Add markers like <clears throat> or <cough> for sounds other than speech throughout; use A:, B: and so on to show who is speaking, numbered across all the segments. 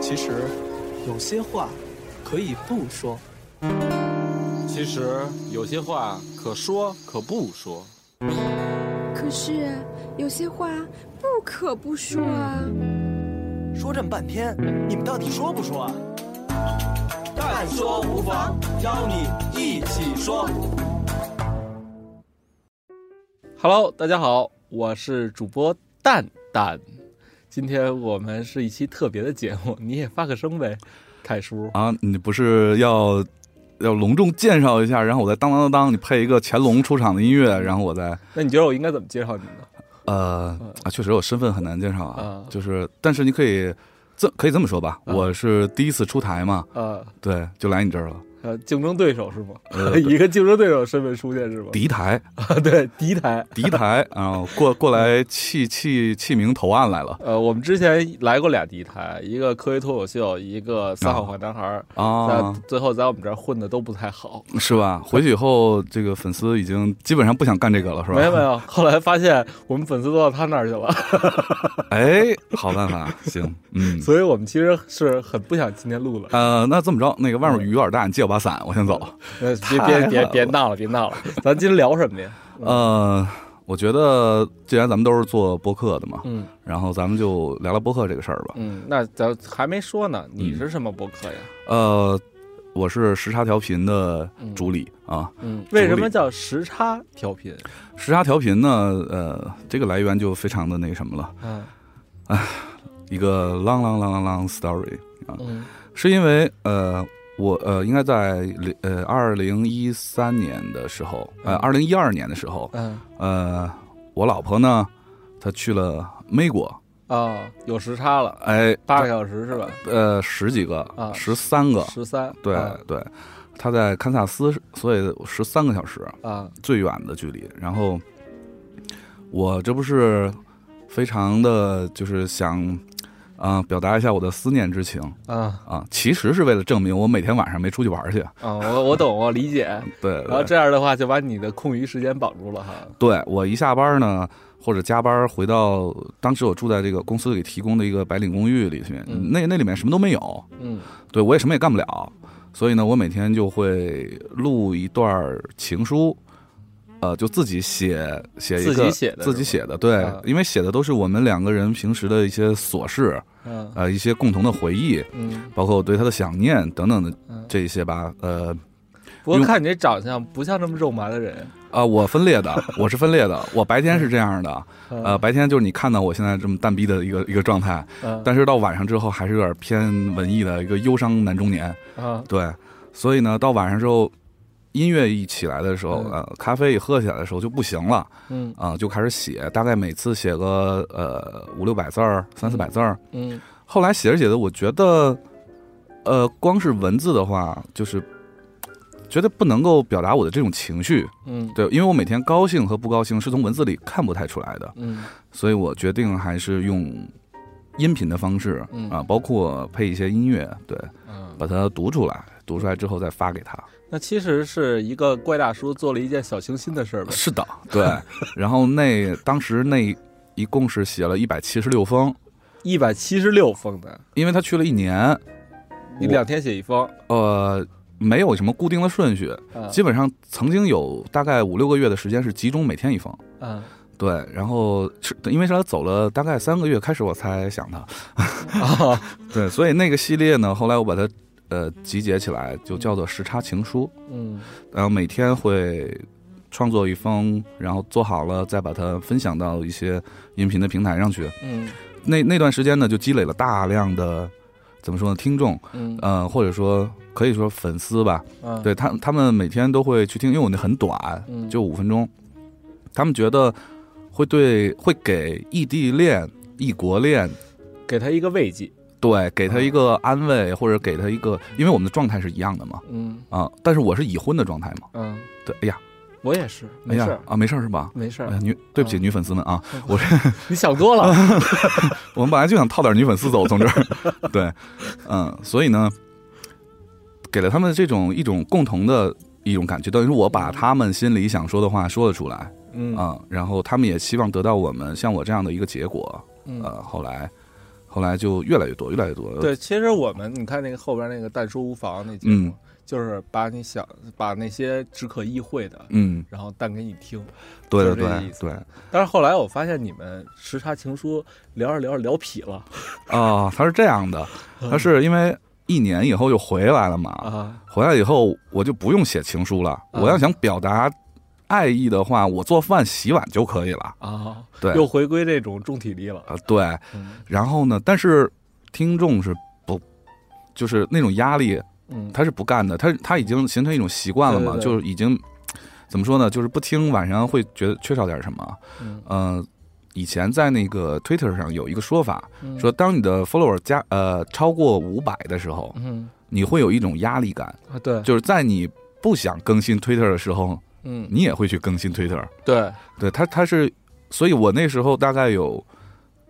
A: 其实，有些话可以不说。
B: 其实有些话可说可不说。
C: 可是啊有些话不可不说啊。
D: 说这么半天，你们到底说不说啊？
E: 但说无妨，邀你一起说。
B: Hello，大家好，我是主播蛋蛋。今天我们是一期特别的节目，你也发个声呗，凯叔。
F: 啊，你不是要要隆重介绍一下，然后我再当当当当，你配一个乾隆出场的音乐，然后我再
B: 那你觉得我应该怎么介绍你呢？
F: 呃啊，确实我身份很难介绍啊
B: 啊，
F: 就是但是你可以这可以这么说吧，
B: 啊
F: 我是第一次出台嘛，
B: 呃
F: 对，就来你这儿了，
B: 呃，竞争对手是吗？
F: 呃
B: <laughs> 以一个竞争对手身份出现是吗？
F: 敌台
B: 啊， <laughs> 对，敌台。
F: 敌台，然后过过来
B: <laughs>
F: 弃弃弃明投案来了
B: 呃，我们之前来过俩敌台，一个科学脱口秀，一个三好坏男孩儿。
F: 啊
B: 在，最后在我们这儿混的都不太好，
F: 是吧？回去以后，这个粉丝已经基本上不想干这个了，是吧？
B: 没有没有。后来发现我们粉丝都到他那儿去了，
F: <laughs> 哎，好办法，行，
B: <laughs>
F: 嗯。
B: 所以我们其实是很不想今天录了。
F: 呃，那这么着，那个外面雨有点大，你借我把伞，我先走。
B: 呃，别
F: 太
B: 别
F: 狠
B: 别
F: 了
B: 别闹了，别闹了，咱今天聊什么呀？
F: 呃，我觉得既然咱们都是做播客的嘛，
B: 嗯
F: 然后咱们就聊聊播客这个事儿吧。
B: 嗯，那咱还没说呢，你是什么博客呀？
F: 呃，我是时差调频的主理啊。
B: 嗯，
F: 主
B: 为什
F: 理
B: 么叫时差调频？
F: 时差调频呢，呃，这个来源就非常的那什么了，
B: 嗯
F: 一个 long long long long long story，
B: 嗯
F: 是因为呃。我呃，应该在零呃二零一三年的时候，呃
B: 嗯
F: 二零一二年的时候，
B: 嗯
F: 呃，我老婆呢，她去了美国，
B: 啊，有时差了，
F: 哎，
B: 八个小时是吧？
F: 呃十几个
B: 啊，
F: 十三个，
B: 十三，
F: 对
B: 啊
F: 对，他在堪萨斯，所以十三个小时
B: 啊，
F: 最远的距离。然后我这不是非常的就是想啊、表达一下我的思念之情
B: 啊
F: 啊，其实是为了证明我每天晚上没出去玩去。
B: 啊！我我懂，我理解。
F: 对，
B: 然后
F: 对
B: 啊这样的话，就把你的空余时间绑住了哈。
F: 对我一下班呢。或者加班回到当时我住在这个公司给提供的一个白领公寓里面，
B: 嗯
F: 那那里面什么都没有，
B: 嗯
F: 对我也什么也干不了，所以呢，我每天就会录一段儿情书，呃，就自己写写一个
B: 自己写的
F: 自己写的，对
B: 啊，
F: 因为写的都是我们两个人平时的一些琐事，
B: 嗯
F: 呃，一些共同的回忆，
B: 嗯
F: 包括我对他的想念等等的
B: 嗯。
F: 这一些吧，呃。
B: 不过看你这长相，不像这么肉麻的人。
F: 啊，我分裂的，我是分裂的。我白天是这样的，呃，
B: 啊
F: 白天就是你看到我现在这么淡逼的一个一个状态，
B: 嗯
F: 但是到晚上之后还是有点偏文艺的一个忧伤男中年。
B: 啊
F: 对，所以呢，到晚上之后，音乐一起来的时候，
B: 嗯
F: 呃，咖啡一喝起来的时候就不行了
B: 嗯
F: 啊、就开始写，大概每次写个呃五六百字儿，三四百字儿。
B: 嗯
F: 后来写着写着，我觉得，呃，光是文字的话，就是觉得不能够表达我的这种情绪，
B: 嗯
F: 对，因为我每天高兴和不高兴是从文字里看不太出来的，
B: 嗯
F: 所以我决定还是用。音频的方式
B: 嗯
F: 啊，包括配一些音乐，对，
B: 嗯。
F: 把它读出来，读出来之后再发给他。
B: 那其实是一个怪大叔做了一件小清新的事儿呗。
F: 是的， <laughs> 对。然后那当时那一共是写了一百七十六封，
B: 一百七十六封的，
F: 因为他去了一年，
B: 你
F: 我
B: 两天写一封。
F: 呃，没有什么固定的顺序，
B: 啊
F: 基本上曾经有大概五六个月的时间是集中每天一封。
B: 啊
F: 对，然后是因为是他走了大概三个月开始，我才想他。
B: 啊
F: 对，所以那个系列呢，后来我把它呃集结起来，就叫做《时差情书
B: 嗯》，
F: 然后每天会创作一封，然后做好了再把它分享到一些音频的平台上去。
B: 嗯
F: 那那段时间呢，就积累了大量的怎么说呢，听众，
B: 嗯
F: 呃，或者说可以说粉丝吧，
B: 啊
F: 对他他们每天都会去听，因为我那很短，
B: 嗯
F: 就五分钟，他们觉得会对会给异地恋、异国恋。
B: 给他一个慰藉。
F: 对，给他一个安慰，或者给他一个，因为我们的状态是一样的嘛，
B: 嗯
F: 啊、但是我是已婚的状态嘛，
B: 嗯，
F: 对，哎呀，
B: 我也是，
F: 哎
B: 没事
F: 呀
B: 儿，
F: 啊，没事儿是吧？
B: 没事
F: 哎
B: 儿
F: 呀，，女，对不起，
B: 嗯
F: 女粉丝们啊，
B: 你想多 <laughs> 了。
F: 我们本来就想套点女粉丝走，从
B: <laughs>
F: 这儿，对，嗯，所以呢，给了他们这种一种共同的一种感觉，等于是我把他们心里想说的话说了出来啊、
B: 嗯
F: 然后他们也希望得到我们像我这样的一个结果，
B: 嗯
F: 呃，后来后来就越来越多，越来越多。
B: 对，其实我们你看那个后边那个“但说无妨”那节目，
F: 嗯
B: 就是把你想把那些只可意会的，
F: 嗯，
B: 然后但给你听。
F: 对对
B: 就是这
F: 对
B: 意思
F: 对，
B: 但是后来我发现你们时差情书聊着聊着聊痞了
F: 哦，他是这样的，他是因为一年以后就回来了嘛，
B: 啊，
F: 回来以后我就不用写情书了，我要想表达爱意的话，我做饭洗碗就可以了。
B: 啊，
F: 对
B: 又回归这种重体力了。
F: 啊，对，
B: 嗯
F: 然后呢，但是听众是不，就是那种压力
B: 嗯，
F: 他是不干的，他他已经形成一种习惯了嘛，
B: 哦对对对
F: 就是已经怎么说呢，就是不听晚上会觉得缺少点什么。
B: 嗯
F: 呃，以前在那个 Twitter 上有一个说法，
B: 嗯
F: 说当你的 follower 加呃超过五百的时候，
B: 嗯
F: 你会有一种压力感，
B: 啊，对，
F: 就是在你不想更新 Twitter 的时候，
B: 嗯
F: 你也会去更新 Twitter。
B: 对，
F: 对他，他是，所以我那时候大概有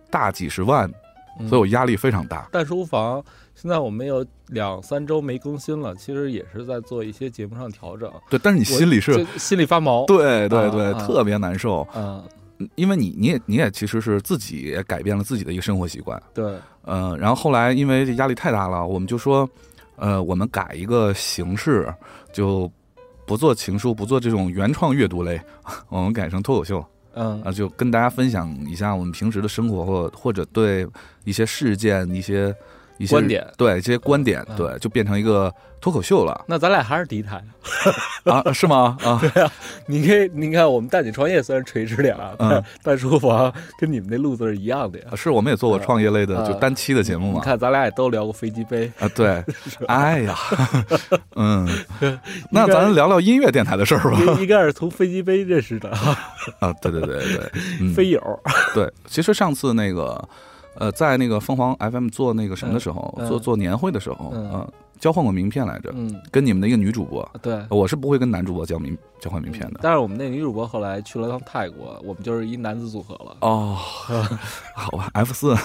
F: 大几十万，
B: 嗯
F: 所以我压力非常大。
B: 但书房现在我们有两三周没更新了，其实也是在做一些节目上调整，
F: 对，但是你心里是，
B: 就心里发毛。，
F: 对对对，
B: 啊啊
F: 特别难受。
B: 嗯，
F: 因为你你也你也其实是自己也改变了自己的一个生活习惯，
B: 对，
F: 呃，然后后来因为这压力太大了，我们就说，呃，我们改一个形式，就不做情书，不做这种原创阅读类， <laughs> 我们改成脱口秀啊、
B: 嗯
F: 就跟大家分享一下我们平时的生活或或者对一些事件、一些一些
B: 观点
F: 对一些观点，
B: 嗯
F: 对，就变成一个脱口秀了
B: 那咱俩还是敌台。
F: 啊？是吗？啊，
B: <laughs> 你可以，你看我们带你创业虽然垂直点啊，但
F: 嗯
B: 但书房跟你们那路子是一样的呀。
F: 是我们也做过创业类的，
B: 啊
F: 就单期的节目
B: 你
F: 嘛。
B: 看，咱俩也都聊过飞机杯，
F: 啊，
B: <laughs>
F: 对，哎呀，嗯，那咱聊聊音乐电台的事儿吧。 <laughs>
B: 应应该是从飞机杯认识的
F: 啊，对对对对，嗯，
B: 飞友。
F: 对，其实上次那个，呃，在那个凤凰 FM 做那个什么的时候，
B: 嗯嗯
F: 做做年会的时候，
B: 嗯
F: 呃，交换过名片来着，
B: 嗯，啊
F: 跟你们的一个女主播，
B: 对。嗯
F: 我是不会跟男主播交名交换名片的。
B: 但是我们那女主播后来去了趟泰国，我们就是一男子组合了，
F: 哦，好吧，F 四，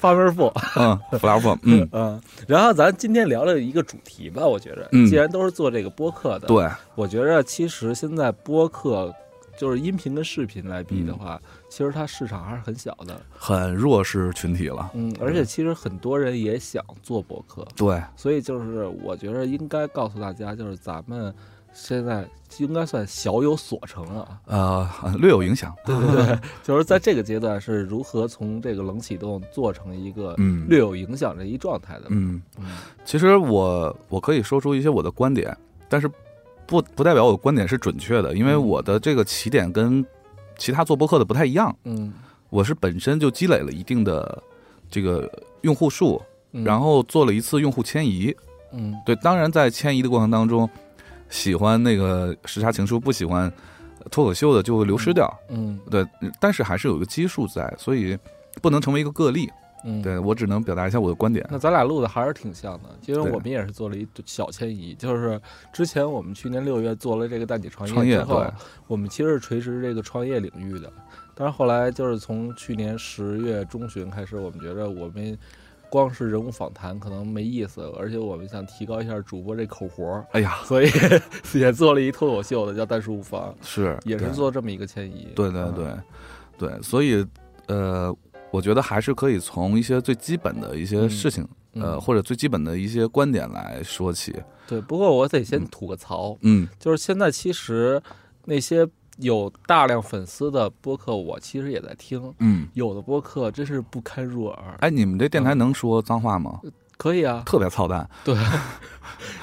B: 八门富。
F: 嗯 f l o w
B: <laughs>
F: 嗯，
B: 嗯，然后咱今天聊了一个主题吧，我觉着，
F: 嗯
B: 既然都是做这个播客的，，
F: 对，
B: 我觉着其实现在播客就是音频跟视频来比的话，
F: 嗯
B: 其实它市场还是很小的，
F: 很弱势群体了，
B: 嗯，而且其实很多人也想做播客，
F: 对，
B: 所以就是我觉着应该告诉大家，就是咱们现在应该算小有所成了，
F: 呃，略有影响，
B: 对对 <laughs> 对，就是在这个阶段是如何从这个冷启动做成一个
F: 嗯
B: 略有影响的一状态的，
F: 嗯
B: 嗯，
F: 其实我我可以说出一些我的观点，但是不不代表我的观点是准确的，因为
B: 嗯
F: 我的这个起点跟其他做播客的不太一样。
B: 嗯，
F: 我是本身就积累了一定的这个用户数，
B: 嗯
F: 然后做了一次用户迁移。
B: 嗯
F: 对，当然在迁移的过程当中，喜欢那个时差情书，不喜欢脱口秀的就流失掉。
B: 嗯
F: 对，但是还是有一个基数在，所以不能成为一个个例。
B: 嗯，。
F: 对我只能表达一下我的观点。
B: 那咱俩录的还是挺像的，因为
F: 对
B: 我们也是做了一小迁移，就是之前我们去年六月做了这个带你创
F: 创业
B: 之后
F: 对，
B: 我们其实是垂直这个创业领域的，但是后来就是从去年十月中旬开始，我们觉得我们光是人物访谈可能没意思，而且我们想提高一下主播这口活儿，
F: 哎呀，
B: 所以 <laughs> 也做了一脱口秀的叫《但书无妨》，
F: 是
B: 也是
F: 对
B: 做这么一个迁移。
F: 对对
B: 嗯
F: 对，对，所以呃，我觉得还是可以从一些最基本的一些
B: 嗯
F: 事情，呃，
B: 嗯
F: 或者最基本的一些观点来说起。
B: 对，不过我得先吐个槽，
F: 嗯
B: 就是现在其实那些有大量粉丝的播客，我其实也在听。
F: 嗯，
B: 有的播客真是不堪入耳，
F: 哎，你们这电
B: 嗯
F: 台能说脏话吗？
B: 可以啊，
F: 特别操蛋。
B: 对，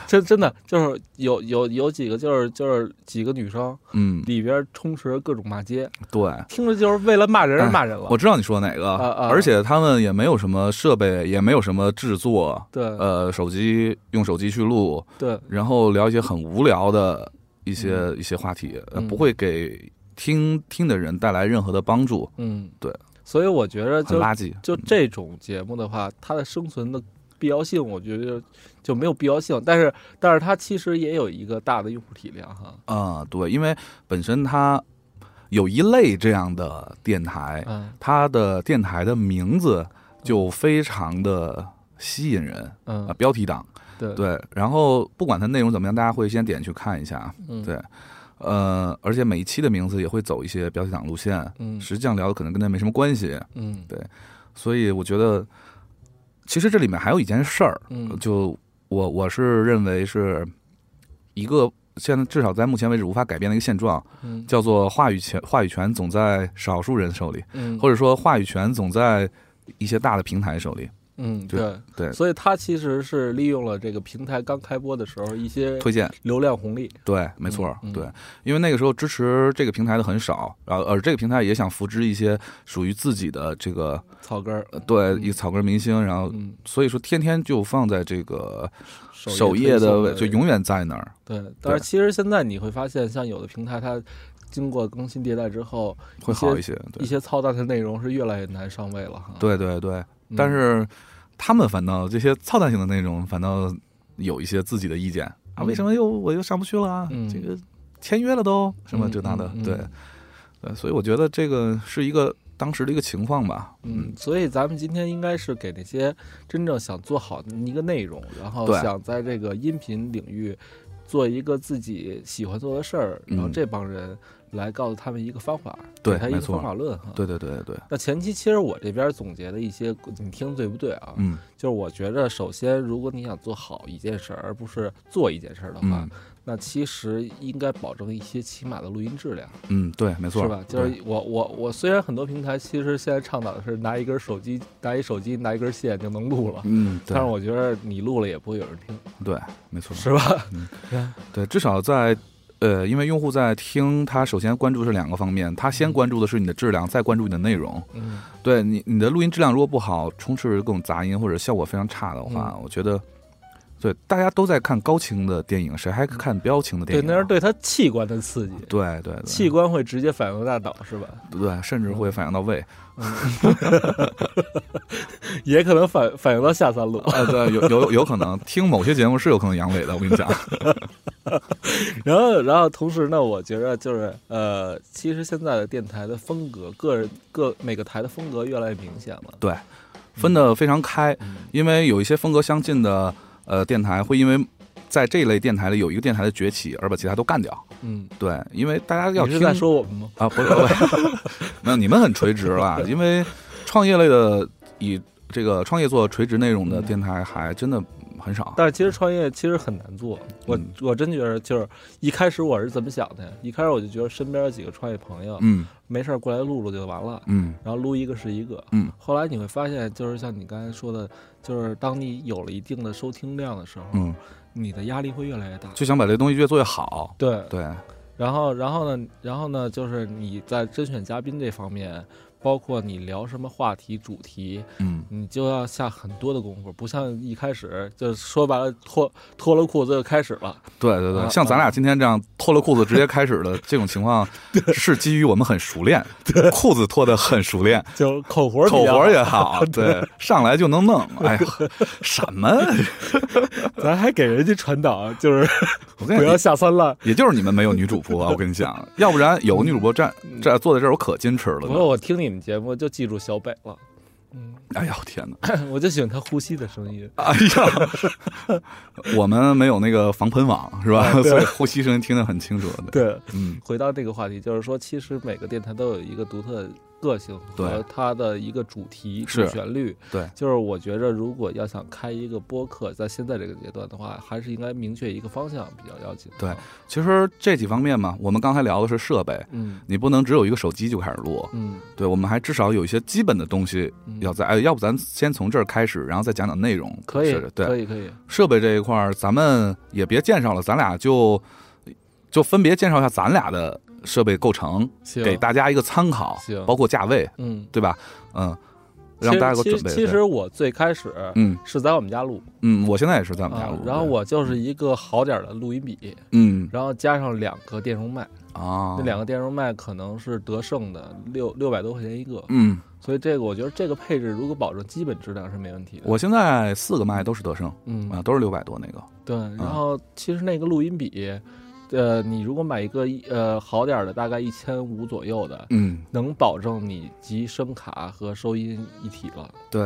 B: 真真的就是有有有几个就是就是几个女生
F: 嗯，
B: 里边充斥着各种骂街，
F: 对。
B: 听着就是为了骂人而
F: 哎
B: 骂人了。
F: 我知道你说哪个，
B: 啊啊
F: 而且他们也没有什么设备，也没有什么制作，
B: 对
F: 呃，手机用手机去录，
B: 对
F: 然后聊一些很无聊的一些、一些话题，呃
B: 嗯
F: 不会给听听的人带来任何的帮助，
B: 嗯
F: 对，
B: 所以我觉得呃
F: 很
B: 就
F: 垃圾。
B: 就这种节目的话，它的生存的必要性，我觉得就没有必要性。但是但是它其实也有一个大的用户体量哈，
F: 啊、对，因为本身它有一类这样的电台，
B: 嗯
F: 它的电台的名字就非常的吸引人啊、
B: 嗯，
F: 标题党
B: 对
F: 对。然后不管它内容怎么样，大家会先点去看一下，啊
B: 嗯
F: 对。呃，而且每一期的名字也会走一些标题党路线，
B: 嗯
F: 实际上聊的可能跟它没什么关系，
B: 嗯
F: 对。所以我觉得，其实这里面还有一件事儿，
B: 嗯
F: 就我我是认为是一个现在至少在目前为止无法改变的一个现状，
B: 嗯
F: 叫做话语权话语权总在少数人手里，
B: 嗯
F: 或者说话语权总在一些大的平台手里。
B: 嗯
F: 对
B: 对
F: 对
B: 所以它其实是利用了这个平台刚开播的时候一些
F: 推荐
B: 流量红利，
F: 对，没错儿，
B: 嗯嗯嗯
F: 对，因为那个时候支持这个平台的很少，然后而这个平台也想扶植一些属于自己的这个
B: 草根儿，
F: 呃对
B: 嗯
F: 一草根明星，然后
B: 嗯，
F: 所以说天天就放在这个首
B: 页
F: 页
B: 推
F: 的
B: 送
F: 位，就永远在那儿，
B: 对。但是其实现在你会发现，像有的平台它经过更新迭代之后，
F: 会
B: 一些
F: 好一些。
B: 一
F: 对，
B: 些操蛋的内容是越来越难上位了哈。
F: 对对对，
B: 嗯，
F: 但是他们反倒这些操蛋性的内容，反倒有一些自己的意见啊，
B: 嗯
F: 为什么又我又上不去了啊？
B: 嗯
F: 这个签约了都什么
B: 嗯
F: 这那的
B: 嗯嗯，
F: 对对，所以我觉得这个是一个当时的一个情况吧，
B: 嗯，所以咱们今天应该是给那些真正想做好一个内容，然后
F: 对
B: 想在这个音频领域做一个自己喜欢做的事儿，
F: 嗯
B: 然后这帮人来告诉他们一个方法，
F: 对
B: 给他一个
F: 没错
B: 方法论哈。。
F: 对对对对对，
B: 那前期其实我这边总结的一些，你听对不对啊？
F: 嗯
B: 就是我觉得，首先，如果你想做好一件事儿，而不是做一件事儿的话，
F: 嗯
B: 那其实应该保证一些起码的录音质量。
F: 嗯，对，没错，
B: 是吧？就
F: 对
B: 是我我我虽然很多平台其实现在倡导的是拿一根手机拿一手机拿一根线就能录了，
F: 嗯，对
B: 但是我觉得你录了也不会有人听，
F: 对，没错，
B: 是吧？
F: 对，至少在呃，因为用户在听，他首先关注是两个方面，他先关注的是你的质量，再关注你的内容。
B: 嗯
F: 对你，你的录音质量如果不好，充斥着各种杂音或者效果非常差的话，
B: 嗯
F: 我觉得，对，大家都在看高清的电影，谁还看标清的电
B: 对，
F: 影啊？
B: 那是对他器官的刺激，
F: 对对
B: 器
F: 对
B: 官会直接反应大脑，是吧？
F: 对，甚至会反映到
B: <laughs>
F: 胃，
B: 也可能反反应到下
F: <laughs>
B: 三路。
F: 呃，对，有有有可能听某些节目是有可能阳痿的，我
B: <laughs>
F: 跟你讲，
B: 然后，然后同时呢，我觉着就是呃，其实现在的电台的风格，个人各每个台的风格越来越明显了。
F: 对，分得非常开，因为有一些风格相近的呃电台会因为在这一类电台里有一个电台的崛起而把其他都干掉，
B: 嗯，
F: 对，因为大家要
B: 你
F: 听
B: 是在说我们吗？
F: 啊，不是，不是
B: <laughs>
F: 没有，你们很垂直了，因为创业类的以这个创业做垂直内容的电台还真的很少。
B: 但是其实创业其实很难做，我、
F: 嗯
B: 我真觉得就是一开始我是怎么想的呀？一开始我就觉得身边有几个创业朋友，
F: 嗯
B: 没事儿过来录录就完了，
F: 嗯
B: 然后录一个是一个。
F: 嗯，
B: 后来你会发现，就是像你刚才说的，就是当你有了一定的收听量的时候，
F: 嗯，
B: 你的压力会越来越大。
F: 就想把这东西越做越好。
B: 对，
F: 对，
B: 然后然后呢，然后呢，就是你在甄选嘉宾这方面，包括你聊什么话题、主题，
F: 嗯，
B: 你就要下很多的功夫，不像一开始就说白了脱脱了裤子就开始了。
F: 对对
B: 啊
F: 对，像咱俩今天这样脱了裤子直接开始
B: <laughs>
F: 的这种情况，是基于我们很熟练，裤子脱的很熟练，
B: 就口活儿比
F: 口
B: 较
F: 活儿也好，
B: <laughs>
F: 对，上来就能弄。哎呀，什么？
B: 咱还给人家传导，就是
F: 我跟你
B: 不
F: 讲
B: 要，下三滥。
F: 也就是你们没有女主播，我跟你讲，要不然有个女主播站
B: 嗯
F: 这坐在这儿，我可矜持了
B: 不
F: 呢。
B: 过我听你们节目就记住小北了， <clears throat>
F: 哎呀，我天哪！
B: 我就喜欢他呼吸的声音。
F: 哎呀， <laughs> 我们没有那个防喷网是吧？
B: 啊对
F: 所以呼吸声音听得很清楚。，
B: 对，
F: 嗯，
B: 回到这个话题，就是说，其实每个电台都有一个独特的个性和
F: 对
B: 它的一个主题、
F: 是
B: 主旋律。
F: 对，
B: 就是我觉着，如果要想开一个播客，在现在这个阶段的话，还是应该明确一个方向比较要紧。
F: 对，其实这几方面嘛，我们刚才聊的是设备，
B: 嗯
F: 你不能只有一个手机就开始录。
B: 嗯，
F: 对，我们还至少有一些基本的东西
B: 嗯
F: 要在，哎，要不咱先从这儿开始，然后再讲讲内容。
B: 可以
F: 是的，
B: 可
F: 对，
B: 以，可以。
F: 设备这一块儿，咱们也别介绍了，咱俩就就分别介绍一下咱俩的设备构成，
B: 行
F: 给大家一个参考
B: 行，
F: 包括价位，
B: 嗯，
F: 对吧？嗯，让大家有个
B: 其实
F: 准备。
B: 其
F: 对
B: 实我最开始
F: 嗯
B: 是在我们家录，
F: 嗯，我现在也是在我们家嗯
B: 啊
F: 录。，
B: 然后我就是一个好点儿的录音笔，
F: 嗯
B: 然后加上两个电容麦，
F: 啊，
B: 那两个电容麦可能是德胜的六六百多块钱一个，
F: 嗯，
B: 所以这个我觉得这个配置如果保证基本质量是没问题的。
F: 我现在四个麦都是德胜啊，
B: 嗯，
F: 都是六百多那个。
B: 对。然后其实那个录音笔，呃，你如果买一个一呃好点儿的，大概一千五左右的，
F: 嗯，
B: 能保证你集声卡和收音一体了。
F: 对。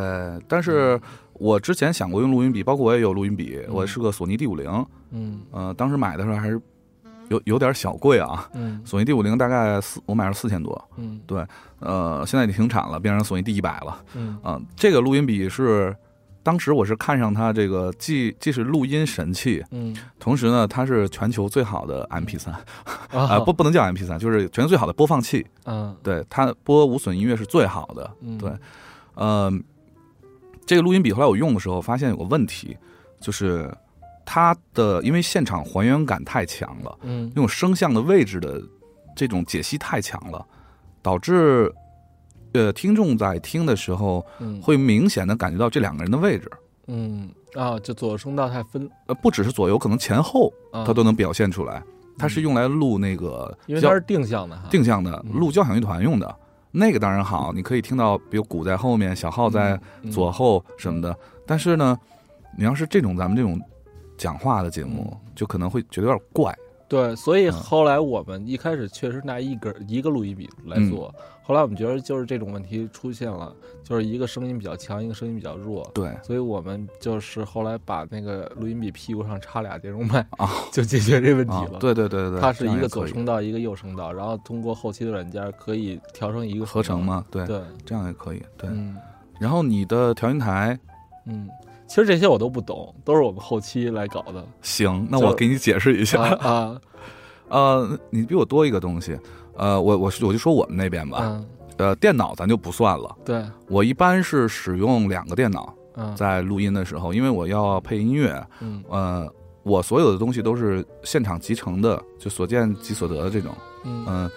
F: 但
B: 嗯
F: 是我之前想过用录音笔，包括我也有录音笔，我是个索尼 D 五零，
B: 嗯
F: 呃，当时买的时候还是有有点小贵啊。
B: 嗯
F: 索尼 D 五零大概四，我买了四千多，
B: 嗯
F: 呃，现在已经停产了，变成索尼 D 一百了。
B: 嗯
F: 嗯、这个录音笔是当时我是看上它这个既既是录音神器，
B: 嗯
F: 同时呢，它是全球最好的 MP 三啊、
B: 啊
F: 不不能叫 MP 三，就是全球最好的播放器。
B: 嗯
F: 对它播无损音乐是最好的。
B: 嗯
F: 对嗯，这个录音笔后来我用的时候发现有个问题，就是它的因为现场还原感太强了，
B: 嗯
F: 用声像的位置的这种解析太强了，导致呃听众在听的时候
B: 嗯
F: 会明显的感觉到这两个人的位置，
B: 嗯啊，就左声道太分，
F: 呃，不只是左右，可能前后
B: 啊
F: 它都能表现出来。它是用来录那个
B: 嗯因为
F: 交
B: 它是定向的哈，
F: 定向的，
B: 嗯
F: 录交响乐团用的。那个当然好，你可以听到，比如鼓在后面，小号在
B: 嗯
F: 左后什么的。但是呢，你要是这种咱们这种讲话的节目，
B: 嗯
F: 就可能会觉得有点怪。
B: 对，所以
F: 嗯
B: 后来我们一开始确实拿一根一个录音笔来
F: 嗯
B: 做，后来我们觉得就是这种问题出现了，就是一个声音比较强，一个声音比较弱，
F: 对，
B: 所以我们就是后来把那个录音笔屁股上插俩电容麦
F: 啊，
B: 就解决这问题
F: 啊
B: 了。，
F: 对对对对，
B: 它是
F: 这样
B: 一
F: 也
B: 个
F: 可
B: 左
F: 以
B: 声道，一个右声道，然后通过后期的软件可以调成一个
F: 合成
B: 嘛？
F: 嘛，对，
B: 对，
F: 这样也可以。对，
B: 嗯
F: 然后你的调音台
B: 嗯。其实这些我都不懂，都是我们后期来搞的。
F: 行，那
B: 就
F: 我给你解释一下。
B: 啊
F: 呃，你比我多一个东西。呃，我我我就说我们那边
B: 啊，
F: 吧。
B: 嗯，
F: 呃，电脑咱就不算了，
B: 对，
F: 我一般是使用两个电脑。
B: 嗯，
F: 在录音的时候，因为我要配音乐，
B: 嗯
F: 呃，我所有的东西都是现场集成的，就所见即所得的这种，
B: 嗯
F: 嗯、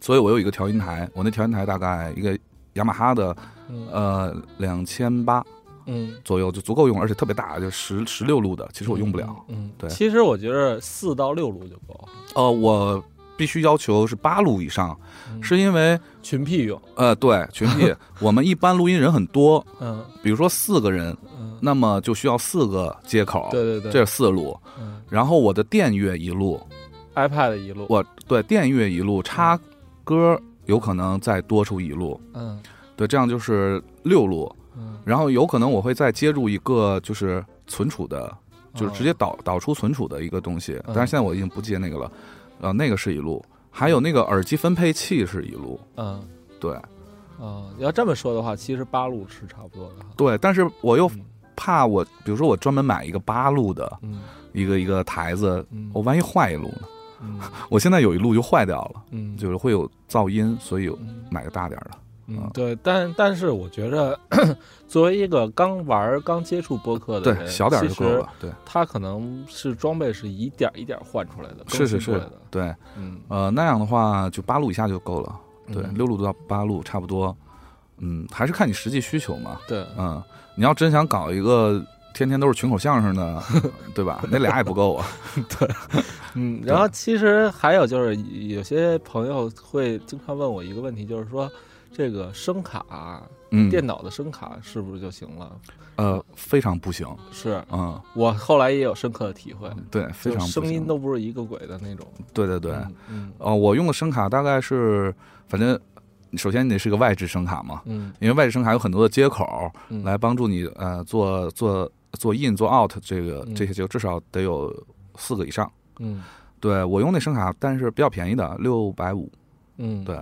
F: 所以我有一个调音台，我那调音台大概一个雅马哈的，
B: 嗯
F: 呃，两千八
B: 嗯，
F: 左右就足够用，而且特别大，就十十六路的，其实我用不了，
B: 嗯，嗯，
F: 对
B: 其实我觉得四到六路就够，
F: 呃，我必须要求是八路以上，
B: 嗯
F: 是因为，
B: 群 P 用，
F: 呃，对，群体
B: <laughs>
F: 我们一般录音人很多，
B: 嗯
F: 比如说四个人，
B: 嗯，
F: 那么就需要四个接口，
B: 对对对，
F: 这是四路，
B: 嗯
F: 然后我的电乐一路，
B: iPad 一路，
F: 我对电乐一路插歌有可能再多出一路，
B: 嗯
F: 对，这样就是六路，
B: 嗯，
F: 然后有可能我会再接入一个就是存储的，就是直接
B: 哦
F: 导导出存储的一个东西，
B: 嗯
F: 但是现在我已经不接那个了，呃，那个是一路，还有那个耳机分配器是一路，
B: 嗯
F: 对
B: 啊，要这么说的话，其实八路是差不多的哈，
F: 对，但是我又
B: 嗯
F: 怕我，比如说我专门买一个八路的
B: 嗯
F: 一个一个台子，
B: 嗯，
F: 我万一坏一路呢？
B: 嗯
F: 我现在有一路就坏掉了，
B: 嗯
F: <laughs> 就是会有噪音，所以
B: 嗯
F: 买个大点儿的。
B: 嗯
F: 啊
B: 对，但但是我觉着， <clears throat> 作为一个刚玩儿刚接触播客的
F: 对，
B: 人，
F: 小点儿就
B: 其
F: 够
B: 实
F: 了。对，
B: 他可能是装备是一点儿一点儿换出来的，
F: 是是
B: 更新过
F: 是
B: 来的，，
F: 对，
B: 嗯，
F: 呃，那样的话就八路以下就够了。对，
B: 嗯
F: 六路到八路差不多。嗯，还是看你实际需求嘛。
B: 对，
F: 嗯，你要真想搞一个天天都是群口相
B: <laughs>
F: 声的，对吧？那俩也不够啊。
B: 嗯，然后其实还有就是，有些朋友会经常问我一个问题，就是说这个声卡，
F: 嗯，
B: 电脑的声卡是不是就行了？
F: 呃，非常不行。
B: 是
F: 嗯，
B: 我后来也有深刻的体会，
F: 对，非常
B: 就
F: 不
B: 是
F: 行
B: 声音都不是一个轨的那种。
F: 对对对。
B: 嗯
F: 呃，我用的声卡大概是，反正首先你得是个外置声卡嘛，
B: 嗯
F: 因为外置声卡有很多的接口，
B: 嗯，
F: 来帮助你呃做做做 in 做 out 这个
B: 嗯
F: 这些就至少得有四个以上。
B: 嗯
F: 对我用那声卡，但是比较便宜的，六百五，
B: 嗯，。
F: 对，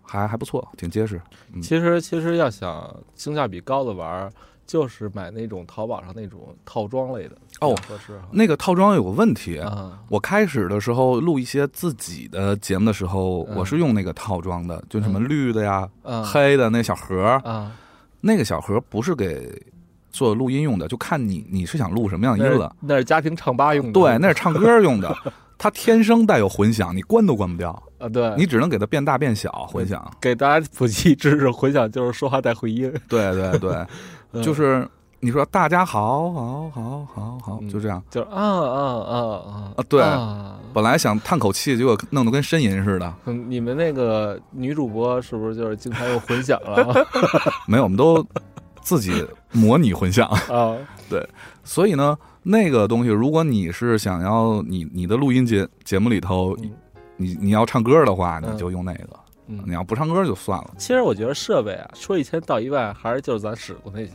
F: 还还不错，挺结实。嗯
B: 其实其实要想性价比高的玩儿，就是买那种淘宝上那种套装类的比较
F: 哦
B: 合适
F: 那个套装有个问题，
B: 啊，
F: 我开始的时候录一些自己的节目的时候，
B: 嗯
F: 我是用那个套装的，就什么绿的呀、
B: 嗯
F: 黑的那小盒儿，
B: 啊，
F: 那个小盒儿不是给做录音用的，就看你你是想录什么样的
B: 那
F: 音
B: 是
F: 了。
B: 那是家庭唱吧用的，
F: 对，那是唱歌用的，它天生带有混响，你关都关不掉。
B: 啊，对，
F: 你只能给它变大变小
B: 嗯
F: 混响。
B: 给大家普及知识，回想就是说话带回音， <laughs>
F: 对对对，
B: 嗯
F: 就是你说大家好，好，好，好，好，
B: 嗯
F: 就这样。
B: 就是啊啊啊啊
F: 啊对
B: 啊
F: 本来想叹口气，结果弄得跟呻吟似的。
B: 嗯你们那个女主播是不是就是经常用混响了
F: <laughs> 没有，我们
B: <laughs>
F: 都自己模拟混响。
B: 啊？
F: 所以呢，那个东西，如果你是想要你你的录音节节目里头，
B: 嗯
F: 你你要唱歌的话，
B: 嗯
F: 你就用那个；你
B: 嗯，
F: 要不唱歌就算了。
B: 其实我觉得设备啊，说一千道一万，还是就是咱使过那些。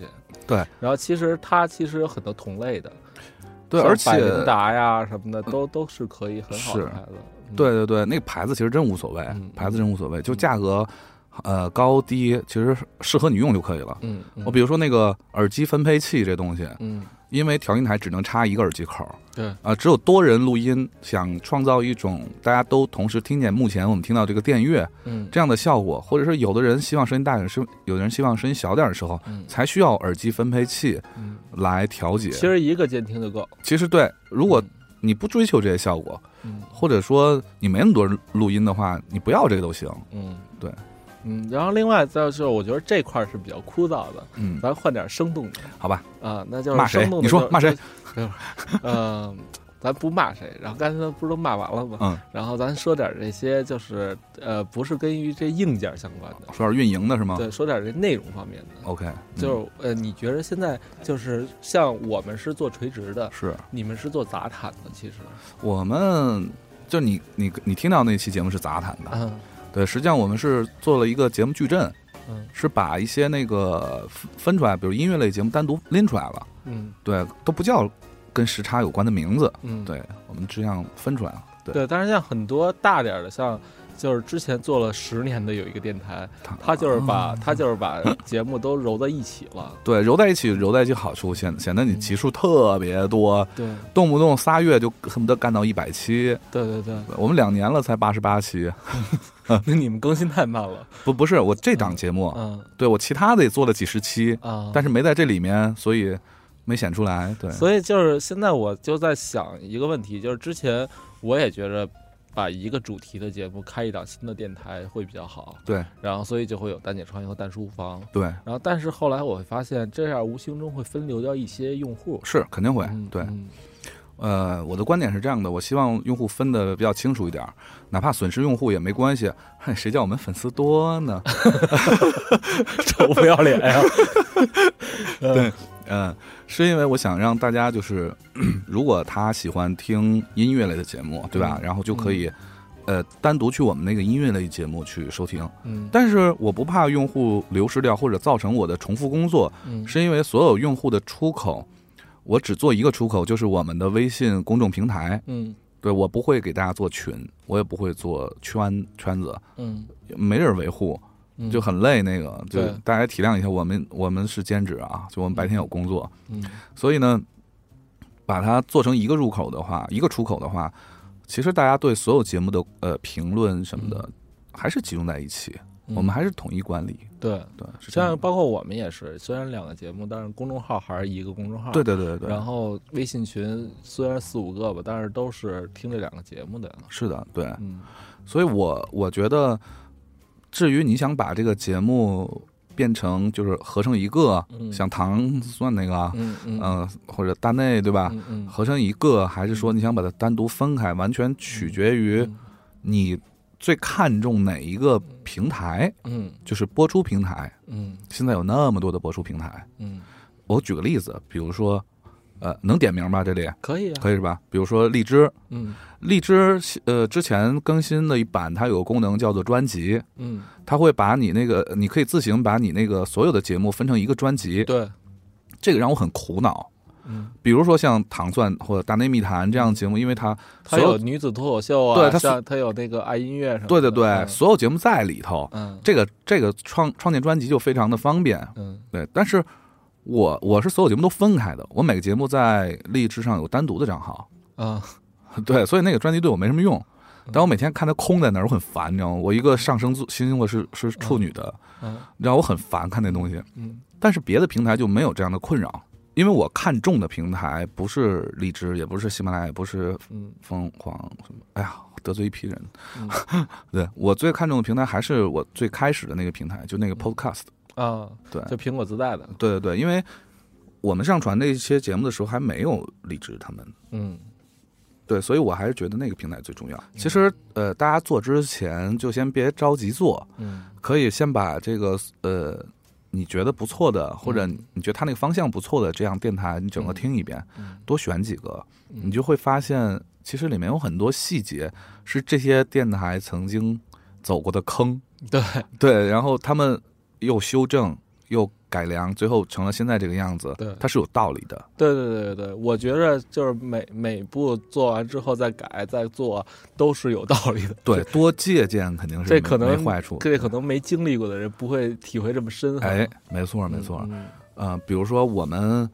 F: 对，
B: 然后其实它其实有很多同类的，
F: 对，
B: 像
F: 而且嗯
B: 百灵达呀什么的都都是可以很好的
F: 是
B: 牌子。嗯
F: 对对对，那个牌子其实真无所谓，
B: 嗯
F: 牌子真无所谓，就价格，呃，高低其实适合你用就可以了。
B: 嗯，嗯
F: 我比如说那个耳机分配器这东西，
B: 嗯
F: 因为调音台只能插一个耳机口，
B: 对
F: 啊、只有多人录音，想创造一种大家都同时听见目前我们听到这个电乐
B: 嗯
F: 这样的效果，或者是有的人希望声音大点，声有的人希望声音小点的时候，
B: 嗯
F: 才需要耳机分配器
B: 嗯，
F: 来调节。
B: 其实嗯一个监听就够。
F: 其实对，如果你不追求这些效果，
B: 嗯
F: 或者说你没那么多人录音的话，你不要这个都行。
B: 嗯
F: 对，
B: 嗯，然后另外再就是我觉得这块儿是比较枯燥的，
F: 嗯，
B: 咱换点生动的
F: 好吧，
B: 啊，那就是
F: 骂谁
B: 生动的
F: 你说
B: 就
F: 骂谁？
B: 就呃，咱不骂谁，然后刚才不是都骂完了吗？
F: 嗯，
B: 然后咱说点这些就是呃，不是跟于这硬件相关的，
F: 说点运营的是吗？
B: 对，说点这内容方面的。
F: ，OK，嗯
B: 就是呃，你觉得现在就是像我们是做垂直的，
F: 是
B: 你们是做杂谈的，其实，
F: 我们。就你你你听到那期节目是杂谈的，
B: 嗯
F: 对，实际上我们是做了一个节目矩阵，
B: 嗯
F: 是把一些那个分分出来，比如音乐类节目单独拎出来了，
B: 嗯
F: 对，都不叫跟时差有关的名字，
B: 嗯，
F: 对我们这样分出来了。对，
B: 对。但是像很多大点儿的，像就是之前做了十年的有一个电台，
F: 它
B: 他就是把
F: 啊
B: 他就是把节目都揉在一起了，
F: 对揉在一起，揉在一起好处显显
B: 嗯
F: 得你集数特别多，
B: 对
F: 动不动仨月就恨不得干到一百期。
B: 对对对。
F: 我们两年了才八十八期，
B: <laughs> 那你们更新太慢了，
F: 不不是我这档节目，
B: 嗯
F: 对我其他的也做了几十期，
B: 啊，
F: 但是没在这里面，所以没显出来。对，
B: 所以就是现在我就在想一个问题，就是之前我也觉着把一个主题的节目开一档新的电台会比较好，
F: 对
B: 然后所以就会有蛋姐创业和蛋书房，
F: 对
B: 然后但是后来我会发现这样无形中会分流掉一些用户，
F: 是肯定会
B: 嗯
F: 对。 <laughs>
B: 嗯
F: 呃，我的观点是这样的，我希望用户分的比较清楚一点儿，哪怕损失用户也没关系，嘿谁叫我们粉丝多呢？
B: 臭不要脸
F: 啊
B: 呀，
F: 嗯、是因为我想让大家就是， <clears throat> 如果他喜欢听音乐类的节目，
B: 嗯
F: 对吧？然后就可以，呃，单独去我们那个音乐类节目去收听。
B: 嗯
F: 但是我不怕用户流失掉或者造成我的重复工作，
B: <laughs> 嗯
F: 是因为所有用户的出口，我只做一个出口，就是我们的微信公众平台。
B: 嗯
F: 对我不会给大家做群，我也不会做圈圈子，
B: 嗯
F: 没人维护
B: 嗯，
F: 就很累。那个就
B: 对
F: 大家体谅一下，我们我们是兼职啊，就我们白天有工作，
B: 嗯
F: 所以呢，把它做成一个入口的话，一个出口的话，其实大家对所有节目的呃评论什么的，还是集中在一起，
B: 嗯
F: 我们还是统一管理。
B: 对，
F: 对，是这
B: 像
F: 样。
B: 包括我们也是，虽然两个节目，但是公众号还是一个公众号，
F: 对对对对对，
B: 然后微信群虽然四五个吧，但是都是听这两个节目的。
F: 是的，对。
B: 嗯
F: 所以我我觉得，至于你想把这个节目变成就是合成一个，
B: 嗯
F: 像糖蒜那个啊，
B: 嗯嗯
F: 嗯、或者大内对吧？
B: 嗯嗯，
F: 合成一个，还是说你想把它单独分开，完全取决于
B: 嗯
F: 你最看重哪一个平台，
B: 嗯
F: 就是播出平台。
B: 嗯
F: 现在有那么多的播出平台，
B: 嗯，
F: 我举个例子，比如说，呃，能点名吧？这里
B: 可以啊，
F: 可以是吧？比如说荔枝，
B: 嗯
F: 荔枝呃之前更新的一版，它有个功能叫做专辑，
B: 嗯，
F: 它会把你那个，你可以自行把你那个所有的节目分成一个专辑，
B: 对，
F: 这个让我很苦恼。
B: 嗯，
F: 比如说像《糖蒜》或者《大内密谈》这样的节目，因为它
B: 它
F: 所
B: 有
F: 有
B: 女子脱口秀啊，
F: 对它
B: 像它有那个爱音乐什么的。
F: 对对对，所有节目在里头，
B: 嗯，
F: 这个这个创创建专辑就非常的方便。
B: 嗯
F: 对，但是我我是所有节目都分开的，我每个节目在荔枝上有单独的账号， <laughs>
B: 嗯啊，
F: 对，所以那个专辑对我没什么用。但我每天看它空在那儿，我很烦，你知道吗？我一个上升座星星座是是处女的，
B: 嗯
F: 你知道我很烦看那东西。
B: 嗯
F: 但是别的平台就没有这样的困扰，因为我看中的平台不是荔枝，也不是喜马拉雅，也不是
B: 嗯
F: 凤凰什么。哎呀，得罪一批人。
B: 嗯
F: <laughs> 对我最看重的平台还是我最开始的那个平台，就那个 Podcast。
B: 啊，
F: 对
B: 嗯就苹果自带的，
F: 对对对，因为我们上传那些节目的时候还没有荔枝他们。
B: 嗯
F: 对，所以我还是觉得那个平台最重要。其实，呃，大家做之前就先别着急做，
B: 嗯
F: 可以先把这个呃你觉得不错
B: 嗯
F: 的，或者你觉得它那个方向不错的这样电台，你整个听一遍，
B: 嗯
F: 多选几个，你就会发现其实里面有很多细节是这些电台曾经走过的坑，
B: 对，
F: 对，然后他们又修正又改良，最后成了现在这个样子
B: 对，
F: 它是有道理的。
B: 对对对对对，我觉着就是每每步做完之后再改再做都是有道理的。
F: 对，多借鉴肯定是
B: 这
F: 没
B: 可能
F: 嗯没坏处。嗯
B: 这可能没经历过的人不会体会这么深哈。
F: 哎，没错没
B: 嗯
F: 错。
B: 嗯
F: 呃，比如说我们，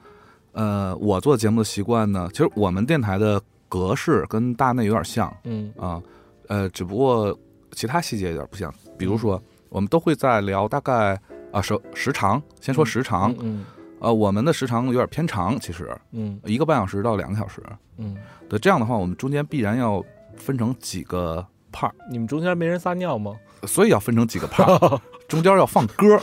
F: 呃，我做节目的习惯呢，其实我们电台的格式跟大内有点像
B: 嗯
F: 啊、呃，只不过其他细节有点不像。比如说，我们都会在聊大概啊时时长，先说时长，
B: 嗯
F: 呃，我们的时长有点偏长，其实
B: 嗯
F: 一个半小时到两个小时。
B: 嗯，
F: 对，这样的话，我们中间必然要分成几个 part，
B: 你们中间没人撒尿吗？
F: 所以要分成几个
B: <laughs>
F: part，中间要放歌儿，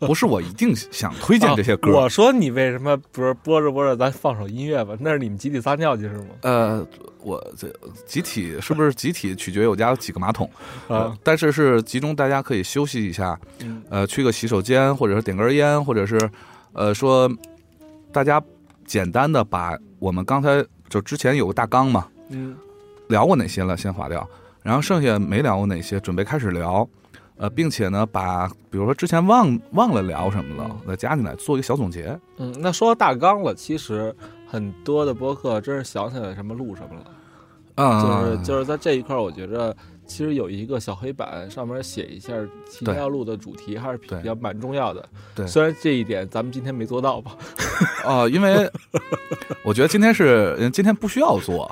F: 不是我一定想推荐这些歌
B: 啊
F: 儿，
B: 我说你为什么不是播着播着咱放首音乐吧？那是你们集体撒尿去是吗？
F: 呃，我这集体是不是集体取决于我家有几个马桶
B: 啊
F: 呃，但是是集中大家可以休息一下，
B: 嗯
F: 呃，去个洗手间，或者是点根烟，或者是呃说大家简单的把我们刚才就之前有个大纲嘛，
B: 嗯
F: 聊过哪些了先划掉，然后剩下没聊过哪些，准备开始聊。呃，并且呢，把比如说之前忘忘了聊什么了
B: 嗯，
F: 再加进来做一个小总结。
B: 嗯，那说到大纲了，其实很多的播客真是想起来什么录什么了。
F: 啊
B: 就是就是在这一块，儿，我觉着其实有一个小黑板上面写一下今天
F: 对
B: 要录的主题，还是比
F: 对
B: 较蛮重要的。
F: 对
B: 虽然这一点咱们今天没做到吧，
F: 啊、因为
B: <laughs>
F: 我觉得今天是嗯今天不需要
B: <laughs>
F: 做，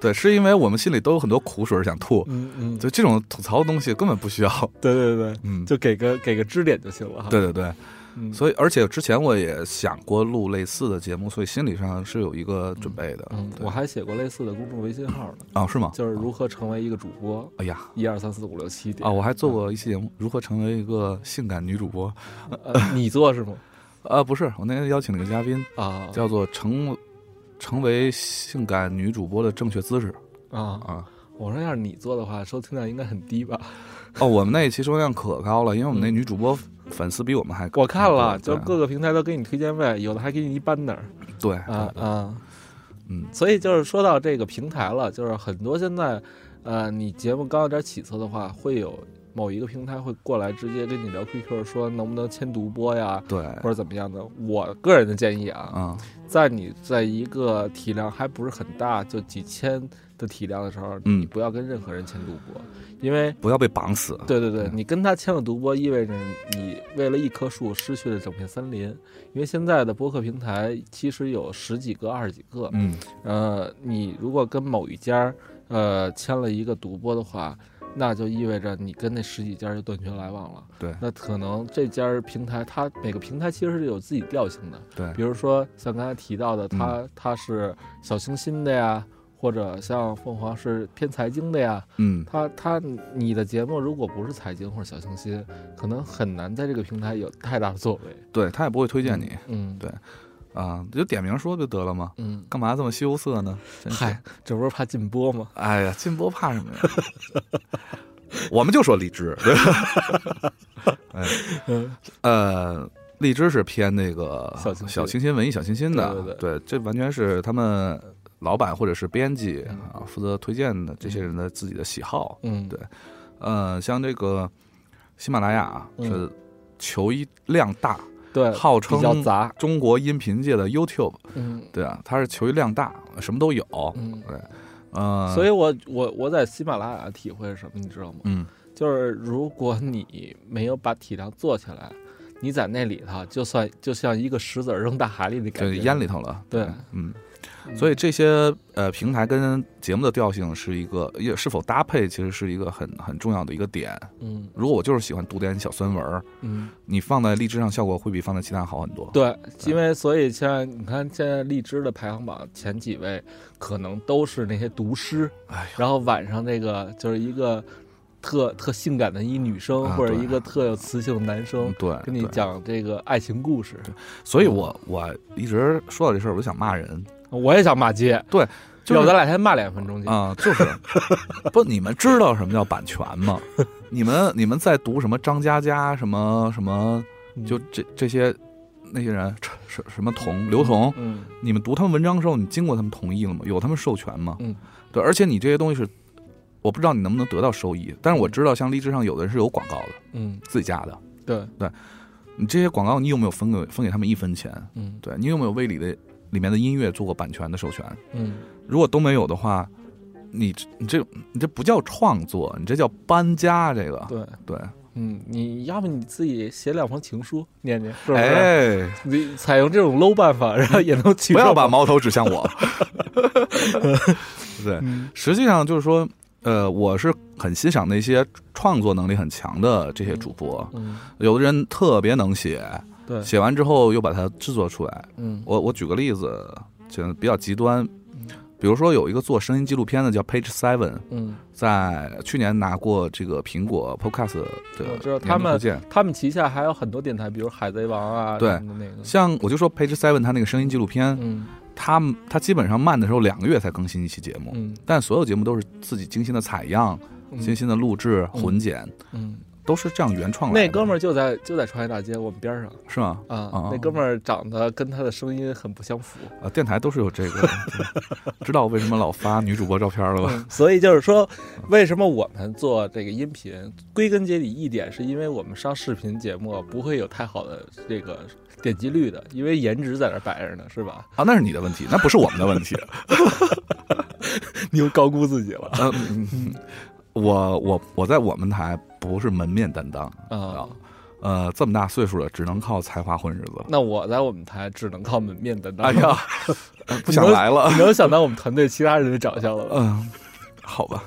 F: 对，是因为我们心里都有很多苦水想吐，
B: 嗯嗯，
F: 就这种吐槽的东西根本不需要。
B: 对对对，
F: 嗯，
B: 就给个给个支点就行了哈。
F: 对对对，
B: 嗯，
F: 所以而且之前我也想过录类似的节目，所以心理上是有一个准备的。
B: 嗯，
F: 对
B: 我还写过类似的公众微信号呢，
F: 啊、是吗？
B: 就是如何成为一个主播，
F: 哎呀。
B: 一二三四五六七点嗯
F: 啊，我还做过一期节目，如何成为一个性感女主播？
B: 呃你做
F: <laughs>
B: 是吗？
F: 呃，不是，我那天邀请了一个嘉宾，
B: 啊
F: 叫做成成为性感女主播的正确姿势
B: 啊，
F: 啊。
B: 我说要是你做的话，收听量应该很低吧？
F: <laughs> 哦，我们那一期收听量可高了，因为我们那女主播粉丝比我们还高。
B: 嗯我看了，
F: 啊对
B: 就各个平台都给你推荐位，有的还给你一 banner
F: 对
B: 啊啊。
F: 嗯
B: 所以就是说到这个平台了，就是很多现在，呃，你节目刚有点起色的话，会有某一个平台会过来直接跟你聊 QQ，说能不能签独播呀，
F: 对
B: 或者怎么样的。我个人的建议啊，
F: 啊
B: 在你在一个体量还不是很大，就几千的体量的时候，
F: 嗯
B: 你不要跟任何人签独播，因为。
F: 不要被绑死。
B: 对对对，
F: 嗯
B: 你跟他签了独播，意味着你为了一棵树失去了整片森林。因为现在的播客平台其实有十几个、二十几个，
F: 嗯，
B: 呃，你如果跟某一家儿呃签了一个独播的话，那就意味着你跟那十几家儿就断绝来往了。
F: 对
B: 那可能这家儿平台，它每个平台其实是有自己调性的，
F: 对嗯
B: 比如说像刚才提到的，它、它是小清新的呀，或者像凤凰是偏财经的呀，
F: 嗯
B: 它它你的节目如果不是财经或者小清新，可能很难在这个平台有太大的作为。
F: 对，他也不会推荐你
B: 嗯，
F: 对啊，就点名说不就得了吗？
B: 嗯，
F: 干嘛这么羞涩呢？真是，
B: 嗨，这不是怕禁播吗？
F: 哎呀，进播怕什么呀？ <laughs> 我们就说
B: <laughs>
F: 荔枝，对吧？哎， <laughs> 呃，荔枝是偏那个
B: 小清新
F: 小清新文艺小清新的，
B: 对对
F: 这完全是他们老板或者是编辑啊负责推荐的这些人的自己的喜好。
B: 嗯，
F: 对呃，像这个喜马拉雅啊
B: 嗯
F: 是求一量大，
B: 对，
F: 号称
B: 比较杂。
F: 中国音频界的 YouTube，
B: 嗯
F: 对啊，它是求一量大，什么都有。
B: 嗯，
F: 呃，
B: 所以我我我在喜马拉雅体会是什么，你知道吗？
F: 嗯，
B: 就是如果你没有把体量做起来，你在那里头就算就像一个石子儿扔大海里的感
F: 就
B: 觉，
F: 烟里头了。
B: 对，
F: 嗯，
B: 嗯。
F: 所以这些呃平台跟节目的调性是一个，也是否搭配，其实是一个很很重要的一个点。
B: 嗯
F: 如果我就是喜欢读点小酸文儿，
B: 嗯，
F: 你放在荔枝上效果会比放在其他好很多。
B: 对，因为所以现在你看，现在荔枝的排行榜前几位可能都是那些读诗，
F: 哎呀，
B: 然后晚上那个就是一个特特性感的一女生，
F: 啊
B: 或者
F: 对
B: 一个特有磁性的男生
F: 嗯，对，
B: 跟你
F: 对，
B: 讲这个爱情故事。
F: 所以我我一直说到这事儿，我就想骂人，
B: 我也想骂街，
F: 就
B: 要
F: 是
B: 咱俩先骂两分钟去。
F: 啊、就是
B: <laughs>
F: 不，你们知道什么叫版权吗？你们你们在读什么张嘉佳什么什么，
B: 嗯
F: 就这这些那些人，什什么童刘同，
B: 嗯
F: 你们读他们文章的时候，你经过他们同意了吗？有他们授权吗？
B: 嗯，
F: 对，而且你这些东西是，我不知道你能不能得到收益，但是我知道像荔枝上有的人是有广告的，
B: 嗯，
F: 自己加的，
B: 对，
F: 你这些广告你有没有分给分给他们一分钱？
B: 嗯
F: 对你有没有为里的里面的音乐做过版权的授权？
B: 嗯，
F: 如果都没有的话，你你这你这不叫创作，你这叫搬家。这个
B: 对，
F: 对，
B: 嗯，你要不你自己写两封情书念念，是不是？
F: 哎，
B: 你采用这种 low 办法，然后也能取
F: 不要
B: 胜
F: 把矛头指向我。对，
B: 嗯
F: 实际上就是说，呃，我是很欣赏那些创作能力很强的这些主播，
B: 嗯，
F: 有的人特别能写，
B: 对，
F: 写完之后又把它制作出来。
B: 嗯
F: 我我举个例子，就比较极端，比如说有一个做声音纪录片的叫 Page Seven，
B: 嗯，
F: 在去年拿过这个苹果 Podcast 的
B: 哦我知道他
F: 年度
B: 们
F: 推荐。
B: 他们旗下还有很多电台，比如海贼王啊，
F: 对
B: 什么的那个，
F: 像我就说 Page Seven 他那个声音纪录片，
B: 嗯
F: 他们他基本上慢的时候两个月才更新一期节目，
B: 嗯
F: 但所有节目都是自己精心的采样、
B: 嗯
F: 精心的录制、
B: 嗯
F: 混剪，
B: 嗯，
F: 都是这样原创来的。
B: 那哥们儿就在就在创业大街我们边上
F: 是吗？
B: 啊
F: 哦，
B: 那哥们儿长得跟他的声音很不相符，
F: 啊，电台都是有这个， <laughs> 知道为什么老发女主播照片了
B: <laughs>
F: 吧？
B: 所以就是说，为什么我们做这个音频，归根结底一点是因为我们上视频节目不会有太好的这个点击率的，因为颜值在那儿摆着呢，是吧？
F: 啊，那是你的问题，那不是我们的问题。
B: <laughs>
F: <laughs>
B: 你又高估自己了
F: 呃，嗯我我我在我们台不是门面担当
B: <laughs> 啊！
F: 呃，这么大岁数了，只能靠才华混日子。
B: 那我在我们台只能靠门面担当。
F: 哎
B: <laughs>
F: 呀，呃不想来了 <laughs>
B: 你。能想到我们团队其他人的长相了吧？ <laughs>
F: 嗯，好吧，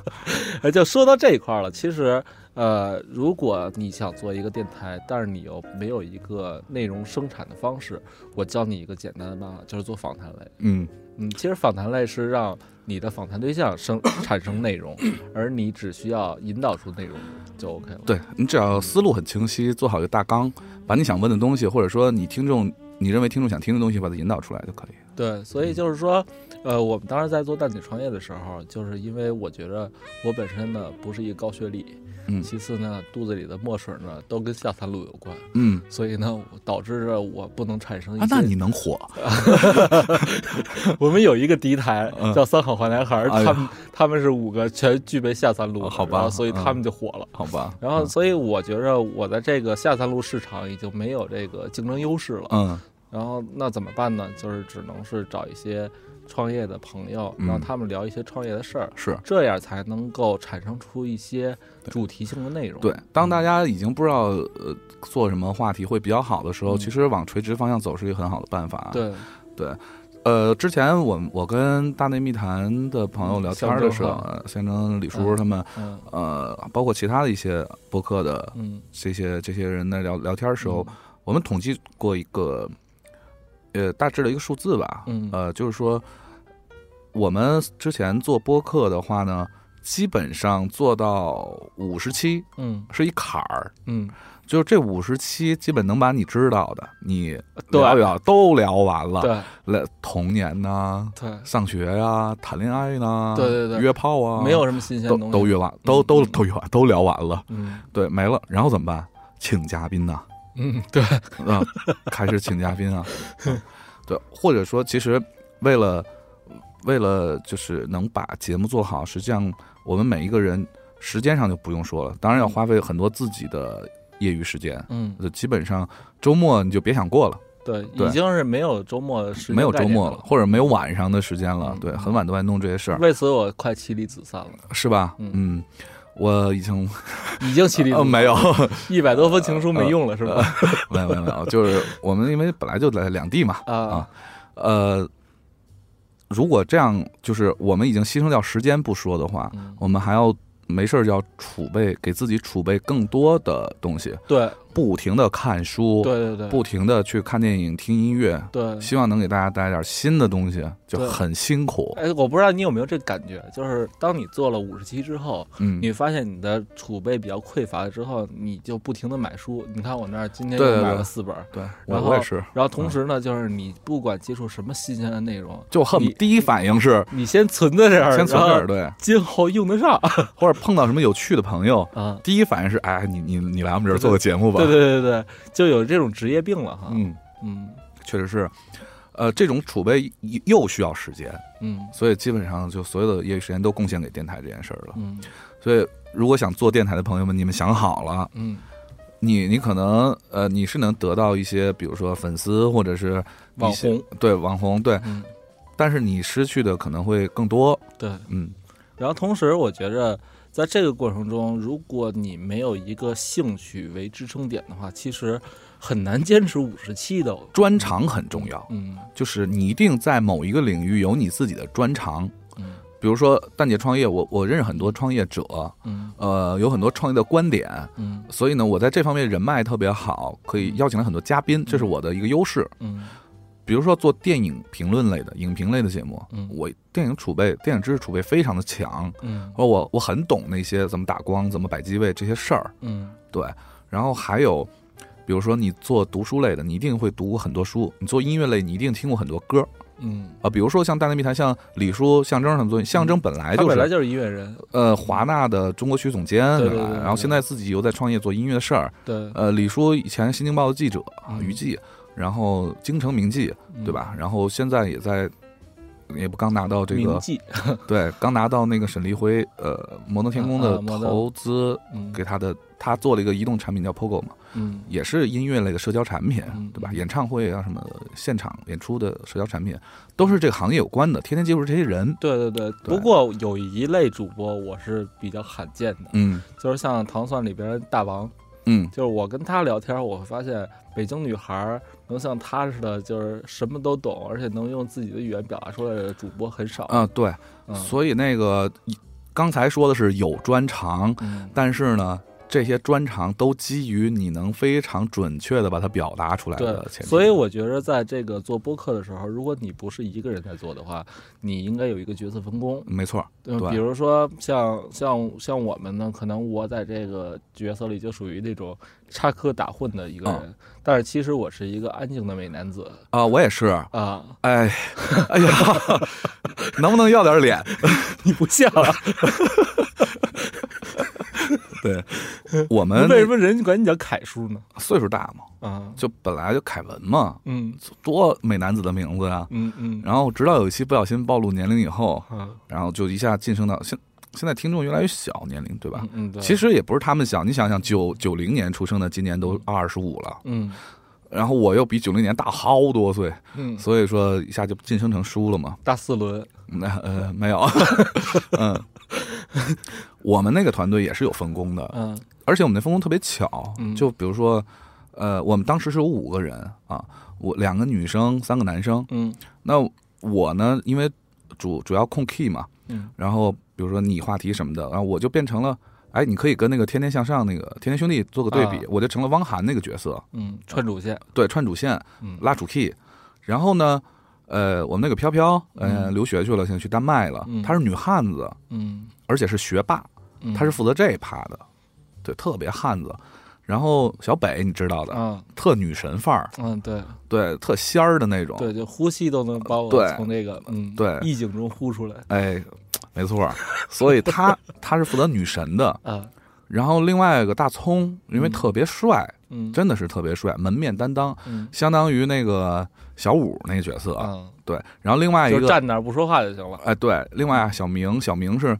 B: 哎，就说到这一块儿了，其实。呃，如果你想做一个电台，但是你又没有一个内容生产的方式，我教你一个简单的办法，就是做访谈类。
F: 嗯
B: 嗯，其实访谈类是让你的访谈对象生 <coughs> 产生内
F: <coughs>
B: 容，而你只需要引导出内容就 OK 了。，
F: 对你只要思路很清晰，做好一个大纲，把你想问的东西，或者说你听众你认为听众想听的东西，把它引导出来就可以。
B: 对，所以就是说，呃，我们当时在做蛋姐创业的时候，就是因为我觉着我本身呢不是一个高学历，
F: 嗯
B: 其次呢肚子里的墨水呢都跟下三路有关，
F: 嗯，
B: 所以呢我导致着我不能产生一些。
F: 啊，那你能火？
B: 我们有一个敌台
F: 嗯
B: 叫三好坏男孩儿，
F: 哎呀
B: 他们他们是五个全具备下三路的，
F: 好吧
B: 然后所以
F: 嗯
B: 他们就火了。
F: 好吧，
B: 然后，所以我觉着我在这个下三路市场已经没有这个竞争优势了。
F: 嗯
B: 然后那怎么办呢？就是只能是找一些创业的朋友，
F: 嗯
B: 让他们聊一些创业的事儿，
F: 是
B: 这样才能够产生出一些主题性的内容。
F: 对。当大家已经不知道呃做什么话题会比较好的时候，
B: 嗯
F: 其实往垂直方向走是一个很好的办法。
B: 对，
F: 呃，之前我我跟大内密谈的朋友聊天的时候，
B: 嗯
F: 呃象征李叔
B: 嗯
F: 他们，
B: 嗯
F: 呃，包括其他的一些播客的
B: 嗯，
F: 这些这些人在聊聊天的时候
B: 嗯，
F: 我们统计过一个，呃，大致的一个数字吧，
B: 嗯
F: 呃，就是说，我们之前做播客的话呢，基本上做到五十期
B: 嗯
F: 是一坎儿，
B: 嗯，
F: 就是这五十期基本能把你知道的，你
B: 嗯对
F: 聊一聊都聊完了，
B: 对
F: 来童年呐、
B: 对
F: 上学呀、谈恋爱呐，
B: 对对对
F: 约炮啊，
B: 没有什么新鲜的
F: 都
B: 东西。
F: 都约完，都
B: 嗯
F: 都
B: 嗯
F: 都约完，都聊完了，
B: 嗯
F: 对，没了，然后怎么办？请嘉宾呐，
B: 嗯，
F: <laughs>
B: 对，
F: 啊，开始请嘉宾啊，嗯对，或者说，其实为了为了就是能把节目做好，实际上我们每一个人时间上就不用说了，当然要花费很多自己的业余时间，
B: 嗯
F: 就基本上周末你就别想过了。
B: 对，
F: 对
B: 已经是没有周末的时间
F: 没有
B: 概
F: 周
B: 念
F: 末了，
B: 了。
F: 或者没有晚上的时间了
B: 嗯，
F: 对，很晚都在弄这些事儿，
B: 为此，我快妻离子散了，
F: 是吧？
B: 嗯
F: 嗯，我已
B: <laughs>
F: 经
B: 已经妻离子
F: 呃
B: 散了。
F: 没有，
B: 一百多封情书没
F: 呃
B: 用了，是吧？
F: 没有没有没有，就是我们因为本来就在两地嘛，
B: 啊，
F: 呃，如果这样，就是我们已经牺牲掉时间不说的话，
B: 嗯
F: 我们还要没事儿就要储备，给自己储备更多的东西，
B: 对
F: 不停的看书，
B: 对对对，
F: 不停的去看电影、听音乐，
B: 对。
F: 希望能给大家带来点新的东西，就
B: 对
F: 很辛苦，
B: 哎，我不知道你有没有这感觉，就是当你做了五十期之后，
F: 嗯。
B: 你发现你的储备比较匮乏了之后，你就不停的买书。你看我那儿今天
F: 对对
B: 又买
F: 对
B: 了四本儿，
F: 对，
B: 然
F: 我
B: 后
F: 我也是，
B: 然后同时呢，就是你不管接触什么新鲜的内容，
F: 就恨不
B: 你
F: 第一反应是
B: 你先存在这啊儿，
F: 先存
B: 然
F: 点
B: 后
F: 儿，对，
B: 今后用得
F: <laughs>
B: 上
F: 或者碰到什么有趣的朋友，
B: 啊。
F: 第一反应是哎，你你你来我们这儿
B: 对对
F: 做个节目吧。
B: 对对对对，就有这种职业病了哈。
F: 嗯，
B: 嗯
F: 确实是，呃，这种储备又又需要时间，
B: 嗯
F: 所以基本上就所有的业余时间都贡献给电台这件事儿了。
B: 嗯
F: 所以如果想做电台的朋友们，你们想好了，
B: 嗯，
F: 你你可能呃你是能得到一些，比如说粉丝或者是
B: 网
F: 一些
B: 红，
F: 对网红对，
B: 嗯，
F: 但是你失去的可能会更多，
B: 对。
F: 嗯，
B: 然后同时，我觉着在这个过程中，如果你没有一个兴趣为支撑点的话，其实很难坚持五十期的。
F: 专长很重要，
B: 嗯
F: 就是你一定在某一个领域有你自己的专长，
B: 嗯
F: 比如说蛋姐创业，我我认识很多创业者，
B: 嗯
F: 呃，有很多创业的观点，
B: 嗯
F: 所以呢，我在这方面人脉特别好，可以邀请来很多嘉宾，这是我的一个优势。
B: 嗯
F: 比如说做电影评论类的、影评类的节目，
B: 嗯
F: 我电影储备、电影知识储备非常的强，
B: 嗯
F: 而我我很懂那些怎么打光、怎么摆机位这些事儿，
B: 嗯
F: 对。然后还有，比如说你做读书类的，你一定会读过很多书；你做音乐类，你一定听过很多歌
B: 嗯，
F: 啊。比如说像大内密谈，像李叔、象征他们做，象征本来
B: 他
F: 就
B: 本来
F: 是
B: 就是音乐人，
F: 呃华纳的中国区总监，
B: 对对
F: 本来
B: 对对对
F: 然后现在自己又在创业做音乐的事儿，
B: 对
F: 呃，李叔以前《新京报》的记者，啊
B: 嗯
F: 娱记，然后京城名记，对？吧？然后现在也在，也不刚拿到这
B: 铭
F: 个，
B: 记，
F: 对，刚拿到那个沈立辉，呃，摩登天空
B: 啊
F: 的
B: 啊摩登
F: 投资
B: 嗯
F: 给他的，他做了一个移动产品叫 POGO 嘛，
B: 嗯
F: 也是音乐类的社交产品
B: 嗯，
F: 对吧？
B: 嗯
F: 演唱会啊什么的现场演出的社交产品，都是这个行业有关的，天天接触这些人，
B: 对对对，不过有一类主播我是比较罕见的，
F: 嗯
B: 就是像《糖蒜》里边大王，
F: 嗯，
B: 就是我跟他聊天，我会发现北京女孩儿能像他似的，就是什么都懂，而且能用自己的语言表达出来的主播很少。
F: 啊对，
B: 嗯，
F: 所以那个刚才说的是有专长，
B: 嗯
F: 但是呢，这些专长都基于你能非常准确的把它表达出来
B: 对
F: 的前，提。
B: 所以我觉得在这个做播客的时候，如果你不是一个人在做的话，你应该有一个角色分工。
F: 没错，
B: 嗯
F: 对
B: 比如说像像像我们呢，可能我在这个角色里就属于那种插科打诨的一个
F: 嗯
B: 人，但是其实我是一个安静的美男子
F: 啊、我也是，
B: 啊，
F: 哎，哎呀， <laughs> 能不能要点脸？
B: 你不 <laughs> 像啊，
F: 对，我们
B: 为什么人管你叫凯叔呢？
F: 岁数大嘛，
B: 啊，
F: 就本来就凯文嘛，
B: 嗯
F: 多美男子的名字啊。
B: 嗯嗯，
F: 然后直到有一期不小心暴露年龄以后，嗯
B: 啊，
F: 然后就一下晋升到现现在听众越来越小年龄，对吧？
B: 嗯嗯，对，
F: 其实也不是他们小，你想想，九九零年出生的，今年都二十五了，
B: 嗯
F: 然后我又比九零年大好多岁，
B: 嗯，
F: 所以说一下就晋升成叔了嘛？ <laughs>
B: 大四轮，
F: 那呃没有， <laughs> 嗯，我们那个团队也是有分工的，
B: 嗯
F: 而且我们那分工特别巧，
B: 嗯
F: 就比如说，呃，我们当时是有五个人啊，我两个女生，三个男生。
B: 嗯
F: 那我呢，因为主主要控 key 嘛，
B: 嗯
F: 然后比如说你话题什么的，然后我就变成了。哎，你可以跟那个《天天向上》那个《天天兄弟》做个对比，
B: 啊
F: 我就成了汪涵那个角色，
B: 嗯，串主线，
F: 对，串主线，
B: 嗯
F: 拉主 key，然后呢，呃，我们那个飘飘，呃，
B: 嗯
F: 留学去了，现在去丹麦了
B: 嗯。
F: 她是女汉子，
B: 嗯，
F: 而且是学霸，
B: 嗯
F: 她是负责这一趴的，对，特别汉子。然后小北你知道的，
B: 啊
F: 特女神范儿，
B: 嗯对
F: 对，特仙儿的那种，
B: 对，就呼吸都能把我
F: 哦对
B: 从这个嗯
F: 对
B: 意境中呼出来
F: 哎，没错儿。所
B: <laughs>
F: 以她她是负责女神的。
B: 啊，
F: 然后另外一个大葱，因为
B: 嗯
F: 特别帅，
B: 嗯，
F: 真的是特别帅，门面担当，
B: 嗯
F: 相当于那个小五那个角色，
B: 啊，
F: 对。然后另外一
B: 就
F: 个
B: 站那儿不说话就行了，
F: 哎，对，另外啊，小明，小明是，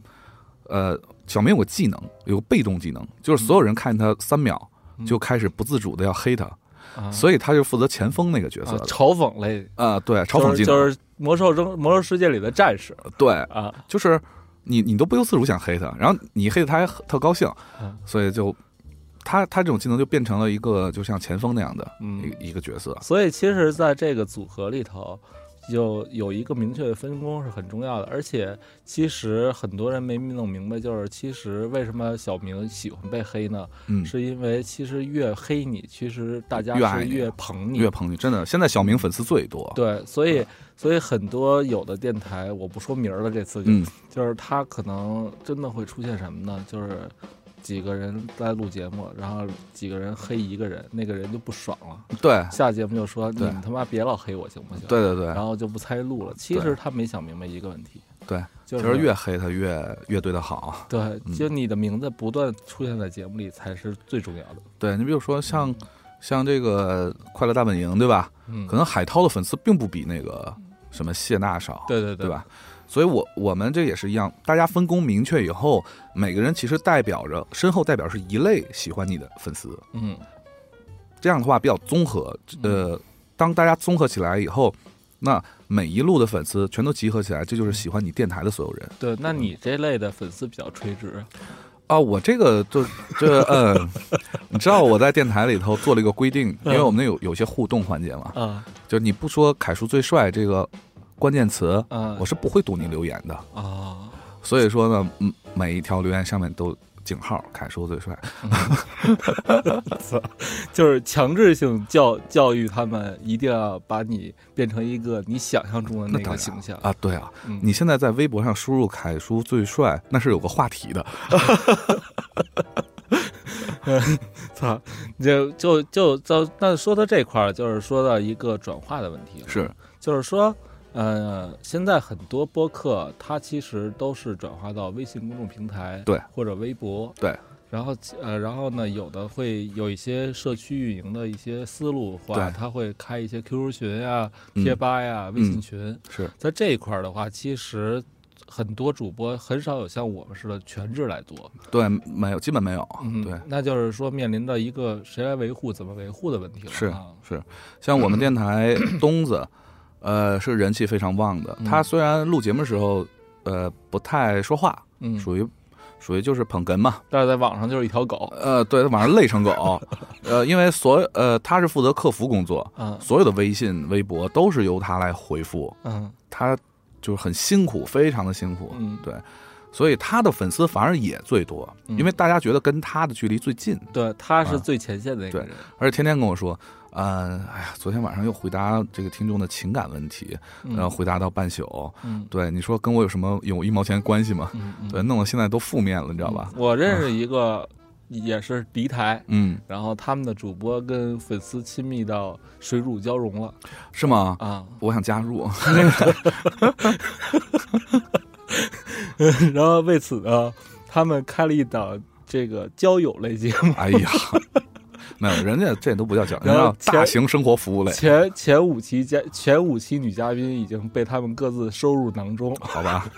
F: 呃，小明有个技能，有个被动技能，就是所有人看他三秒
B: 嗯
F: 就开始不自主的要黑他，
B: 啊
F: 所以他就负责前锋那个角
B: 啊
F: 色的。
B: 嘲讽类，
F: 啊，对，嘲讽技
B: 就是
F: 能，
B: 就是魔兽中魔兽世界里的战士
F: 对，
B: 啊，
F: 就是你你都不由自主想黑他，然后你黑他还特高兴，
B: 嗯
F: 所以就他他这种技能就变成了一个就像前锋那样的一
B: 嗯
F: 个、，一个角色。
B: 所以其实在这个组合里头，有有一个明确的分工是很重要的。而且其实很多人没弄明白，就是其实为什么小明喜欢被黑呢？
F: 嗯，
B: 是因为其实越黑你，其实大家
F: 越爱
B: 是
F: 你啊
B: 越捧你。
F: 岳鹏，你真的现在小明粉丝最多。，
B: 对，所以所以很多有的电台，我不说名儿了，这次就、
F: 嗯
B: 就是他可能真的会出现什么呢？就是几个人在录节目，然后几个人黑一个人，那个人就不爽了，
F: 对，
B: 下节目就说你
F: 对
B: 们他妈别老黑我行不行？
F: 对对对，
B: 然后就不参与录了。其实他没想明白一个问题，
F: 对，
B: 就
F: 其实
B: 是
F: 越黑他越越对他好。
B: 对
F: 嗯，
B: 就你的名字不断出现在节目里才是最重要的。
F: 对你比如说像像这个《快乐大本营》，对吧？
B: 嗯，
F: 可能海涛的粉丝并不比那个什么谢娜少，
B: 对对
F: 对？吧？所以我我们这也是一样，大家分工明确以后，每个人其实代表着身后代表是一类喜欢你的粉丝，
B: 嗯
F: 这样的话比较综合。呃，当大家综合起来以后，那每一路的粉丝全都集合起来，这就是喜欢你电台的所有人
B: 对，那你这类的粉丝比较垂直，
F: 啊。我这个就这嗯， <laughs> 你知道我在电台里头做了一个规定，因为我们那有有些互动环节嘛，
B: 啊
F: 就是你不说凯叔最帅这个关键词，
B: 啊
F: 我是不会读你留言的。
B: 啊， <laughs>
F: 所以说呢，嗯，每一条留言上面都井号，凯叔
B: <laughs>
F: 最帅。
B: 就是强制性教教育他们，一定要把你变成一个你想象中的那
F: 那当
B: 个
F: 然
B: 形象。
F: 啊，对啊，
B: 嗯
F: 你现在在微博上输入“凯叔最帅”，那是有个话题的。
B: 操，就就就就那说到这块儿，就是说到一个转化的问题了，
F: 是，
B: 就是说，呃，现在很多播客它其实都是转化到微信公众平台，
F: 对，
B: 或者微博，
F: 对。
B: 然后呃，然后呢，有的会有一些社区运营的一些思路的话，
F: 对
B: 他会开一些 QQ 群呀、
F: 嗯
B: 贴吧呀、微信群。
F: 是
B: 在这一块儿的话，其实很多主播很少有像我们似的全职来做，
F: 对，没有，基本没有。
B: 嗯，
F: 对，
B: 那就是说面临着一个谁来维护、怎么维护的问题了、啊。
F: 是是，像我们电台东子，呃，是人气非常旺的。他
B: 嗯
F: 虽然录节目时候，呃，不太说话，
B: 嗯，
F: 属于属于就是捧哏嘛，
B: 但是在网上就是一条狗，
F: 呃，对，晚上累
B: <laughs>
F: 成狗，呃，因为所呃，他是负责客服工作，
B: 嗯
F: 所有的微信、微博都是由他来回复，
B: 嗯
F: 他就是很辛苦，非常的辛苦，
B: 嗯，
F: 对，所以他的粉丝反而也最多，
B: 嗯
F: 因为大家觉得跟他的距离最近，
B: 对，他是
F: 啊
B: 最前线的一个
F: 对
B: 人，
F: 而且天天跟我说，嗯、哎呀，昨天晚上又回答这个听众的情感问题，
B: 嗯
F: 然后回答到半宿，
B: 嗯
F: 对，你说跟我有什么有一毛钱关系吗？
B: 嗯嗯，
F: 对，弄得现在都负面了，你知道吧？啊
B: 嗯我认识一个也是敌台，
F: 嗯，
B: 然后他们的主播跟粉丝亲密到水乳交融了
F: 是吗？ <laughs>
B: 啊，
F: 我想加
B: <laughs>
F: 入，
B: 然后为此呢，他们开了一档这个交友类节目，
F: 哎呀，没有，人家这都不叫讲，人
B: 然
F: 家
B: 后
F: 叫大
B: 前
F: 型生活服务类，
B: 前前五期嘉前五期女嘉宾已经被他们各自收入囊中，
F: 好吧？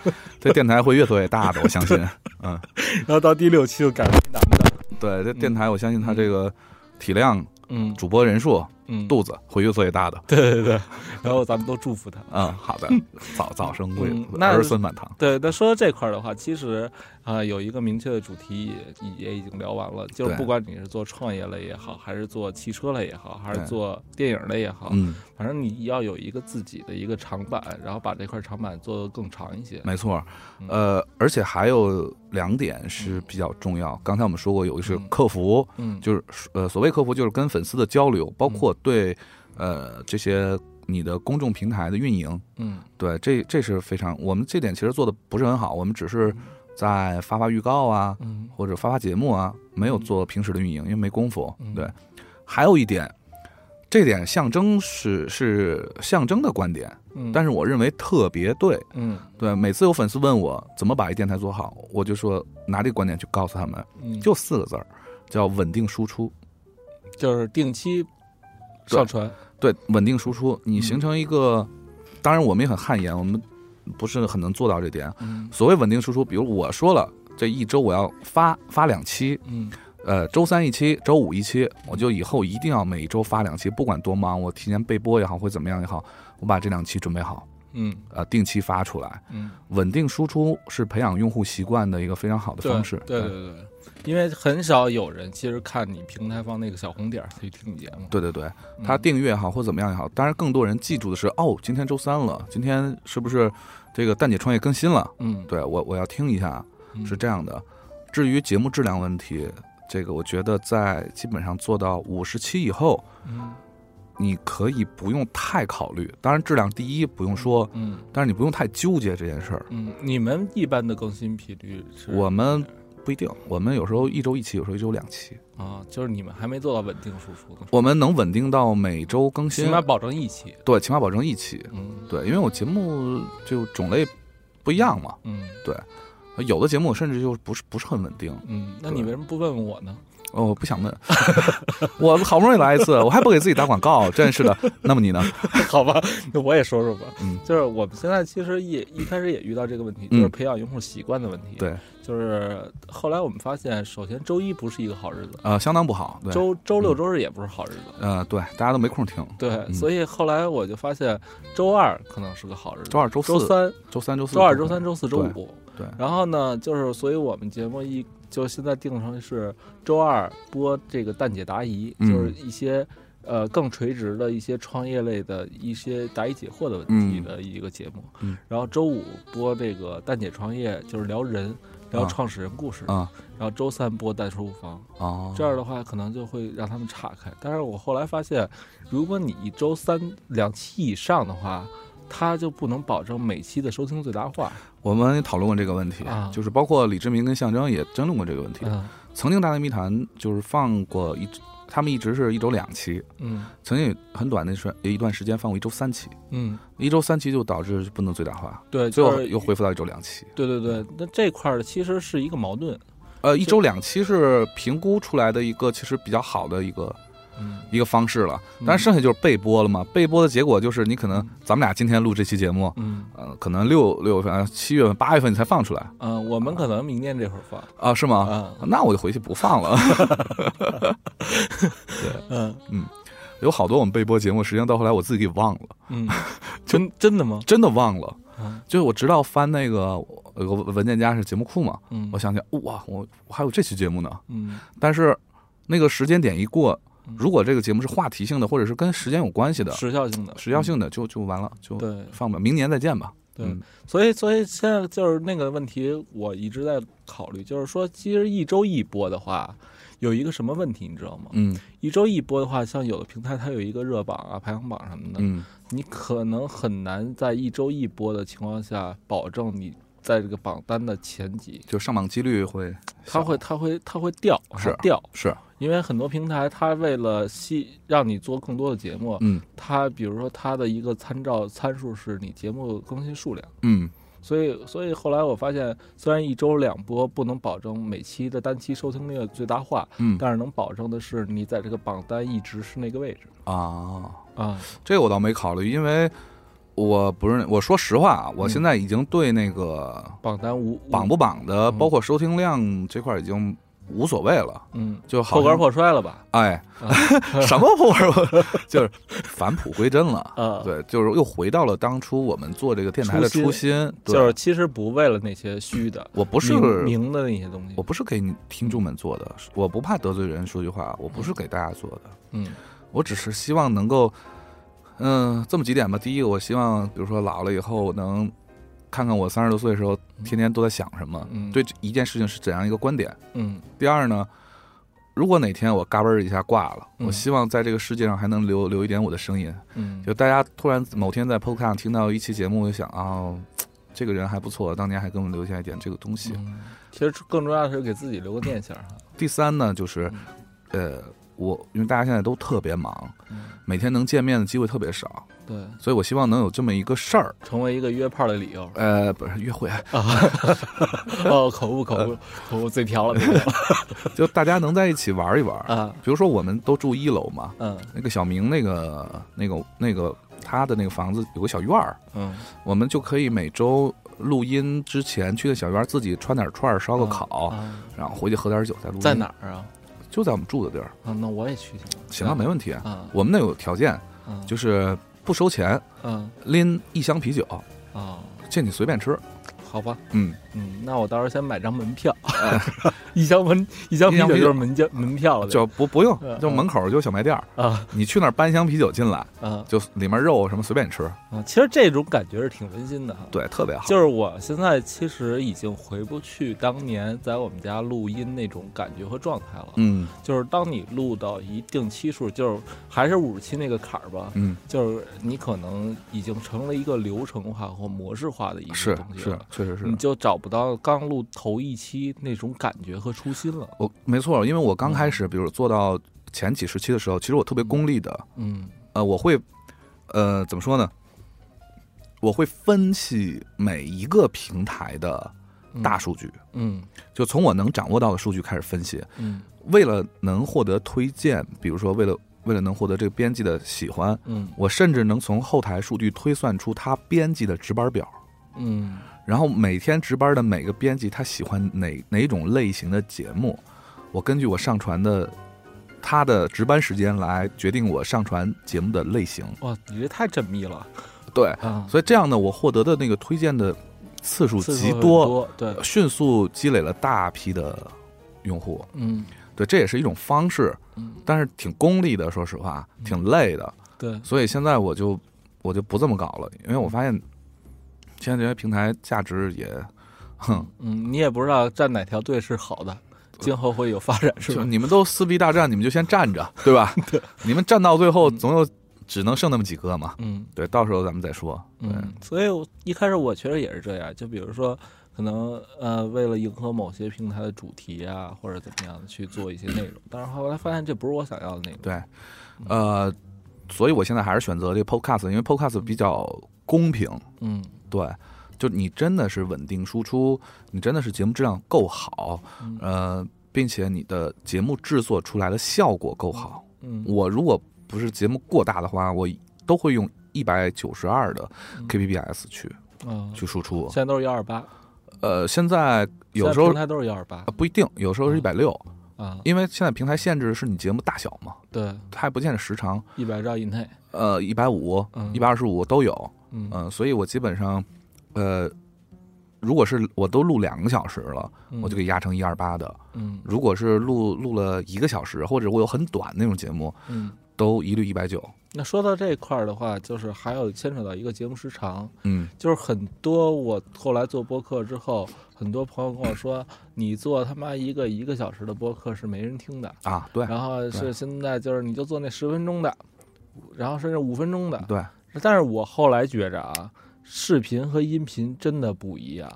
F: 这电台会越做越大的，我相信。嗯，
B: 然后到第六期就改为男的，
F: 对，这电台我相信它这个体量、
B: 嗯
F: 主播人数、
B: 嗯，
F: 肚子会越做越大的。
B: 对对对，然后咱们都祝福他。
F: 嗯，好的，早早生贵
B: 嗯
F: 子，
B: 那
F: 儿孙满堂。
B: 对，那说到这块儿的话，其实啊、有一个明确的主题也也已经聊完了，就是
F: 对
B: 不管你是做创业类也好，还是做汽车类也好，还是
F: 对
B: 做电影类也好，
F: 嗯，
B: 反正你要有一个自己的一个长板，然后把这块长板做得更长一些。
F: 没错。
B: 嗯
F: 呃，而且还有两点是比较重要。刚才我们说过，有一个是
B: 嗯
F: 客服，
B: 嗯，
F: 就是呃，所谓客服就是跟粉丝的交流，包括对呃这些你的公众平台的运营，
B: 嗯
F: 对，这这是非常，我们这点其实做的不是很好，我们只是在发发预告啊，
B: 嗯
F: 或者发发节目啊，没有做平时的运营，因为没功夫
B: 嗯。
F: 对，还有一点，这点象征是是象征的观点，
B: 嗯，
F: 但
B: 是
F: 是我认为特别对。
B: 嗯
F: 对，每次有粉丝问我怎么把一电台做好，我就说拿这个观点去告诉他们，
B: 嗯，
F: 就四个字儿，叫稳定输出。
B: 就是定期
F: 对
B: 上传。
F: 对，稳定输出，你
B: 嗯
F: 形成一个，当然我们也很汗颜，我们不是很能做到这点。
B: 嗯
F: 所谓稳定输出，比如我说了，这一周我要发发两期，
B: 嗯
F: 呃，周三一期，周五一期，我就以后一定要每周发两期，不管多忙，我提前备播也好，或怎么样也好，我把这两期准备好，
B: 嗯
F: 呃，定期发出来。
B: 嗯，
F: 稳定输出是培养用户习惯的一个非常好的
B: 对
F: 方式。
B: 对对对，因为很少有人其实看你平台方那个小红点儿去听你节目。
F: 对对对，他订阅也好或怎么样也好，当然更多人记住的是，哦，今天周三了，今天是不是这个蛋姐创业更新了？
B: 嗯，
F: 对我我要听一下，
B: 嗯
F: 是这样的。至于节目质量问题，这个我觉得在基本上做到五十期以后，
B: 嗯
F: 你可以不用太考虑。当然，质量第一不用说，
B: 嗯。
F: 但是你不用太纠结这件事儿。
B: 嗯，你们一般的更新频率是
F: 我们不一定，我们有时候一周一期，有时候一周两期，
B: 啊，就是你们还没做到稳定输出呢，
F: 我们能稳定到每周更
B: 起
F: 新，
B: 码保证一期。
F: 对，起码保证一期。
B: 嗯
F: 对，因为我节目就种类不一样嘛，
B: 嗯
F: 有的节目甚至就不是不是很稳定。
B: 嗯，那你为什么不问我呢？ <laughs>
F: 哦，我不想问， <laughs> 我好不容易来一次，我还不给自己打广告，真是的。那么你呢？
B: 好吧，那我也说说吧。
F: 嗯
B: 就是我们现在其实也一开始也遇到这个问题，就是
F: 嗯
B: 培养用户习惯的问题。，
F: 对，
B: 就是后来我们发现，首先周一不是一个好日子，
F: 呃，相当不好。对，
B: 周周六周日也不是好日子。
F: 呃，对，大家都没空听。嗯
B: 对，所以后来我就发现，周二可能是个好日子，
F: 周二、周四、
B: 周三、
F: 周三、周四、
B: 周二、周三、周四、周
F: 对
B: 五。
F: 对
B: 然后呢，就是所以我们节目一就现在定成是周二播这个蛋姐答疑，
F: 嗯
B: 就是一些呃更垂直的一些创业类的一些答疑解惑的问题
F: 嗯
B: 的一个节目。
F: 嗯
B: 然后周五播这个蛋姐创业，就是聊人。聊
F: 啊
B: 创始人故事，
F: 啊
B: 然后周三播蛋叔无妨，
F: 哦，
B: 这样的话可能就会让他们岔开。但是我后来发现，如果你一周三两期以上的话，他就不能保证每期的收听最大化。
F: 我们也讨论过这个问题，
B: 啊
F: 就是包括李志明跟象征也争论过这个问题。
B: 嗯
F: 曾经《大内密谈》就是放过一，他们一直是一周两期，
B: 嗯
F: 曾经有很短的时一段时间放过一周三期，
B: 嗯。
F: 一周三期就导致不能最大化，
B: 对，
F: 最
B: 就
F: 后嗯
B: 是
F: 又恢复到一周两期。
B: 对对对，那这块儿其实是一个矛盾，
F: 呃，一周两期是评估出来的一个其实比较好的一个
B: 嗯，
F: 一个方式了，
B: 嗯
F: 但是剩下就是备播了嘛。备播的结果就是你可能咱们俩今天录这期节目，
B: 嗯
F: 呃，可能六六月份、呃七月份、八月份你才放出来
B: 嗯、呃我们可能明年这会儿放，
F: 啊，是吗？
B: 啊
F: 那我就回去不放了。 <laughs>
B: 嗯
F: 有好多我们备播节目，实际上到后来我自己给忘了，
B: 嗯， <laughs> 真真的吗？
F: 真的忘了。
B: 嗯
F: 就是我直到翻那个有个文件夹是节目库嘛，
B: 嗯，
F: 我想起来哇，我我还有这期节目呢。
B: 嗯
F: 但是那个时间点一过
B: 嗯，
F: 如果这个节目是话题性的，或者是跟时间有关系的、
B: 时效性的
F: 时效，性的，就就完了，就
B: 嗯对
F: 放吧，明年再见吧。
B: 对，
F: 嗯
B: 所以所以现在就是那个问题，我一直在考虑，就是说，其实一周一播的话。有一个什么问题你知道吗？
F: 嗯
B: 一周一播的话，像有的平台它有一个热榜啊、排行榜什么的，
F: 嗯，
B: 你可能很难在一周一播的情况下保证你在这个榜单的前几。
F: 就上榜几率会
B: 它会它会它会掉，往下
F: 是
B: 掉，
F: 是
B: 因为很多平台它为了吸让你做更多的节目，
F: 嗯
B: 它比如说它的一个参照参数是你节目更新数量，
F: 嗯
B: 所以所以后来我发现，虽然一周两播不能保证每期的单期收听率最大化，
F: 嗯
B: 但是能保证的是你在这个榜单一直是那个位置
F: 啊，
B: 啊，
F: 这个我倒没考虑，因为我不是我说实话啊，我
B: 嗯
F: 现在已经对那个
B: 榜单无
F: 榜不榜的，
B: 嗯
F: 包括收听量这块儿已经无所谓了，
B: 嗯
F: 就好
B: 破罐
F: 像
B: 破摔了吧？
F: 哎
B: 啊，
F: <laughs> 什么破罐破， <laughs> 就是返璞归真了。
B: 啊，，
F: 对，就是又回到了当初我们做这个电台的初
B: 初
F: 心。对
B: 就是其实不为了那些虚的。
F: 我不是
B: 明明的那些东西
F: 我，不是给你听众们做的，我不怕得罪人。说句话，我不是给大家做的，
B: 嗯
F: 我只是希望能够，嗯，这么几点吧。第一个，我希望比如说老了以后，我能看看我三十多岁的时候，天天都在想什么，
B: 嗯
F: 对这一件事情是怎样一个观点。
B: 嗯
F: 第二呢，如果哪天我嘎嘣儿一下挂了，
B: 嗯
F: 我希望在这个世界上还能留留一点我的声音。
B: 嗯，
F: 就大家突然某天在 Podcast 上听到一期节目，就想啊、哦这个人还不错，当年还给我们留下一点这个东西。
B: 嗯其实更重要的是给自己留个念想哈。
F: 第三呢，就是呃，我因为大家现在都特别忙，
B: 嗯，
F: 每天能见面的机会特别少，
B: <laughs> 对，
F: 所以我希望能有这么一个事儿。
B: 成为一个约炮的理由
F: 呃，不是约
B: <laughs>
F: 会，<laughs>
B: 啊！ <laughs> 哦，口误，口误，口误，嘴瓢了，嘴瓢了
F: 就大家能在一起玩一玩。
B: <laughs> 啊！
F: 比如说，我们都住一楼嘛，
B: 嗯
F: 那个小明那个那个那个他的那个房子有个小院儿，
B: 嗯，
F: 我们就可以每周录音之前去那小院儿自己穿点串儿，烧个烤，
B: 啊
F: 然后回去喝点酒再录音。
B: 在哪儿啊？
F: 就在我们住的地儿。
B: 啊，那我也去行吗？
F: 行啊，没问题。
B: 啊，
F: 我们那有条件，
B: 嗯
F: 就是不收钱，
B: 嗯
F: 拎一箱啤酒，
B: 啊，
F: 这你随便吃。
B: 好吧，
F: 嗯，
B: 嗯，那我到时候先买张门票， <laughs> 一箱门一箱啤酒就是门票门票了
F: 就不不用，
B: 嗯
F: 就门口就小卖店儿，
B: 啊
F: 你去那儿搬一箱啤酒进来，
B: 啊
F: 就里面肉什么随便吃，
B: 啊！其实这种感觉是挺温馨的哈。
F: 对，特别好。
B: 就是我现在其实已经回不去当年在我们家录音那种感觉和状态了。
F: 嗯
B: 就是当你录到一定期数，就是还是五十期那个坎儿吧，
F: 嗯，
B: 就是你可能已经成了一个流程化或模式化的一个
F: 是
B: 东西
F: 是
B: 嗯了，，嗯
F: 确实是
B: 你。就找不到刚录头一期那种感觉和初心了。
F: 我没错，因为我
B: 嗯
F: 刚开始，比如做到前几十期的时候，其实我特别功利的，
B: 嗯
F: 呃，我会，呃，怎么说呢？我会分析每一个平台的大数据，
B: 嗯
F: 就从我能掌握到的数据开始分析。
B: 嗯
F: 为了能获得推荐，比如说为了为了能获得这个编辑的喜欢，
B: 嗯
F: 我甚至能从后台数据推算出他编辑的值班表，
B: 嗯
F: 然后每天值班的每个编辑他喜欢哪哪种类型的节目，我根据我上传的他的值班时间来决定我上传节目的类型。
B: 哇，你这太缜密了
F: 对，
B: 啊！
F: 所以这样呢，我获得的那个推荐的次数
B: 次数
F: 极
B: 很
F: 多，
B: 多，对，
F: 迅速积累了大批的用户。
B: 嗯
F: 对，这也是一种方式，
B: 嗯，
F: 但是挺功利的，说实话，挺累的。
B: 对，
F: 所以现在我就我就不这么搞了，因为我发现现在这些平台价值也，哼，
B: 嗯，你也不知道站哪条队是好的，今后会有发展是
F: 就
B: 吧？
F: 你们都撕逼大战，你们就先站着，
B: <laughs>
F: 对吧？对，你们站到最后总有只能剩那么几个嘛。
B: 嗯
F: 对，到时候咱们再说。对，
B: 嗯，所以我一开始我确实也是这样，就比如说。可能呃，为了迎合某些平台的主题啊，或者怎么样的去做一些内容，但是后来发现这不是我想要的内容。
F: 对，
B: 嗯
F: 呃，所以我现在还是选择这个 Podcast，因为 Podcast 比较公平。
B: 嗯
F: 对，就你真的是稳定输出，你真的是节目质量够好，
B: 嗯
F: 呃，并且你的节目制作出来的效果够好。
B: 嗯
F: 我如果不是节目过大的话，我都会用一百九十二的 kbps 去
B: 嗯，
F: 去输出
B: 现。在都是幺二八，
F: 呃，现在有
B: 现
F: 时
B: 在
F: 候
B: 平。台嗯都是幺二八
F: 呃不一定，有时候是一百六，
B: 啊，
F: 因为现在平台限制是你节目大小嘛，
B: 对，
F: 它还不限制时长，
B: 一百兆以内，
F: 呃，一百五、
B: 嗯
F: 一百二十五都有，
B: 嗯
F: 嗯，所以我基本上，呃，如果是我都录两个小时了，
B: 嗯
F: 我就给压成一二八的；
B: 嗯
F: 如果是录录了一个小时，或者我有很短那种节目，
B: 嗯。
F: 都一律一百九。
B: 那说到这一块儿的话，就是还有牵扯到一个节目时长，
F: 嗯，
B: 就是很多我后来做播客之后，很多朋友跟我说，你做他妈一个一个小时的播客是没人听的，
F: 啊，对
B: 然后是现在就是你就做那十分钟的，然后甚至五分钟的，
F: 对，
B: 但是我后来觉着啊，视频和音频真的不一样。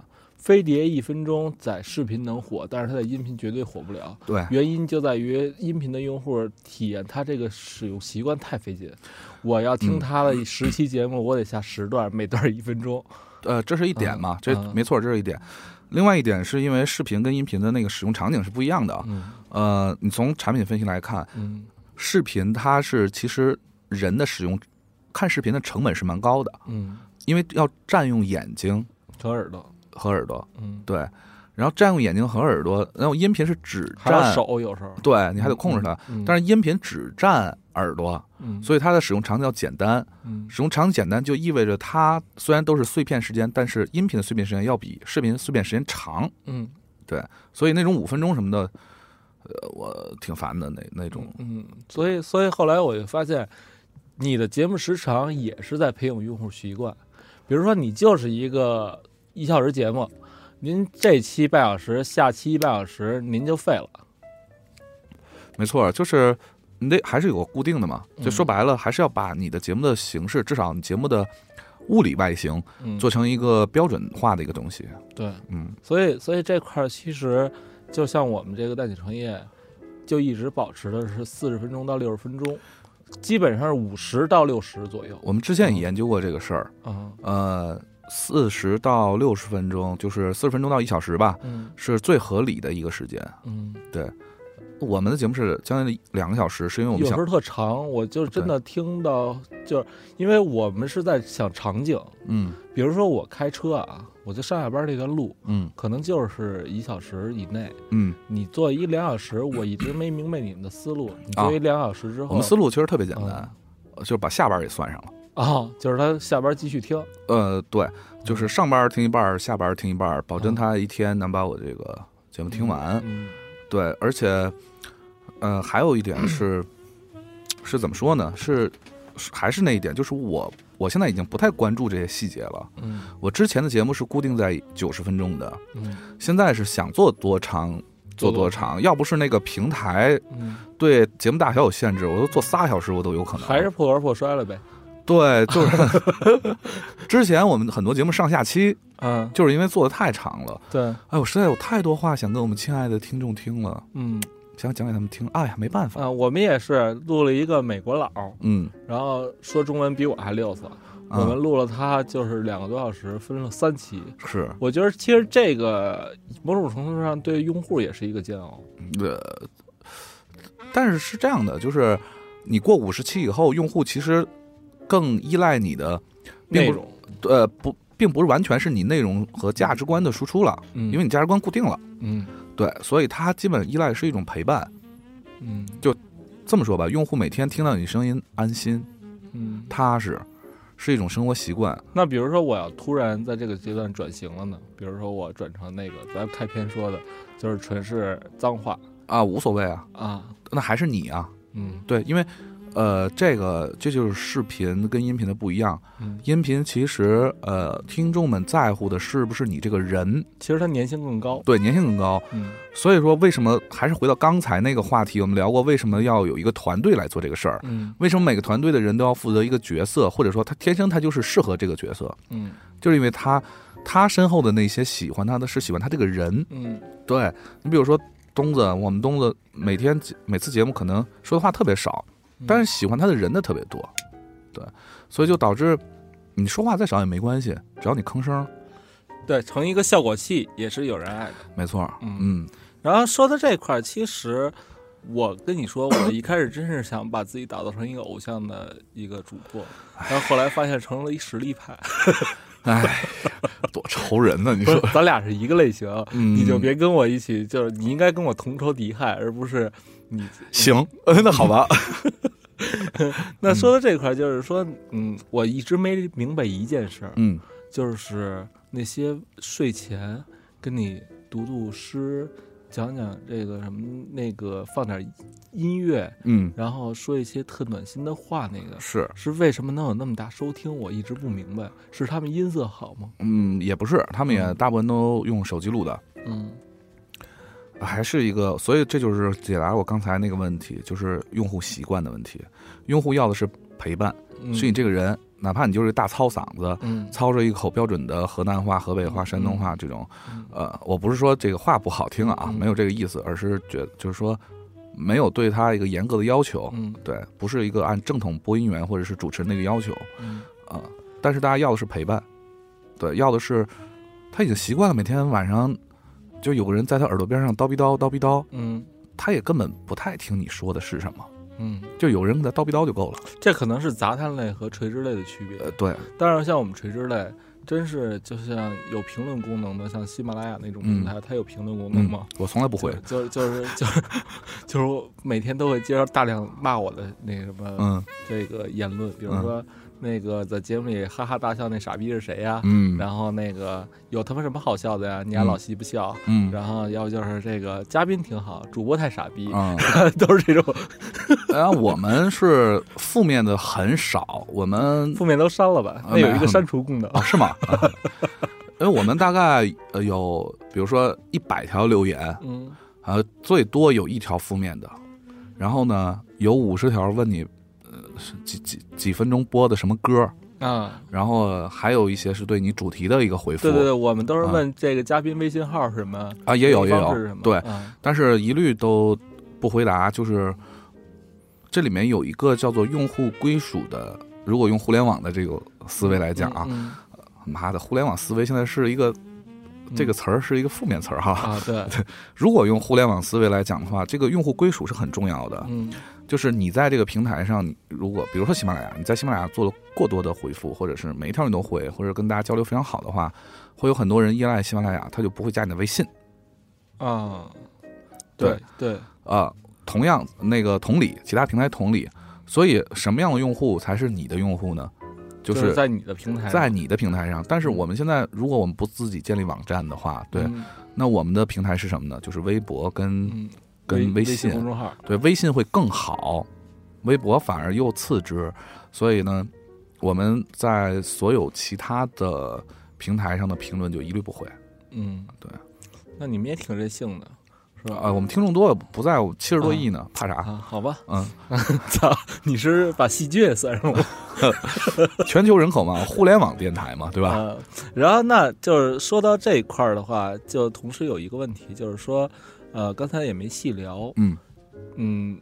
B: 飞碟一分钟在视频能火，但是它在音频绝对火不了。
F: 对
B: 原因就在于音频的用户体验它这个使用习惯太费劲。我要
F: 嗯
B: 听它的十期节目，我得下十段，每段一分钟。
F: 呃，这是一点嘛，这
B: 嗯
F: 没错，这是一点。另外一点是因为视频跟音频的那个使用场景是不一样的啊。
B: 嗯
F: 呃，你从产品分析来看，
B: 嗯
F: 视频它是其实人的使用，看视频的成本是蛮高的，
B: 嗯，
F: 因为要占用眼睛
B: 扯耳朵，
F: 和耳朵。
B: 嗯，
F: 对，然后占用眼睛和耳朵，然后音频是只
B: 还有
F: 占，
B: 手有时候。
F: 对你还得控制它，
B: 嗯，
F: 但
B: 是
F: 是音频只占耳朵，
B: 嗯，
F: 所以它的使用场景要简单。
B: 嗯
F: 使用场景简单就意味着它虽然都是碎片时间，但是音频的碎片时间要比视频碎片时间长，
B: 嗯
F: 所以那种五分钟什么的，呃，我挺烦的那那种。
B: 嗯，所以所以后来我就发现，你的节目时长也是在培养用户习惯。比如说，你就是一个一小时节目，您这期半小时，下期一半小时，您就废了。
F: 没错，就是你得还是有个固定的嘛，就说
B: 嗯
F: 白了，还是要把你的节目的形式，至少你节目的物理外形，
B: 嗯，
F: 做成一个标准化的一个东西。
B: 对，
F: 嗯
B: 所以所以这块儿其实就像我们这个淡水创业，就一直保持的是四十分钟到六十分钟，基本上是五十到六十左右。
F: 我们之前也研究过这个事儿，
B: 啊，
F: 呃，四十到六十分钟，就是四十分钟到一小时吧，
B: 嗯
F: 是最合理的一个时间。
B: 嗯，
F: 我们的节目是将近两个小时，是因为我
B: 有
F: 们
B: 时候，
F: 想
B: 特长，我就真的听到，就是因为我们是在想场景，
F: 嗯
B: 比如说我开车啊，我就上下班这个路，
F: 嗯
B: 可能就是一小时以内。
F: 嗯，
B: 你做一两小时，我一直没明白你们的思路。你
F: 啊
B: 做一两小时之后，
F: 我们思路其实特别简单
B: 啊，
F: 就是把下班也算上了。
B: 啊，就是他下班继续听，
F: 呃，对，就是上班听一半儿，下班听一半儿，保证
B: 嗯
F: 他一天能把我这个节目听完。
B: 嗯
F: 对，而且，呃，还有一点是， <clears throat> 是怎么说呢？是是还是那一点，就是我我现在已经不太关注这些细节了。
B: 嗯
F: 我之前的节目是固定在九十分钟的，
B: 嗯
F: 现在是想做多长
B: 做
F: 做多
B: 多
F: 长，要不是那个平台
B: 嗯，
F: 对节目大小有限制，我都做仨小时我都有可能。
B: 还是破罐破摔了呗。
F: 对，就是 <laughs> 之前我们很多节目上下期
B: 嗯，
F: 就是因为做的太长了，
B: 对，
F: 哎，我实在有太多话想跟我们亲爱的听众听了，
B: 嗯
F: 想讲给他们听，哎呀，没办法，
B: 啊，我们也是录了一个美国佬，
F: 嗯，
B: 然后说中文比我还溜索。
F: 啊
B: 我们录了他就是两个多小时，分了三期。
F: 嗯是
B: 我觉得其实这个某种程度上对用户也是一个煎熬。
F: 呃，但是是这样的，就是你过五十期以后，用户其实更依赖你的，并
B: 内
F: 不
B: 容，
F: 呃不，并不是完全是你内容和价值观的输出了，
B: 嗯
F: 因为你价值观固定了，
B: 嗯
F: 对，所以它基本依赖是一种陪伴。
B: 嗯
F: 这么说吧，用户每天听到你声音安心
B: 嗯。
F: 踏实，是一种生活习惯。
B: 那比如说，我要突然在这个阶段转型了呢？比如说，我转成那个咱开篇说的，就是纯是脏话
F: 啊，无所谓啊，
B: 啊，
F: 那还是你啊，
B: 嗯
F: 对，因为，呃，这个这就是视频跟音频的不一样。
B: 嗯，
F: 音频其实，呃，听众们在乎的是不是你这个人，
B: 其实它粘性更高，
F: 对，粘性更高。
B: 嗯
F: 所以说，为什么还是回到刚才那个话题，我们聊过，为什么要有一个团队来做这个事儿？
B: 嗯
F: 为什么每个团队的人都要负责一个角色，或者说他天生他就是适合这个角色，
B: 嗯
F: 就是因为他他身后的那些喜欢他的是喜欢他这个人。
B: 嗯
F: 对你比如说东子，我们东子每天每次节目可能说的话特别少，
B: 嗯
F: 但是喜欢他的人的特别多，对，所以就导致你说话再少也没关系，只要你吭声，
B: 对，成一个效果器也是有人爱的。
F: 没错儿，
B: 嗯
F: 嗯
B: 然后说到这块儿，其实我跟你说，我一开始真是想把自己打造成一个偶像的一个主播，然后后来发现成了一实力派。
F: 哎，多愁人呢、你
B: 不 <laughs>
F: 说
B: 是，，咱俩是一个类型，
F: 嗯
B: 你就别跟我一起，就是你应该跟我同仇敌忾，而不是你。
F: 行，嗯，那好
B: <laughs>
F: 吧，
B: 那说到这块儿，就是说，嗯，我一直没明白一件事儿，
F: 嗯
B: 就是那些睡前跟你读读诗，讲讲这个什么那个，放点音乐，
F: 嗯，
B: 然后说一些特暖心的话，那个
F: 是，
B: 是为什么能有那么大收听？我一直不明白，是他们音色好吗？
F: 嗯，也不是，他们也大部分都用手机录的，
B: 嗯
F: 还是一个，所以这就是解答我刚才那个问题，就是用户习惯的问题，用户要的是陪伴，
B: 嗯，
F: 是你这个人，哪怕你就是大糙嗓子， <laughs>
B: 嗯
F: 操着一口标准的河南话、河北话、
B: 嗯
F: 山东话这种
B: 嗯，
F: 呃，我不是说这个话不好听啊，
B: 嗯
F: 没有这个意思，而是觉就是说没有对他一个严格的要求，
B: 嗯
F: 对，不是一个按正统播音员或者是主持人那个要求
B: 嗯
F: 啊、但是大家要的是陪伴，对，要的是他已经习惯了每天晚上就有个人在他耳朵边上叨逼叨叨逼叨，
B: 嗯
F: 他也根本不太听你说的是什么，
B: 嗯，
F: 就有人给他叨逼叨就够了，
B: 这可能是杂谈类和垂直类的区别。
F: 呃，对，
B: 当然，像我们垂直类，真是就像有评论功能的，像喜马拉雅那种平台，它有评论功能
F: 嗯
B: 吗？，
F: 我从来不会，
B: 就就是就是就是我每天都会接到大量骂我的那什么
F: 嗯
B: 这个言论，比如说那个在节目里哈哈大笑那傻逼是谁呀？
F: 嗯
B: 啊然后那个有他妈什么好笑的呀？你还老嬉不笑？
F: 嗯
B: 然后要不就是这个嘉宾挺好，主播太傻逼，
F: 啊。
B: <laughs> 都是这种
F: 然后我们是负面的很少，我们
B: 负面都删了吧？
F: 啊
B: 那有一
F: 没
B: 个
F: 有
B: 删除功能
F: 啊。是吗？啊因为我们大概呃有，比如说一百条留言，
B: 嗯
F: 呃，最多有一条负面的，然后呢有五十条问你，呃，是几几几分钟播的什么歌，
B: 啊，
F: 然后还有一些是对你主题的一个回复，
B: 对对对，我们都是
F: 啊
B: 问这个嘉宾微信号是什么，
F: 啊也有也
B: 方式是什
F: 有
B: 么，
F: 对，
B: 啊
F: 但是一律都不回答，就是这里面有一个叫做用户归属的，如果用互联网的这个思维来讲啊，
B: 嗯
F: 妈的，互联网思维现在是一个
B: 嗯
F: 这个词儿是一个负面词儿哈。
B: 啊，
F: <laughs>
B: 对，
F: 如果用互联网思维来讲的话，这个用户归属是很重要的。
B: 嗯
F: 就是你在这个平台上，你如果比如说喜马拉雅，你在喜马拉雅做了过多的回复，或者是每一条你都回，或者跟大家交流非常好的话，会有很多人依赖喜马拉雅，他就不会加你的微信
B: 啊，
F: 对
B: 对，
F: 啊、同样，那个同理，其他平台同理，所以什么样的用户才是你的用户呢？就
B: 就是
F: 是
B: 在你的平台上，
F: 在你的平台上。但是我们现在，如果我们不自己建立网站的话，对，
B: 嗯
F: 那我们的平台是什么呢？就是微博跟、
B: 嗯，
F: 跟
B: 微
F: 信，
B: 公众号，
F: 对，微信会更好，微博反而又次之。所以呢，我们在所有其他的平台上的评论就一律不回。
B: 嗯，
F: 对。
B: 那你们也挺任性的，是吧？
F: 啊、我们听众多，不在七十多亿呢，怕啥？
B: 啊，好吧， <laughs>
F: 嗯，
B: 操，你是把细菌也算上了
F: 全球人
B: <laughs>
F: 口嘛，互联网电台嘛，对吧？
B: 啊？然后那就是说到这一块儿的话，就同时有一个问题，就是说，呃，刚才也没细聊，
F: 嗯
B: 嗯，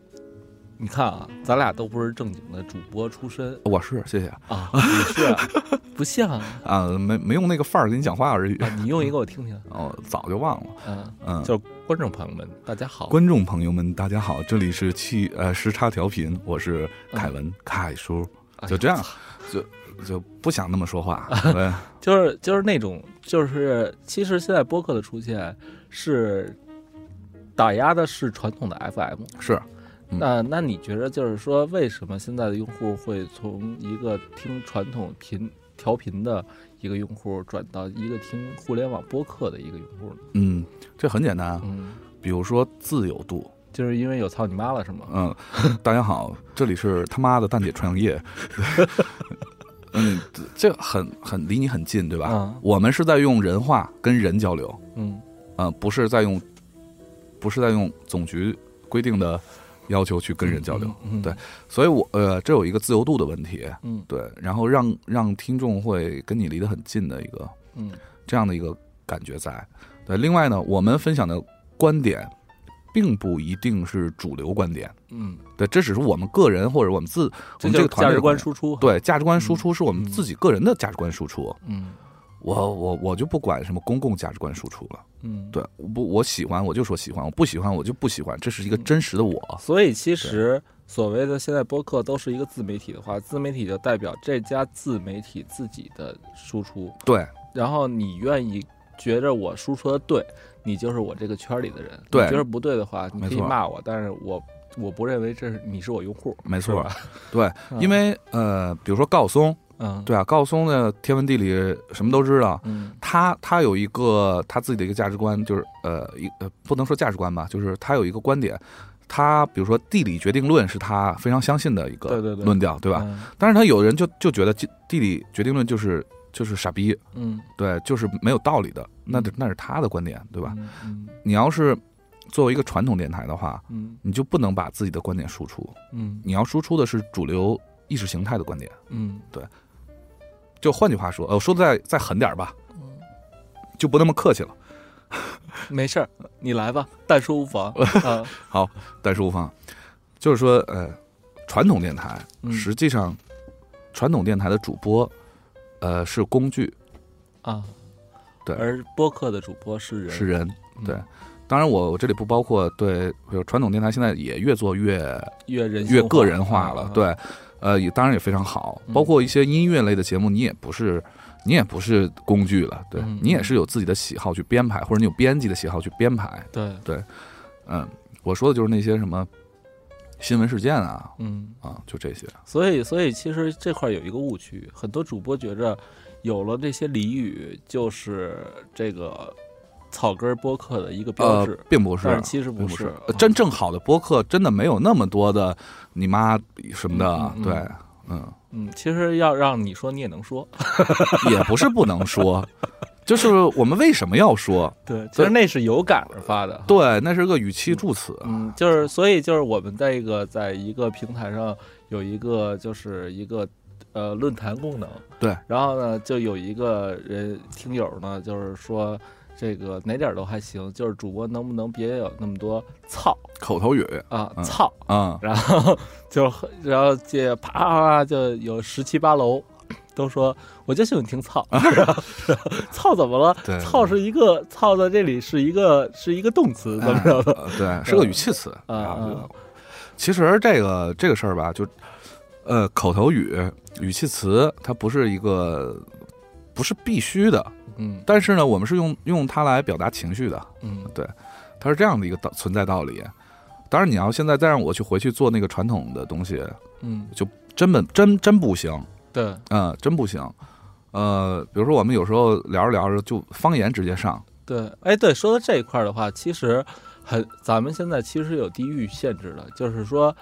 B: 你看啊，咱俩都不是正经的主播出身
F: 我是谢谢
B: 啊，你是啊不像啊
F: 啊，没没用那个范儿跟你讲话
B: <laughs>
F: 而已。
B: 啊？你用一个我听听，
F: 哦，早就忘了。
B: 嗯，
F: 嗯，
B: 就是观众朋友们，大家好，
F: 观众朋友们，大家好，这里是气呃时差调频，我是凯文、凯叔，
B: 嗯哎呀
F: 就这样，就就不想那么说
B: <laughs>
F: 话。哎对
B: 就是就是那种，就是其实现在播客的出现是打压的是传统的 FM。
F: 是，嗯
B: 那那你觉得就是说，为什么现在的用户会从一个听传统频调频的一个用户转到一个听互联网播客的一个用户呢？
F: 嗯，这很简单啊，
B: 嗯，
F: 比如说自由度，
B: 就是因为有操你妈了是吗？ <laughs>
F: 嗯，大家好，这里是他妈的蛋姐创业。 <laughs> 嗯，这这很很离你很近，对吧？
B: 嗯
F: 我们是在用人话跟人交流，
B: 嗯
F: 啊、不是在用，不是在用总局规定的要求去跟人交流。
B: 嗯，
F: 对所以我呃，这有一个自由度的问题，
B: 嗯
F: 对，然后让让听众会跟你离得很近的一个
B: 嗯
F: 这样的一个感觉在。对，另外呢，我们分享的观点，并不一定是主流观点。
B: 嗯，
F: 对，这只是我们个人或者我们自我
B: 这
F: 们
B: 就是
F: 这个团
B: 价
F: 队
B: 值
F: 的
B: 观
F: 观点
B: 输出。，
F: 对价值观输出是我们自己个人的价值观输出。
B: 嗯
F: 我我我就不管什么公共价值观输出了。
B: 嗯，
F: 对，我不我喜欢我就说喜欢，我不喜欢我就不喜欢，这是一个
B: 嗯
F: 真实的我。
B: 所以其实所谓的现在播客都是一个自媒体的话，自媒体就代表这家自媒体自己的输出，
F: 对
B: 然后你愿意觉着我输出的对，你就是我这个圈里的人；
F: 对
B: 你觉得不对的话，你
F: 没
B: 可以
F: 错
B: 骂我，但是我我不认为这是你是我用户，
F: 没错
B: 是吧，
F: 对，因为呃，比如说高松，
B: 嗯，
F: 对啊，高松的天文地理什么都知道。
B: 嗯
F: 他他有一个他自己的一个价值观，就是呃一呃不能说价值观吧，就是他有一个观点，他比如说地理决定论是他非常相信的一个
B: 对对对
F: 论调，对吧？
B: 嗯
F: 但是他有人就就觉得地地理决定论就是就是傻逼，
B: 嗯，
F: 对，就是没有道理的，那是那是他的观点，对
B: 对
F: 吧？？
B: 嗯
F: 你要是作为一个传统电台的话，
B: 嗯
F: 你就不能把自己的观点输出，
B: 嗯
F: 你要输出的是主流意识形态的观点。
B: 嗯
F: 就换句话说，呃，我说的再再狠点儿吧，
B: 嗯，
F: 就不那么客气了。
B: 没事儿，你来吧，但说无
F: <laughs>
B: 妨。啊
F: 但是无妨，就是说，呃，传统电台
B: 嗯
F: 实际上，传统电台的主播，呃，是工具，
B: 啊，
F: 对
B: 而播客的主播是人，
F: 是人，
B: 嗯
F: 对当然我，我这里不包括对，比如传统电台现在也越做越
B: 越人性
F: 越个人化
B: 啊
F: 了
B: 啊，
F: 对，呃，也当然也非常好，
B: 嗯
F: 包括一些音乐类的节目，你也不是你也不是工具了，对
B: 嗯
F: 你也是有自己的喜好去编排，或者你有编辑的喜好去编排，
B: 对，
F: 嗯，我说的就是那些什么新闻事件啊
B: 嗯，
F: 啊，就这些，
B: 所以所以其实这块儿有一个误区，很多主播觉着有了这些俚语就是这个草根儿播客的一个标
F: 呃
B: 志，，
F: 并不是
B: 但。是其实
F: 并不
B: 是，
F: 是
B: 啊，
F: 呃真正好的播客真的没有那么多的你妈什么的
B: 嗯，嗯嗯
F: 对，嗯，
B: 嗯，其实要让你说你也能说，
F: 也不是不能说， <laughs> 就是我们为什么要说？
B: 对，其实那是有感而发的，
F: 对，那是个语气助词。
B: 嗯，就是所以就是我们在一个在一个平台上有一个就是一个呃论坛功能，
F: 对，
B: 然后呢就有一个人听友呢就是说这个哪点儿都还行，就是主播能不能别有那么多操
F: 口头语
B: 啊
F: 嗯
B: 操，
F: 啊、
B: 然后就然后这啪啪啪就有十七八楼。都说我就喜欢听 <laughs> 操，然后然后操怎么了
F: 对？
B: 操是一个操在这里是一个是一个动词，怎么着的？
F: 呃对，是个语气词
B: 嗯
F: 啊
B: 嗯。
F: 其实这个这个事儿吧，就呃，口头语、语气词，它不是一个不是必须的，
B: 嗯
F: 但是呢，我们是用用它来表达情绪的，
B: 嗯
F: 它是这样的一个道存在道理。当然，你要现在再让我去回去做那个传统的东西，
B: 嗯，
F: 真本真真不行，
B: 对，
F: 嗯，真不行。呃，比如说我们有时候聊着聊着就方言直接上，
B: 对，哎，对，说到这一块儿的话，其实很，咱们现在其实有地域限制的，就是说，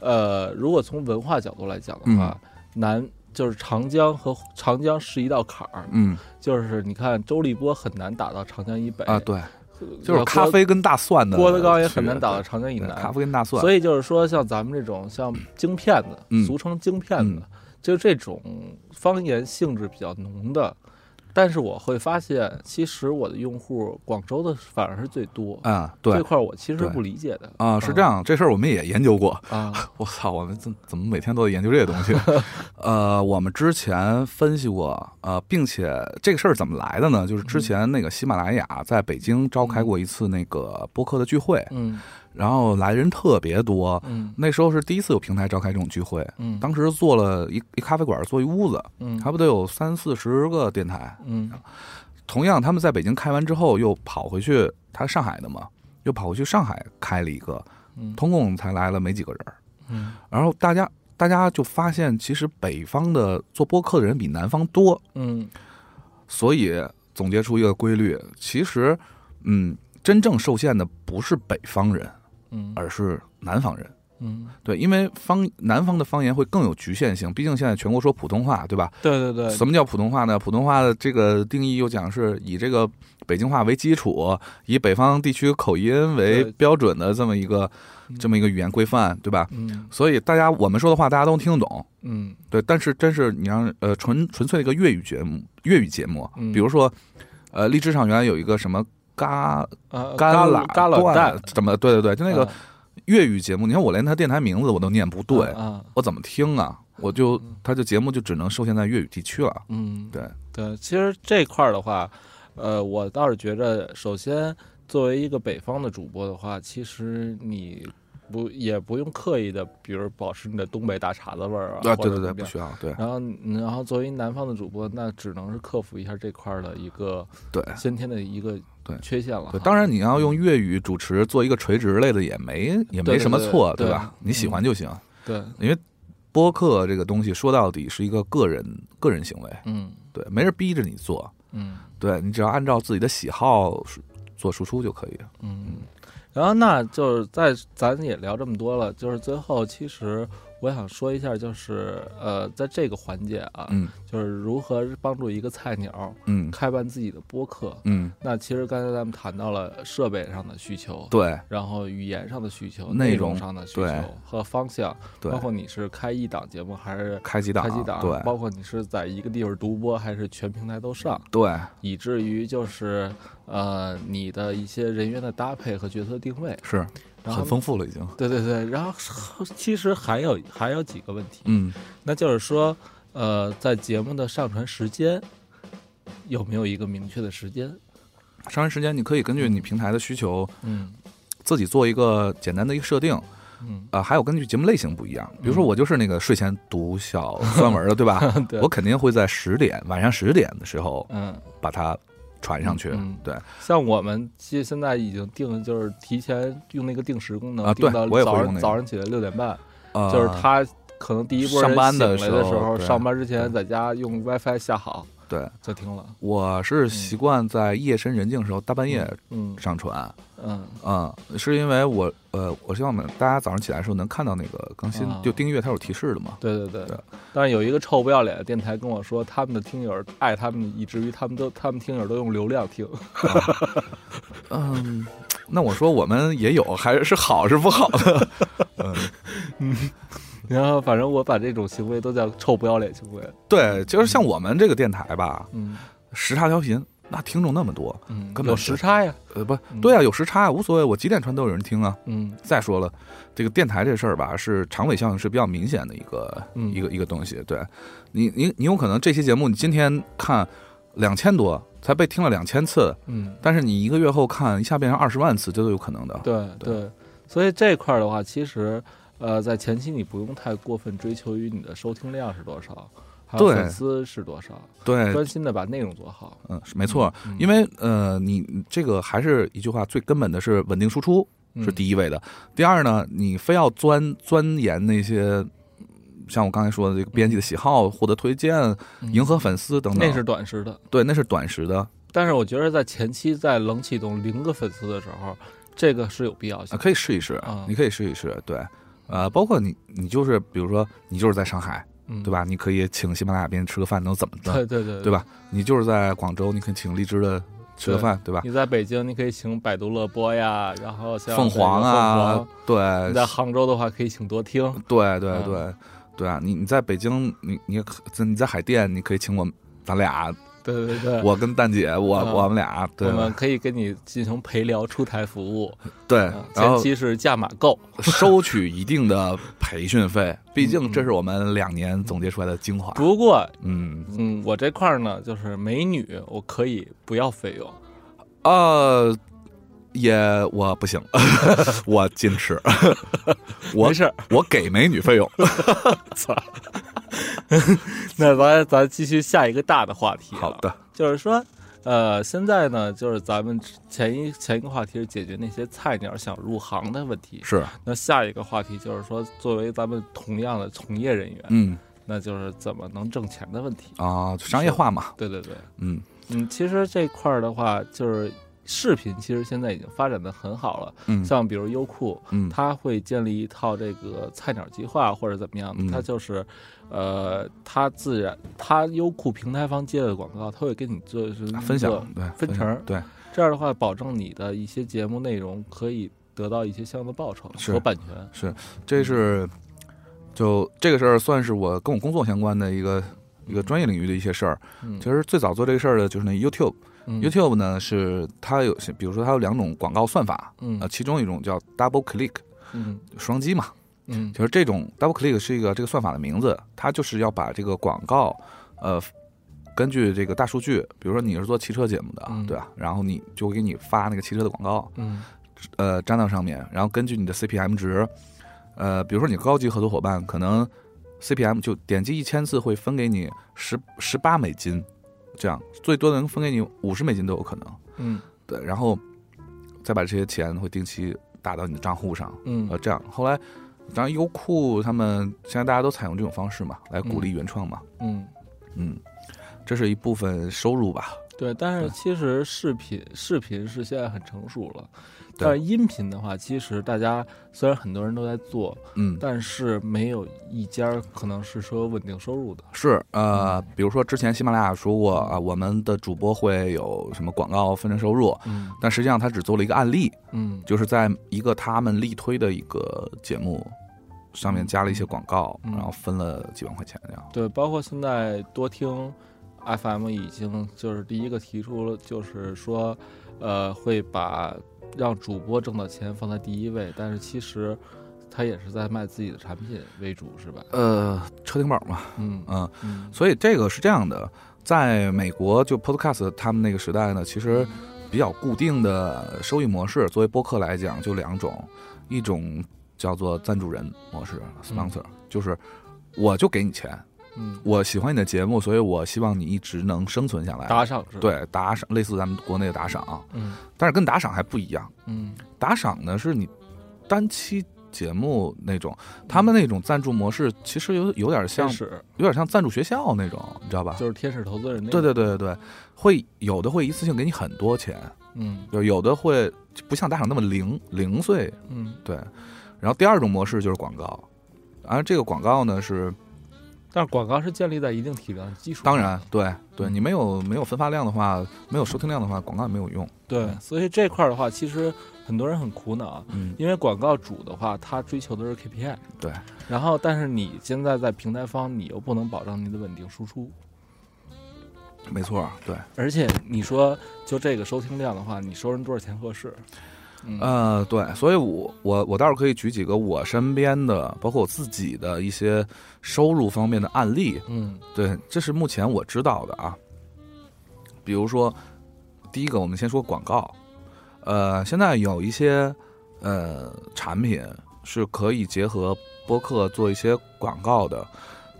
B: 呃，如果从文化角度来讲
F: 嗯
B: 的话，南就是长江和长江是一道坎儿，
F: 嗯
B: 就是你看周立波很难打到长江以北
F: 啊，，对，
B: 呃
F: 就是咖，啡跟大蒜的
B: 郭郭德纲也
F: 区
B: 很
F: 别
B: 难打到
F: 对
B: 长江以
F: 对
B: 南
F: 咖，啡跟大蒜，
B: 所
F: 以
B: 以就是说，像咱们这种像京片子，
F: 嗯
B: 俗称京片子，就这种方言性质比较浓的，但是我会发现，其实我的用户广州的反而是最嗯多。
F: 啊，
B: 这
F: 对
B: 块儿我其实
F: 对
B: 不理解的
F: 啊，是这样，这事儿我们也研究过。
B: 啊，
F: 我操，我们怎怎么每天都在研究这些东
B: <laughs>
F: 西？呃，我们之前分析过，呃，并且这个事儿怎么来的呢？就是之前那个喜马拉雅在北京召开过一次那个播客的聚会，
B: 嗯
F: 然后来人特别多。
B: 嗯
F: 那时候是第一次有平台召开这种聚会，
B: 嗯，
F: 当时做了一一咖啡馆，做一屋子，
B: 嗯
F: 差不多有三四十个电台。
B: 嗯
F: 同样，他们在北京开完之后，又跑回去，他上海的嘛，又跑回去上海开了一个，
B: 嗯
F: 通共才来了没几个人儿。
B: 嗯
F: 然后大家大家就发现，其实北方的做播客的人比南方多，
B: 嗯
F: 所以总结出一个规律，其实，嗯，真正受限的不是北方人，
B: 嗯
F: 而是南方人。
B: 嗯，
F: 对，因为方南方的方言会更有局限性，毕竟现在全国说普通话，对吧？
B: 对对对，
F: 什么叫普通话呢？普通话的这个定义又讲是以这个北京话为基础，以北方地区口音为
B: 对
F: 标准的这么一个
B: 嗯
F: 这么一个语言规范，对吧？
B: 嗯
F: 所以大家我们说的话大家都听得懂，
B: 嗯
F: 对，但是真是你让呃纯纯粹一个粤语节目，粤语节目，
B: 嗯
F: 比如说，呃，荔枝上原来有一个什么嘎
B: 啊，
F: 呃嘎啦
B: 旯旯啊蛋
F: 段，怎么对对对，就那个粤语节目，你看我连他电台名字我都念不对，
B: 啊，
F: 我怎么听啊？我就
B: 嗯
F: 他这节目就只能受限在粤语地区了。
B: 嗯，
F: 对
B: 对，其实这块儿的话，呃，我倒是觉着，首先作为一个北方的主播的话，其实你不也不用刻意的，比如保持你的东北大碴子味儿啊，
F: 啊，
B: 或者
F: 对对
B: 怎
F: 对，
B: 么
F: 不
B: 样
F: 需要，对
B: 然后，嗯然后作为南方的主播，那只能是克服一下这块儿的一个
F: 对
B: 先天的一个
F: 对
B: 缺陷了哈。
F: 对。当然，你要用粤语主持做一个垂直类的，也没也没什么错，
B: 对对对嗯
F: 吧
B: 对？
F: 你喜欢就行，
B: 对，
F: 因为播客这个东西说到底是一个个人个人行为，
B: 嗯
F: 对，没人逼着你做。
B: 嗯
F: 对你只要按照自己的喜好输做输出就可以。
B: 嗯。然后，那就是在咱也聊这么多了，就是最后，其实我想说一下，就是呃，在这个环节啊，
F: 嗯
B: 就是如何帮助一个菜鸟
F: 嗯
B: 开办自己的播客。
F: 嗯，
B: 那其实刚才咱们谈到了设备上的需求，
F: 对
B: 然后语言上的需求、
F: 内
B: 内容
F: 容
B: 上的需
F: 对
B: 求和方向，
F: 对
B: 包，括你是开一档节目还是
F: 开机档，
B: 开机档，
F: 对
B: 包括你是在一个地方独播还是全平台都上，
F: 对
B: 以至于就是呃你的一些人员的搭配和角色定位，
F: 是
B: 然
F: 很
B: 后
F: 丰富了已经。
B: 对对对，然后其实还有还有几个问题，
F: 嗯，
B: 那就是说，呃，在节目的上传时间有没有一个明确的时间？
F: 上传时间你可以根据你平台的需求
B: 嗯
F: 自己做一个简单的一个设定。
B: 嗯，
F: 啊，还有根据节目类型不一样，比如说我就是那个睡前读小酸文的，对吧？
B: <laughs> <laughs> 对
F: 我肯定会在十点晚上十点的时候
B: 嗯，
F: 把它传上去。
B: 嗯
F: 对
B: 像我们其实现在已经定，就是提前用那个定时功能
F: 啊
B: 定
F: 对
B: 到
F: 我也会
B: 早
F: 用那
B: 上
F: 个
B: 早上起来六点半，
F: 呃
B: 嗯就是他可能第一波
F: 上
B: 人
F: 班的
B: 醒来
F: 时
B: 的
F: 候对
B: 上班之前在家用 WiFi 下好
F: 对，
B: 就听了。
F: 我是习惯在夜深人静的时候大半夜
B: 嗯
F: 上传。
B: 嗯
F: 嗯，是因为我呃，我希望我们大家早上起来的时候能看到那个更新，
B: 啊
F: 就订阅它有提示的嘛。
B: 对对对，
F: 对
B: 但是有一个臭不要脸的电台跟我说，他们的听友爱他们，以至于他们都他们听友都用流量听。
F: 嗯，那我说我们也有，还是好是不好的？
B: <laughs> 然后反正我把这种行为都叫臭不要脸行为。
F: 对，就是像我们这个电台吧，
B: 嗯
F: 时差调频，那听众那么多，
B: 嗯，
F: <laughs> 根本
B: 有
F: 就
B: 时差呀。
F: 呃，不
B: 嗯
F: 对啊，有时差无所谓，我几点传都有人听啊。
B: 嗯
F: 再说了，这个电台这事儿吧，是长尾效应是比较明显的一个、
B: 嗯
F: 一个一个东西。对你，你你有可能这期节目你今天看两千多，才被听了两千次，
B: 嗯，
F: 但是你一个月后看一下变成二十万次，这都有可能的。
B: 对
F: 对
B: 对，所以这块儿的话，其实呃，在前期你不用太过分追求于你的收听量是多少，还有
F: 对哎
B: 粉丝是多少，
F: 对
B: 专心的把内容做好。
F: 嗯，是没错，
B: 嗯
F: 因为呃，你这个还是一句话，最根本的是稳定输出是
B: 一，
F: 第一位的。第二呢，你非要钻钻研那些。像我刚才说的，这个编辑的喜好、获得推荐、
B: 嗯
F: 迎合粉丝等等，
B: 那是短时的。
F: 对，那是短时的，
B: 但是我觉得在前期在冷启动零个粉丝的时候，这个是有必要性的。
F: 啊，可以试一试
B: 啊，
F: 你可以试一试，对，呃，包括你，你就是比如说你就是在上海，
B: 嗯，
F: 对？吧？你可以请喜马拉雅边吃个饭能怎么的，
B: 对对对
F: 对？吧？你就是在广州，你可以请荔枝的吃个
B: 对
F: 饭，对吧？
B: 你在北京，你可以请百度乐播呀，然后像
F: 凤
B: 这个
F: 凰
B: 凤
F: 啊
B: 凰，
F: 对，
B: 你在杭州的话，可以请多听。
F: 对对
B: 嗯
F: 对对啊，你你在北京，你你也可你在海淀，你可以请我们咱俩
B: 对对对，
F: 我跟蛋姐，我、
B: 嗯
F: 我们俩，对
B: 我们可以跟你进行陪聊、出台服务，
F: 对
B: 啊，
F: 然
B: 前
F: 后
B: 期是价码购，
F: 收取一定的培训费，毕竟这是我们两年总结出来的精华。
B: 不过。
F: 嗯，
B: 嗯，我这块儿呢，就是美女，我可以不要费
F: <laughs>
B: 用，
F: 呃，也我不行， <laughs> 我矜
B: <laughs>
F: 持，我
B: 没事儿。
F: 我给美女
B: <laughs>
F: 费用。
B: 那咱咱继续下一个大的话题。啊
F: 好，的，
B: 就是说，呃，现在呢，就是咱们前一前一个话题是解决那些菜鸟想入行的问题， <laughs>
F: 是，
B: 那下一个话题就是说，作为咱们同样的从业人员，
F: 嗯
B: 那就是怎么能挣钱的问题。
F: 啊，就商业化嘛，
B: 对对对，
F: 嗯
B: 嗯，其实这块儿的话，就是视频其实现在已经发展的很好了，
F: 嗯
B: 像比如优酷，
F: 嗯
B: 它会建立一套这个菜鸟计划或者怎么样
F: 嗯
B: 的，它就是，呃，它自然，它优酷平台方接的广告，它会给你做是
F: 啊分
B: 做
F: 享对
B: 分成
F: 享对
B: 这样的话，保证你的一些节目内容可以得到一些相应的报酬
F: 是
B: 和版权。
F: 这是就这个事儿，算是我跟我工作相关的一个一个专业领域的一些事儿。
B: 嗯，
F: 其实最早做这个事儿的就是那 YouTube。
B: 嗯
F: YouTube 呢是它有，比如说它有两种广告算法，
B: 嗯
F: 呃，其中一种叫 Double Click，
B: 嗯
F: 双击嘛。
B: 嗯
F: 其实这种 Double Click 是一个这个算法的名字，它就是要把这个广告，呃，根据这个大数据，比如说你是做汽车节目的，
B: 嗯
F: 对吧？然后你就给你发那个汽车的广告，
B: 嗯
F: 呃，粘到上面，然后根据你的 CPM 值，呃，比如说你高级合作伙伴可能 CPM 就点击一千次会分给你十十八美金，这样最多能分给你五十美金都有可能。
B: 嗯
F: 对，然后再把这些钱会定期打到你的账户上，呃，
B: 嗯
F: 这样后来，当然优酷他们现在大家都采用这种方式嘛，来鼓励原创嘛，
B: 嗯，
F: 嗯，这是一部分收入吧，
B: 对。但是
F: 对
B: 其实视频视频是现在很成熟了，
F: 对
B: 但是音频的话，其实大家虽然很多人都在做，
F: 嗯，
B: 但是没有一家儿可能是说稳定收入的。
F: 是呃，比如说之前喜马拉雅说过啊，我们的主播会有什么广告分成收入，
B: 嗯
F: 但实际上他只做了一个案例，
B: 嗯
F: 就是在一个他们力推的一个节目上面加了一些广告，
B: 嗯
F: 然后分了几万块钱这样，
B: 对，包括现在多听 FM 已经就是第一个提出了，就是说，呃，会把让主播挣到钱放在第一位，但是其实他也是在卖自己的产品为主，是吧？
F: 呃，车顶宝嘛，
B: 嗯
F: 嗯，
B: 嗯
F: 所以这个是这样的，在美国就 Podcast 他们那个时代呢，其实比较固定的收益模式，作为播客来讲就两种，一种叫做赞助人模式 （sponsor），、就是我就给你钱，
B: 嗯，
F: 我喜欢你的节目，所以我希望你一直能生存下来。
B: 打赏是吧？，
F: 对打赏，类似咱们国内的打赏，啊
B: 嗯
F: 但是跟打赏还不一样。
B: 嗯
F: 打赏呢是你单期节目那种，他们那种赞助模式其实有有点像
B: 天使
F: 有点像赞助学校那种，你知道吧？
B: 就是天使投资人那
F: 对
B: 个，
F: 啊对对对对，会有的会一次性给你很多钱，
B: 嗯
F: 有有的会不像打赏那么零零碎，
B: 嗯。
F: 对。然后第二种模式就是广告，而这个广告呢是
B: 但是广告是建立在一定体量基础上，
F: 当然对对，你没有没有分发量的话，没有收听量的话，广告也没有用。
B: 对，所以这块儿的话，其实很多人很苦恼，
F: 嗯，
B: 因为广告主的话，他追求的是 KPI，
F: 对。
B: 然后，但是你现在在平台方，你又不能保证你的稳定输出，
F: 没错，对。
B: 而且你说就这个收听量的话，你收人多少钱合适？嗯
F: 呃，对，所以我我我倒是可以举几个我身边的，包括我自己的一些收入方面的案例，
B: 嗯
F: 对，这是目前我知道的啊。比如说，第一个，我们先说广告。呃，现在有一些呃产品是可以结合播客做一些广告的，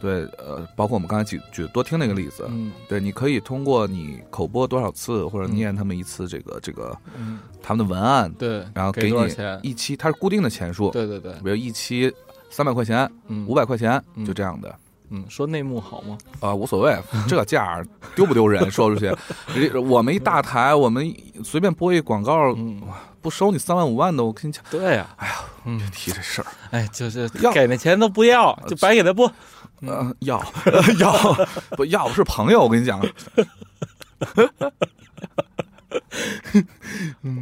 F: 对，呃，包括我们刚才举举多听那个例子，
B: 嗯
F: 对，你可以通过你口播多少次，或者
B: 嗯
F: 念他们一次这个这个
B: 嗯，
F: 他们的文案，
B: 对。
F: 然后
B: 给
F: 你
B: 多少钱？
F: 一期，它是固定的钱数，
B: 对对对，
F: 比如一期三百块钱、
B: 嗯，
F: 五。百块钱，
B: 嗯
F: 就这样的。
B: 嗯，说内幕好吗？
F: 啊，无所谓，这价儿丢不丢人？说出去，人我们一大台，我们随便播一广告，
B: 嗯，
F: 不收你三万五万的，我跟你讲，
B: 对呀。哎呀，
F: 别
B: 嗯，
F: 提这事儿。
B: 哎，就是
F: 要
B: 给那钱都不要，就白给他播。
F: 呃，要要不要不是朋友，我跟你讲，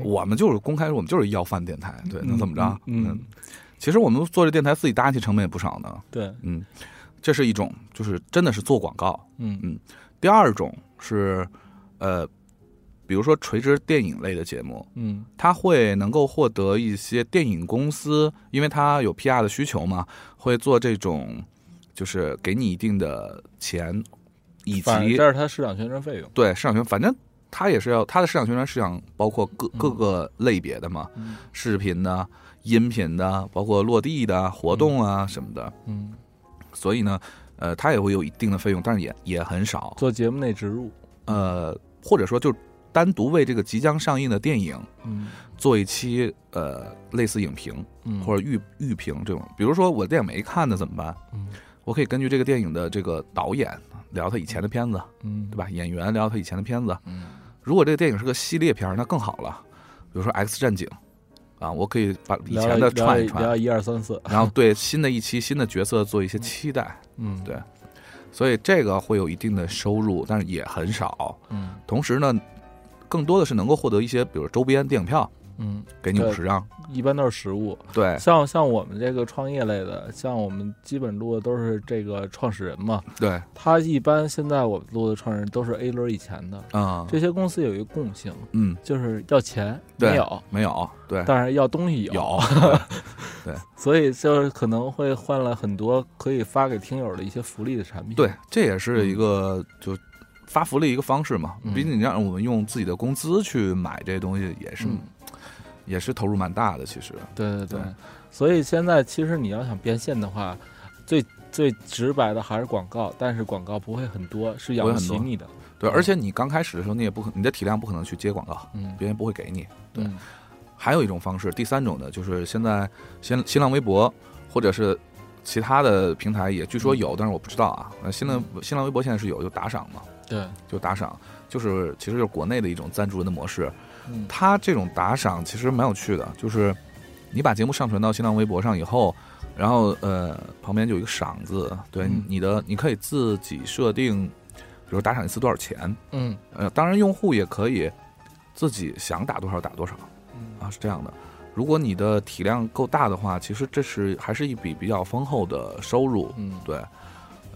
F: 我们就是公开，我们就是要饭电台，对，能怎么着？
B: 嗯嗯，
F: 其实我们做这电台自己搭起成本也不少呢，
B: 对，
F: 嗯，这是一种，就是真的是做广告，
B: 嗯
F: 嗯第二种是，呃，比如说垂直电影类的节目，
B: 嗯
F: 它会能够获得一些电影公司，因为它有 PR 的需求嘛，会做这种，就是给你一定的钱，以
B: 反正
F: 及
B: 这是他市场宣传费用。
F: 对市场宣，反正它也是要它的市场宣传是想包括各各个类别的嘛，
B: 嗯
F: 视频的、音频的，包括落地的活动啊什么的，
B: 嗯，
F: 所以呢，呃，它也会有一定的费用，但是也也很少，
B: 做节目内植入。
F: 呃，或者说就单独为这个即将上映的电影
B: 嗯
F: 做一期呃类似影评。
B: 嗯，
F: 或者预预评这种。比如说我电影没看的怎么办？
B: 嗯
F: 我可以根据这个电影的这个导演聊他以前的片子，
B: 嗯，
F: 对吧？演员聊他以前的片子。
B: 嗯，
F: 如果这个电影是个系列片儿，那更好了。比如说《X 战警》啊，我可以把以
B: 聊聊
F: 前的串一
B: 聊
F: 串，
B: 聊一二三四。
F: 然后对新的一期新的角色做一些期待。
B: 嗯，
F: 对所以这个会有一定的收入，但是也很少。
B: 嗯
F: 同时呢，更多的是能够获得一些，比如周边电影票，
B: 嗯，
F: 给你
B: 对
F: 五十张。
B: 一般都是实物。
F: 对
B: 像像我们这个创业类的，像我们基本录的都是这个创始人嘛，
F: 对，
B: 他一般现在我们录的创始人都是 A 轮以前的。
F: 嗯
B: 这些公司有一个共性，
F: 嗯，
B: 就是要钱
F: 对
B: 没有，
F: 没有对。
B: 但是要东西有，
F: 有，
B: 所以就是可能会换了很多可以发给听友的一些福利的产品。
F: 对，这也是一个就发福利一个方式嘛。
B: 嗯
F: 毕竟你让我们用自己的工资去买这些东西，也是、
B: 嗯
F: 也是投入蛮大的。其实，
B: 对对对
F: 对，
B: 所以现在其实你要想变现的话，最最直白的还是广告，但是广告不会很多，是养
F: 不会
B: 不起
F: 很多
B: 你的。
F: 对，
B: 嗯
F: 而且你刚开始的时候，你也不可你的体量不可能去接广告，
B: 嗯，
F: 别人不会给你。对
B: 嗯
F: 还有一种方式，第三种呢，就是现在新新浪微博或者是其他的平台也据说有，但是我不知道啊。呃新浪新浪微博现在是有，就打赏嘛，
B: 对，
F: 就打赏，就是其实就是国内的一种赞助人的模式。
B: 嗯
F: 它这种打赏其实蛮有趣的，就是你把节目上传到新浪微博上以后，然后呃旁边就有一个赏字，对、
B: 嗯
F: 你的你可以自己设定，比如打赏一次多少钱，
B: 嗯
F: 呃当然用户也可以自己想打多少打多少啊
B: 嗯
F: 是这样的。如果你的体量够大的话，其实这是还是一笔比较丰厚的收入，
B: 嗯，
F: 对，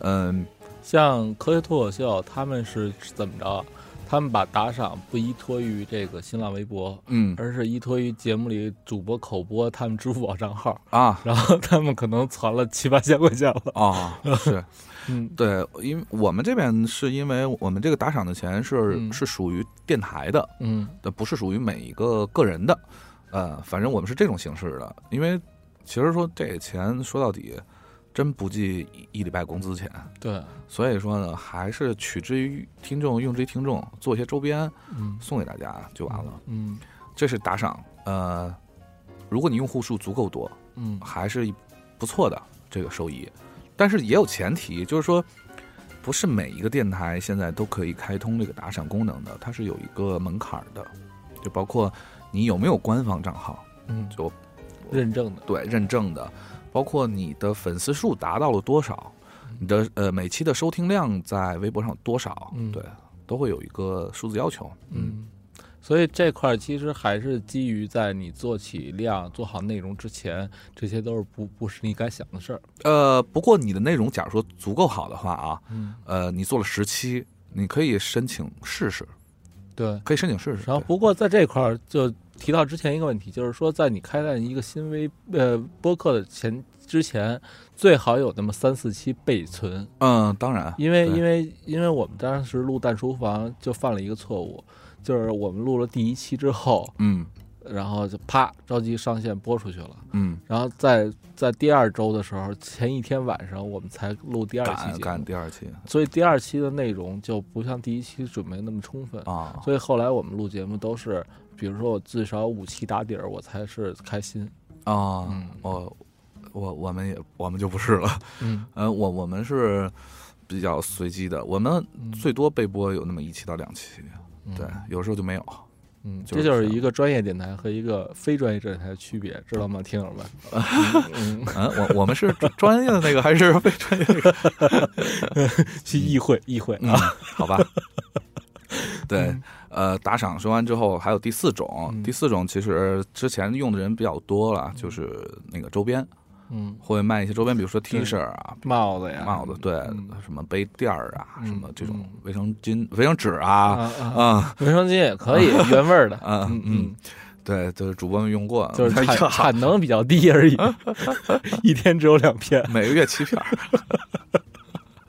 F: 嗯，
B: 像科学脱口秀，他们是怎么着？他们把打赏不依托于这个新浪微博，
F: 嗯
B: 而是依托于节目里主播口播他们支付宝账号， <laughs>
F: 啊
B: 然后他们可能攒了七八千块钱了。
F: 啊、是，
B: 嗯
F: 对，因为我们这边是因为我们这个打赏的钱是、
B: 嗯
F: 是属于电台的，
B: 嗯
F: 呃，不是属于每一个个人的，呃，反正我们是这种形式的。因为其实说这钱说到底，真不计一礼拜工资钱，
B: 对，
F: 所以说呢，还是取之于听众，用之于听众，做一些周边
B: 嗯
F: 送给大家就完了。
B: 嗯
F: 这是打赏，呃，如果你用户数足够多，
B: 嗯
F: 还是不错的这个收益，但是也有前提，就是说不是每一个电台现在都可以开通这个打赏功能的，它是有一个门槛儿的，就包括你有没有官方账号，
B: 嗯，
F: 就
B: 认证的，
F: 对认证的，包括你的粉丝数达到了多少，你的呃每期的收听量在微博上有多少，
B: 嗯
F: 对，都会有一个数字要求，
B: 嗯，所以这块儿其实还是基于在你做起量、做好内容之前，这些都是不不是你该想的事儿。
F: 呃，不过你的内容假如说足够好的话啊，
B: 嗯，
F: 呃，你做了十期，你可以申请试试。
B: 对。
F: 可以申请试试。
B: 然后不过在这块儿就提到之前一个问题，就是说在你开办一个新微呃播客的前之前，最好有那么三四期备存，
F: 嗯，当然，
B: 因为
F: 对
B: 因为因为我们当时录蛋书房就犯了一个错误，就是我们录了第一期之后，
F: 嗯
B: 然后就啪着急上线播出去了。
F: 嗯，
B: 然后在在第二周的时候，前一天晚上我们才录第二期
F: 赶
B: 节
F: 赶
B: 目，
F: 第二期
B: 所以第二期的内容就不像第一期准备那么充分。
F: 啊，
B: 所以后来我们录节目都是，比如说我至少五期打底儿，我才是开心。
F: 啊，
B: 嗯
F: 我我我们也我们就不是了，
B: 嗯，
F: 呃，我我们是比较随机的，我们
B: 嗯
F: 最多被播有那么一期到两期，对，有时候就没有。
B: 嗯，
F: 就
B: 这
F: 是
B: 就是
F: 这样
B: 一个专业电台和一个非专业电台的区别，知道吗，听友们？ <laughs> 嗯，嗯
F: 嗯，我 <laughs> 我们是专专业的那个还是非专业的那个？
B: 去议会，议会
F: 嗯
B: 啊，<laughs>
F: 好吧。对，呃，打赏说完之后，还有第四种，
B: 嗯
F: 第四种其实之前用的人比较多了，就是那个周边，
B: 嗯，
F: 会卖一些周边，比如说 T
B: 对
F: 恤啊、
B: 帽子呀，
F: 帽子，对
B: 嗯，
F: 什么杯垫儿啊，
B: 嗯
F: 什么这种
B: 嗯
F: 卫生巾、卫生纸啊，
B: 啊，
F: 啊
B: 卫生巾也可
F: <laughs>
B: 以，原味儿的，
F: 啊
B: 嗯
F: 嗯，对，就是主播们用过，
B: 就是
F: 哎
B: 产
F: 呀
B: 产能比较低而已， <laughs> 一天只有两片，
F: 每个月七片
B: <laughs>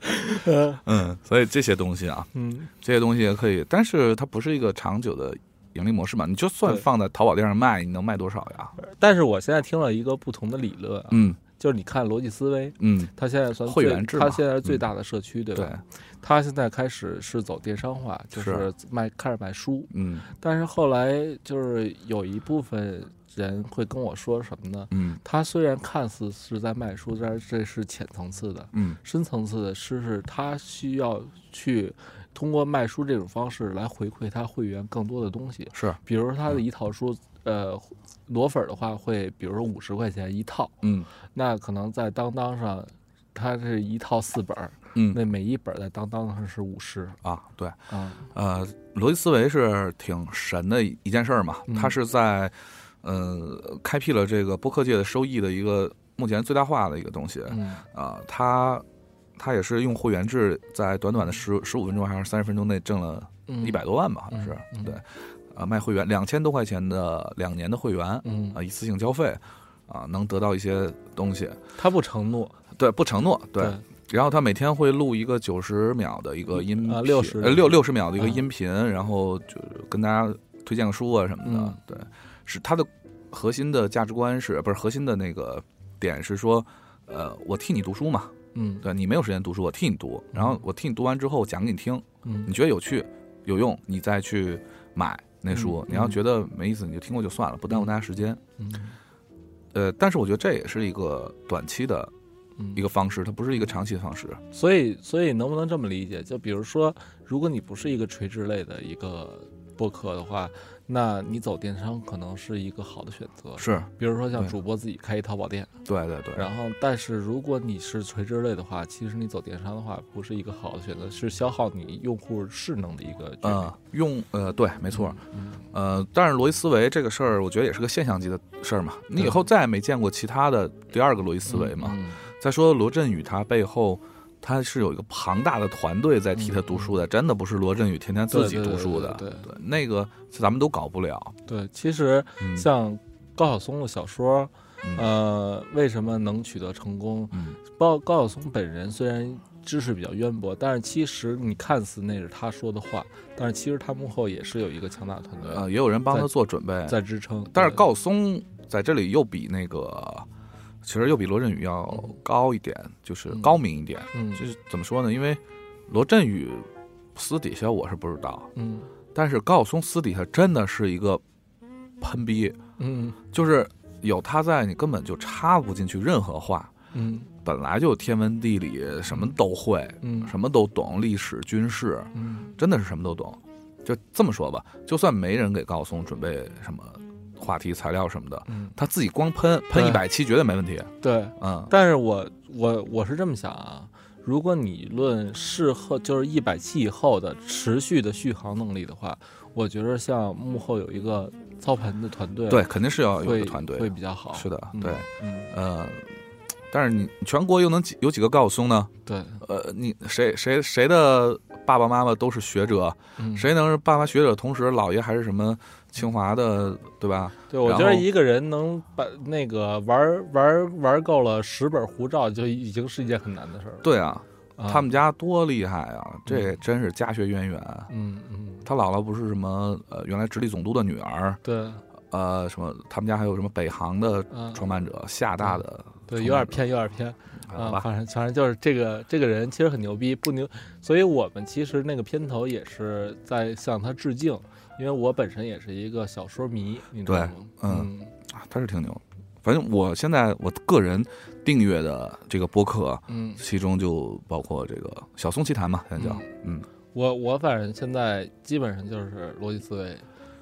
F: <laughs>
B: 呃
F: 儿。嗯，所以这些东西啊，
B: 嗯，
F: 这些东西也可以，但是它不是一个长久的盈利模式嘛。你就算
B: 对
F: 放在淘宝店上卖，你能卖多少呀？
B: 但是我现在听了一个不同的理论啊，
F: 嗯
B: 就是你看逻辑思维，
F: 嗯，
B: 它现在算
F: 会
B: 最
F: 员制嘛
B: 它现在是最
F: 嗯
B: 大的社区，对
F: 对
B: 吧？，它现在开始是走电商化，就是卖开始卖书，
F: 嗯
B: 但是后来就是有一部分人会跟我说什么呢？
F: 嗯
B: 他虽然看似是在卖书，但是这是浅层次的，
F: 嗯
B: 深层次的是是他需要去通过卖书这种方式来回馈他会员更多的东西，
F: 是，
B: 比如说他的一套书，呃，裸粉儿的话会，比如说五十块钱一套，
F: 嗯
B: 那可能在当当上，它是一套四本儿，
F: 嗯
B: 那每一本儿在当当上是五十
F: 啊，对，
B: 啊，
F: 呃，逻辑思维是挺神的一件事儿嘛，
B: 嗯
F: 它是在呃开辟了这个播客界的收益的一个目前最大化的一个东西。
B: 嗯
F: 啊，它它也是用会员制，在短短的十十五分钟还是三十分钟内挣了
B: 嗯，
F: 一百多万吧，好像是、
B: 嗯嗯
F: 对，啊，卖会员两千多块钱的两年的会员啊，
B: 嗯，
F: 一次性交费啊，能得到一些东西，
B: 他不承诺，
F: 对，不承诺，对。
B: 对，
F: 然后他每天会录一个九十秒的一个音频
B: 啊60
F: 呃六六十秒的一个
B: 啊
F: 音频，然后就是跟大家推荐个书啊什么的。
B: 嗯
F: 对，是他的核心的价值观是不是核心的那个点是说，呃，我替你读书嘛，
B: 嗯
F: 对你没有时间读书，我替你读，然后我替你读完之后我讲给你听，你
B: 嗯
F: 觉得有趣有用，你再去买那书。
B: 嗯
F: 你要觉得没意思，你就听过就算了，不耽误大家时间。
B: 嗯
F: 呃，但是我觉得这也是一个短期的
B: 嗯
F: 一个方式，它不是一个长期的方式。
B: 所以，所以能不能这么理解？就比如说，如果你不是一个垂直类的一个播客的话，那你走电商可能是一个好的选择。
F: 是
B: 比如说像
F: 对
B: 主播自己开一淘宝店，
F: 对对对，
B: 然后，但是如果你是垂直类的话，其实你走电商的话不是一个好的选择，是消耗你用户势能的一个决定。
F: 呃，用呃，对，没错，
B: 嗯
F: 呃，但是逻辑思维这个事儿，我觉得也是个现象级的事儿嘛。你以后再也没见过其他的第二个逻辑思维嘛。
B: 嗯
F: 再说罗振宇，他背后他是有一个庞大的团队在替他读书的，真的不是罗振宇天天自己读书的。
B: 嗯对对对
F: 对那个咱们都搞不了。
B: 对，其实
F: 嗯
B: 像高晓松的小说，
F: 嗯
B: 呃，为什么能取得成功？
F: 嗯
B: 高高晓松本人虽然知识比较渊博，但是其实你看似那是他说的话，但是其实他幕后也是有一个强大的团队、
F: 呃，也有人帮他
B: 在
F: 做准备，
B: 在支撑。
F: 但是
B: 对
F: 高晓松在这里又比那个，其实又比罗振宇要高一点，就是
B: 嗯
F: 高明一点。
B: 嗯
F: 就是怎么说呢？因为罗振宇私底下我是不知道，
B: 嗯
F: 但是高晓松私底下真的是一个喷逼，
B: 嗯
F: 就是有他在，你根本就插不进去任何话。
B: 嗯
F: 本来就天文地理什么都会，
B: 嗯
F: 什么都懂，历史、军事，
B: 嗯
F: 真的是什么都懂。就这么说吧，就算没人给高晓松准备什么话题材料什么的，
B: 嗯，
F: 他自己光喷喷一
B: 对
F: 百期绝对没问题。
B: 对。
F: 嗯
B: 但是我我我是这么想啊，如果你论事后就是一百期以后的持续的续航能力的话，我觉得像幕后有一个操盘的团队，
F: 对，，肯定是要有一
B: 会
F: 个团队
B: 会比较好。
F: 是的
B: 嗯
F: 对，
B: 嗯，
F: 呃，但是你全国又能几有几个高晓松呢？
B: 对，
F: 呃，你谁谁谁的爸爸妈妈都是学者，
B: 嗯
F: 谁能是爸妈学者，同时姥爷还是什么清华的，对吧？
B: 对，我
F: 然
B: 觉得
F: 后
B: 一个人能把那个玩儿玩儿玩儿够了十本护照，就已经是一件很难的事儿了。
F: 对啊，
B: 啊
F: 他们家多厉害啊！这真是家学渊源。啊
B: 嗯嗯，
F: 他姥姥不是什么呃，原来直隶总督的女儿，
B: 对，
F: 呃，什么他们家还有什么北航的
B: 嗯，
F: 创办者，厦大的，
B: 对，有点偏，有点偏
F: 好
B: 啊，
F: 吧？
B: 反正反正就是这个这个人其实很牛逼，不牛，所以我们其实那个片头也是在向他致敬，因为我本身也是一个小说迷，你知道吗？
F: 对
B: 嗯
F: 啊他是挺牛。反正我现在我个人订阅的这个播客，
B: 嗯，
F: 其中就包括这个小松奇谈嘛，现在叫，嗯
B: 我我反正现在基本上就是逻辑思维、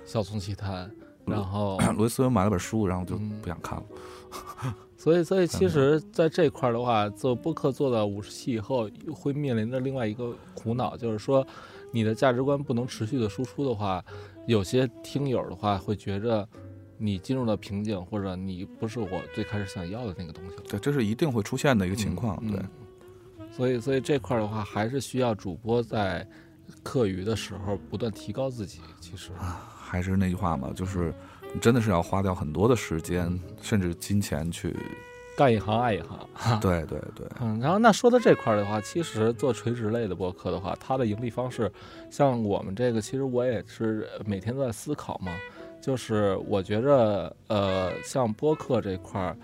B: 小松奇谈，然后
F: 嗯 <clears throat> 罗辑思维买了本书，然后就
B: 嗯
F: 不想看了。
B: 所以，所以其
F: 嗯
B: 实在这块儿的话，做播客做到五十期以后，会面临着另外一个苦恼，就是说，你的价值观不能持续的输出的话，有些听友的话会觉着你进入到瓶颈，或者你不是我最开始想要的那个东西了。
F: 对，这是一定会出现的一个情况。
B: 嗯
F: 对，
B: 嗯所以所以这块儿的话，还是需要主播在课余的时候不断提高自己。其实，
F: 还是那句话嘛，就是你真的是要花掉很多的时
B: 嗯
F: 间，甚至金钱去。
B: 干一行爱一行。
F: 对对对，
B: 嗯，然后那说到这块儿的话，其实做垂直类的播客的话，它的盈利方式，像我们这个，其实我也是每天都在思考嘛，就是我觉着，呃，像播客这块儿，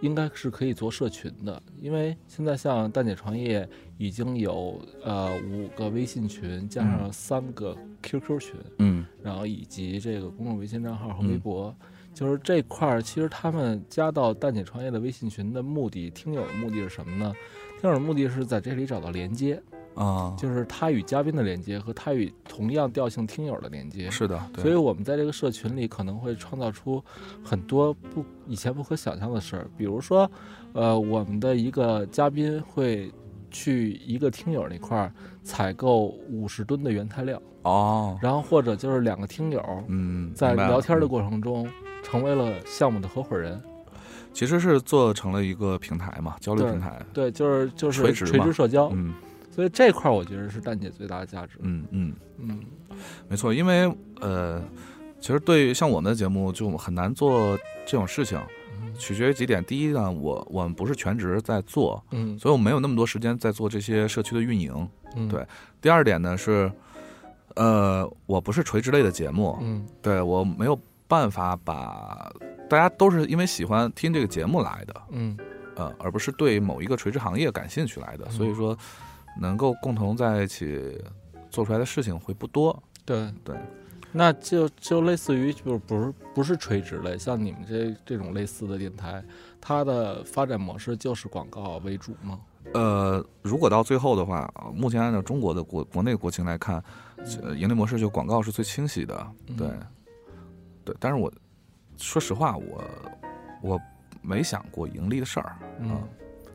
B: 应该是可以做社群的，因为现在像蛋姐创业已经有呃五个微信群，加上三个 QQ 群，
F: 嗯
B: 然后以及这个公众微信账号和微博，就是这块儿，其实他们加到蛋姐创业的微信群的目的，听友的目的是什么呢？听友的目的是在这里找到连接，
F: 啊，
B: 就是他与嘉宾的连接和他与同样调性听友的连接。
F: 是的，对
B: 所以我们在这个社群里可能会创造出很多不以前不可想象的事儿，比如说，呃，我们的一个嘉宾会去一个听友那块儿采购五十吨的原材料，
F: 哦，
B: 然后或者就是两个听友
F: 嗯，
B: 在
F: 明白了
B: 聊天的
F: 嗯
B: 过程中成为了项目的合伙人。
F: 其实是做成了一个平台嘛，交流
B: 对哦
F: 平台。
B: 对，就是就是
F: 垂直嘛
B: 垂直社交，
F: 嗯
B: 所以这块儿我觉得是蛋姐最大的价值。
F: 嗯嗯，
B: 嗯
F: 没错，因为呃，其实对于像我们的节目就很难做这种事情，
B: 嗯
F: 取决于几点。第一呢，我我们不是全职在做，
B: 嗯
F: 所以我没有那么多时间在做这些社区的运营。
B: 嗯，
F: 对第二点呢是，呃，我不是垂直类的节目，
B: 嗯
F: 对我没有办法把大家都是因为喜欢听这个节目来的，
B: 嗯
F: 呃，而不是对某一个垂直行业感兴趣来的，所以说能够共同在一起做出来的事情会不多。
B: 对
F: 对。
B: 那就就类似于就是不是不是垂直类，像你们这这种类似的电台，它的发展模式就是广告为主吗？
F: 呃，如果到最后的话，呃目前按照中国的国国内国情来看，呃，盈利模式就广告是最清晰的，对，
B: 嗯
F: 对。但是我说实话，我我没想过盈利的事儿，
B: 嗯，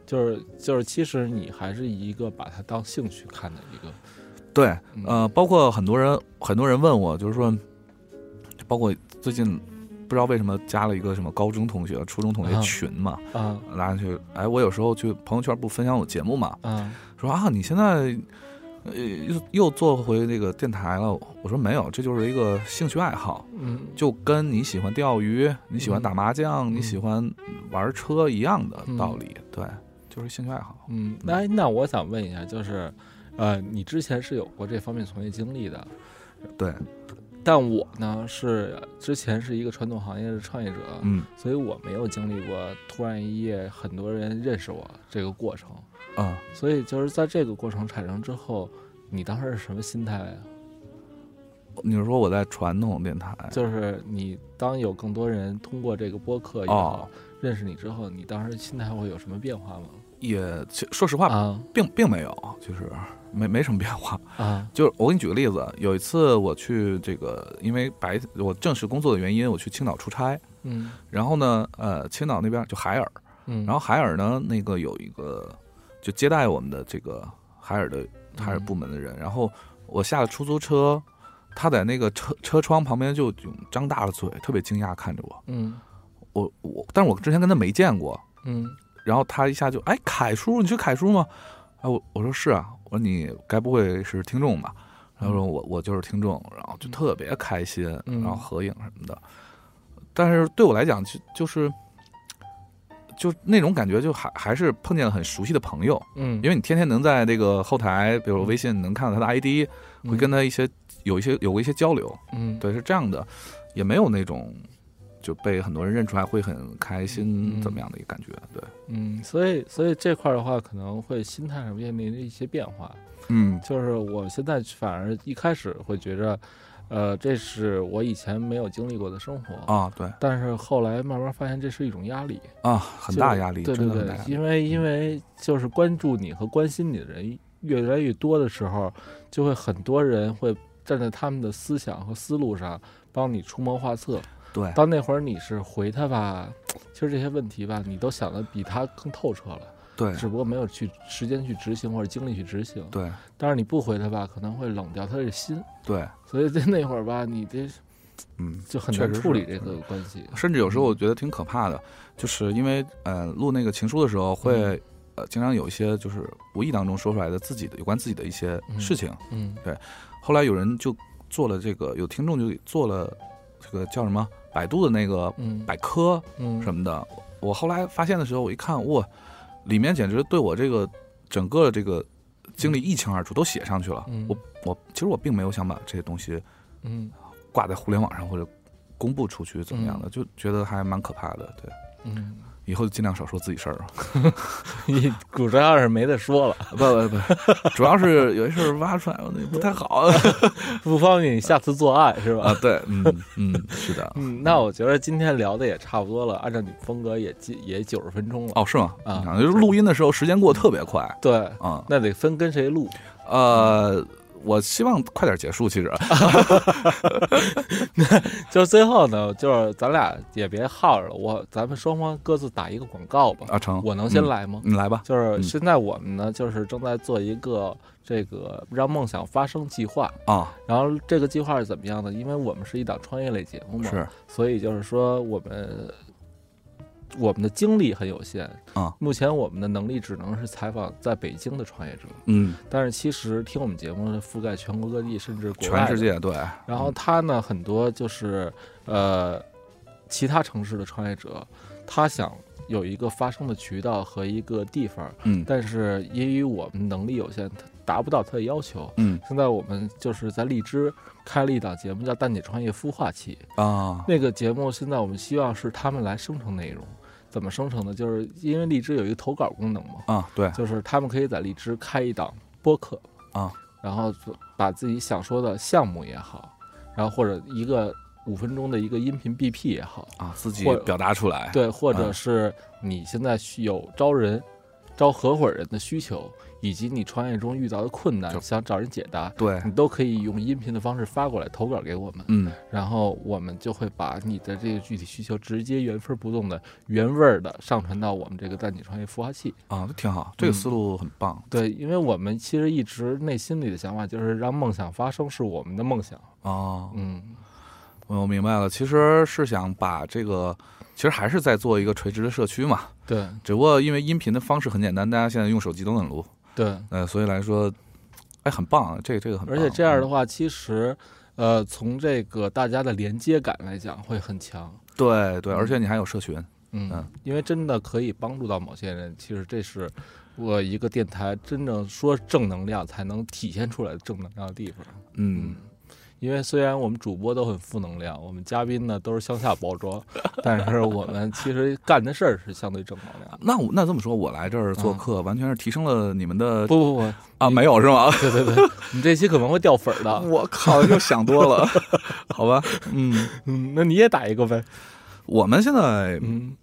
B: 就是就是，其实你还是一个把它当兴趣看的一个，
F: 对，
B: 嗯
F: 呃，包括很多人，很多人问我，就是说，包括最近不知道为什么加了一个什么高中同学、初中同学
B: 啊
F: 群嘛，
B: 啊
F: 拉进去，哎，我有时候去朋友圈不分享我节目嘛，
B: 啊
F: 说啊，你现在呃又又做回那个电台了，我说没有，这就是一个兴趣爱好，
B: 嗯
F: 就跟你喜欢钓鱼、你喜欢
B: 嗯
F: 打麻将、你
B: 嗯
F: 喜欢玩车一样的
B: 嗯
F: 道理，对，就是兴趣爱好。
B: 嗯，那那我想问一下，就是，呃，你之前是有过这方面从业经历的，
F: 对，
B: 但我呢是之前是一个传统行业的创业者，
F: 嗯
B: 所以我没有经历过突然一夜很多人认识我这个过程，
F: 啊、
B: 所以就是在这个过程产生之后，你当时是什么心态啊？
F: 你是说我在传统电台？
B: 就是你当有更多人通过这个播客也好、
F: 哦
B: 认识你之后，你当时心态会有什么变化吗？
F: 也其说实话，
B: 啊
F: 并并没有，就是没没什么变化。
B: 啊
F: 就是我给你举个例子，有一次我去这个，因为白我正式工作的原因，我去青岛出差。
B: 嗯
F: 然后呢，呃，青岛那边就海尔，
B: 嗯，
F: 然后海尔呢，那个有一个就接待我们的这个海尔的
B: 嗯
F: 海尔部门的人，然后我下了出租车，他在那个车车窗旁边就就张大了嘴，特别惊讶看着我，
B: 嗯
F: 我我，但是我之前跟他没见过，
B: 嗯
F: 然后他一下就哎，凯叔，你是凯叔吗？哎，我我说是啊，我说你该不会是听众吧？他说我我就是听众，然后就特别开心，
B: 嗯
F: 然后合影什么的。但是对我来讲，就就是就那种感觉，就还还是碰见了很熟悉的朋友，
B: 嗯，
F: 因为你天天能在这个后台，比如微信能看到他的 ID，会跟他一些有一些有过一些交流，
B: 嗯
F: 对，是这样的，也没有那种就被很多人认出来会很开心
B: 嗯
F: 怎么样的一个感觉，对。
B: 嗯，所以所以这块儿的话，可能会心态上面临着一些变化。
F: 嗯，
B: 就是我现在反而一开始会觉着，呃，这是我以前没有经历过的生活。
F: 啊，对
B: 但是后来慢慢发现，这是一种压力，
F: 啊，很
B: 就
F: 大
B: 是
F: 压力，
B: 对
F: 真
B: 对
F: 的很大
B: 对
F: 压，力。
B: 因为因为就是关注你和关心你的人越来越多的时候，就会很多人会站在他们的思想和思路上帮你出谋划策。
F: 对
B: 到那会儿你是回他吧，其实这些问题吧，你都想的比他更透彻了。
F: 对
B: 只不过没有去时间去执行或者精力去执行。
F: 对
B: 但是你不回他吧，可能会冷掉他的心。
F: 对
B: 所以在那会儿吧，你这
F: 嗯，
B: 就很
F: 确
B: 难
F: 实
B: 处
F: 是
B: 理这个嗯关系。
F: 甚至有时候我觉得挺可怕的，就是因为呃录那个情书的时候会、
B: 嗯
F: 呃经常有一些就是无意当中说出来的自己的有关自己的一些事情。
B: 嗯
F: 后来有人就做了这个，有听众就做了这个叫什么百度的那个
B: 嗯
F: 百科
B: 嗯，
F: 什么的。我后来发现的时候，我一看哇，里面简直对我这个整个这个经历一清二楚，都写上去了。
B: 嗯
F: 我我其实我并没有想把这些东西
B: 嗯
F: 挂在互联网上或者公布出去怎么样的，就觉得还蛮可怕的。对，
B: 嗯， <laughs>
F: 以后就尽量少说自己事儿啊。
B: 你主要是没得说 <laughs> 了，
F: 不不不，主要是有些事儿挖出来我那不太好
B: 不方便你下次作案是吧？
F: 啊。对，嗯嗯，是的。
B: 嗯，那我觉得今天聊的也差不多了，按照你风格也基也九十分钟了。
F: 哦，是吗？
B: 啊
F: 你看就是录音的时候时间过得特别快
B: 对，
F: 啊。
B: 那得分跟谁录。
F: 呃，我希望快点结束。其实，
B: <laughs> 就是最后呢，就是咱俩也别耗着了，我咱们双方各自打一个广告吧。
F: 啊成
B: 我能先
F: 嗯
B: 来吗？
F: 你来吧。
B: 就是
F: 嗯
B: 现在我们呢，就是正在做一个这个让梦想发生计划。
F: 啊，
B: 然后这个计划是怎么样的？因为我们是一档创业类节目嘛，
F: 是
B: 所以就是说我们我们的精力很有限
F: 啊
B: 目前我们的能力只能是采访在北京的创业者，
F: 嗯，
B: 但是其实听我们节目的覆盖全国各地，甚至国外
F: 全世
B: 的。
F: 界嗯对。
B: 然后他呢，很多就是呃其他城市的创业者，他想有一个发声的渠道和一个地方，
F: 嗯
B: 但是由于我们能力有限，他达不到他的要求。
F: 嗯
B: 现在我们就是在荔枝开了一档节目，叫《蛋姐创业孵化器》。
F: 啊
B: 那个节目现在我们希望是他们来生成内容，怎么生成呢？就是因为荔枝有一个投稿功能嘛，
F: 啊，对
B: 就是他们可以在荔枝开一档播客
F: 啊，
B: 然后把自己想说的项目也好，然后或者一个五分钟的一个音频 BP 也好，
F: 啊，自己
B: 或
F: 表达出来。
B: 对，或
F: 嗯
B: 者是你现在需有招人、招合伙人的需求，以及你创业中遇到的困
F: 就哎
B: 难，想找人解答，
F: 对，
B: 你都可以用音频的方式发过来投稿给我们，
F: 嗯
B: 然后我们就会把你的这个具体需求直接原封不动的、原味儿的上传到我们这个蛋姐创业孵化器。
F: 啊，挺
B: 嗯
F: 好，这个思路很棒。
B: 对，因为我们其实一直内心里的想法就是让梦想发生是我们的梦想。
F: 哦，
B: 嗯，
F: 我明白了，其实是想把这个，其实还是在做一个垂直的社区嘛，
B: 对
F: 只不过因为音频的方式很简单，大家现在用手机都能录，
B: 对，
F: 呃，所以来说，哎，很棒，这个这个很棒，嗯
B: 而且这样的话，其实。呃，从这个大家的连接感来讲，会很强。
F: 对对，而且你还有社群，
B: 嗯
F: 嗯，
B: 因为真的可以帮助到某些人，其实这是我一个电台真正说正能量才能体现出来的正能量的地方。
F: 嗯，
B: 因为虽然我们主播都很负能量，我们嘉宾呢都是向下包装， <laughs> 但是我们其实干的事儿是相对正能量的。
F: 那我那这么说，我来这儿做客，完全是提升了你们的
B: 不不不，
F: 啊，没有是吗？
B: 对对对，你这期可能会掉粉儿的。
F: <laughs> 我靠，又想多了， <laughs> 好吧，嗯，
B: 嗯，那你也打一个呗。
F: 我们现在
B: 嗯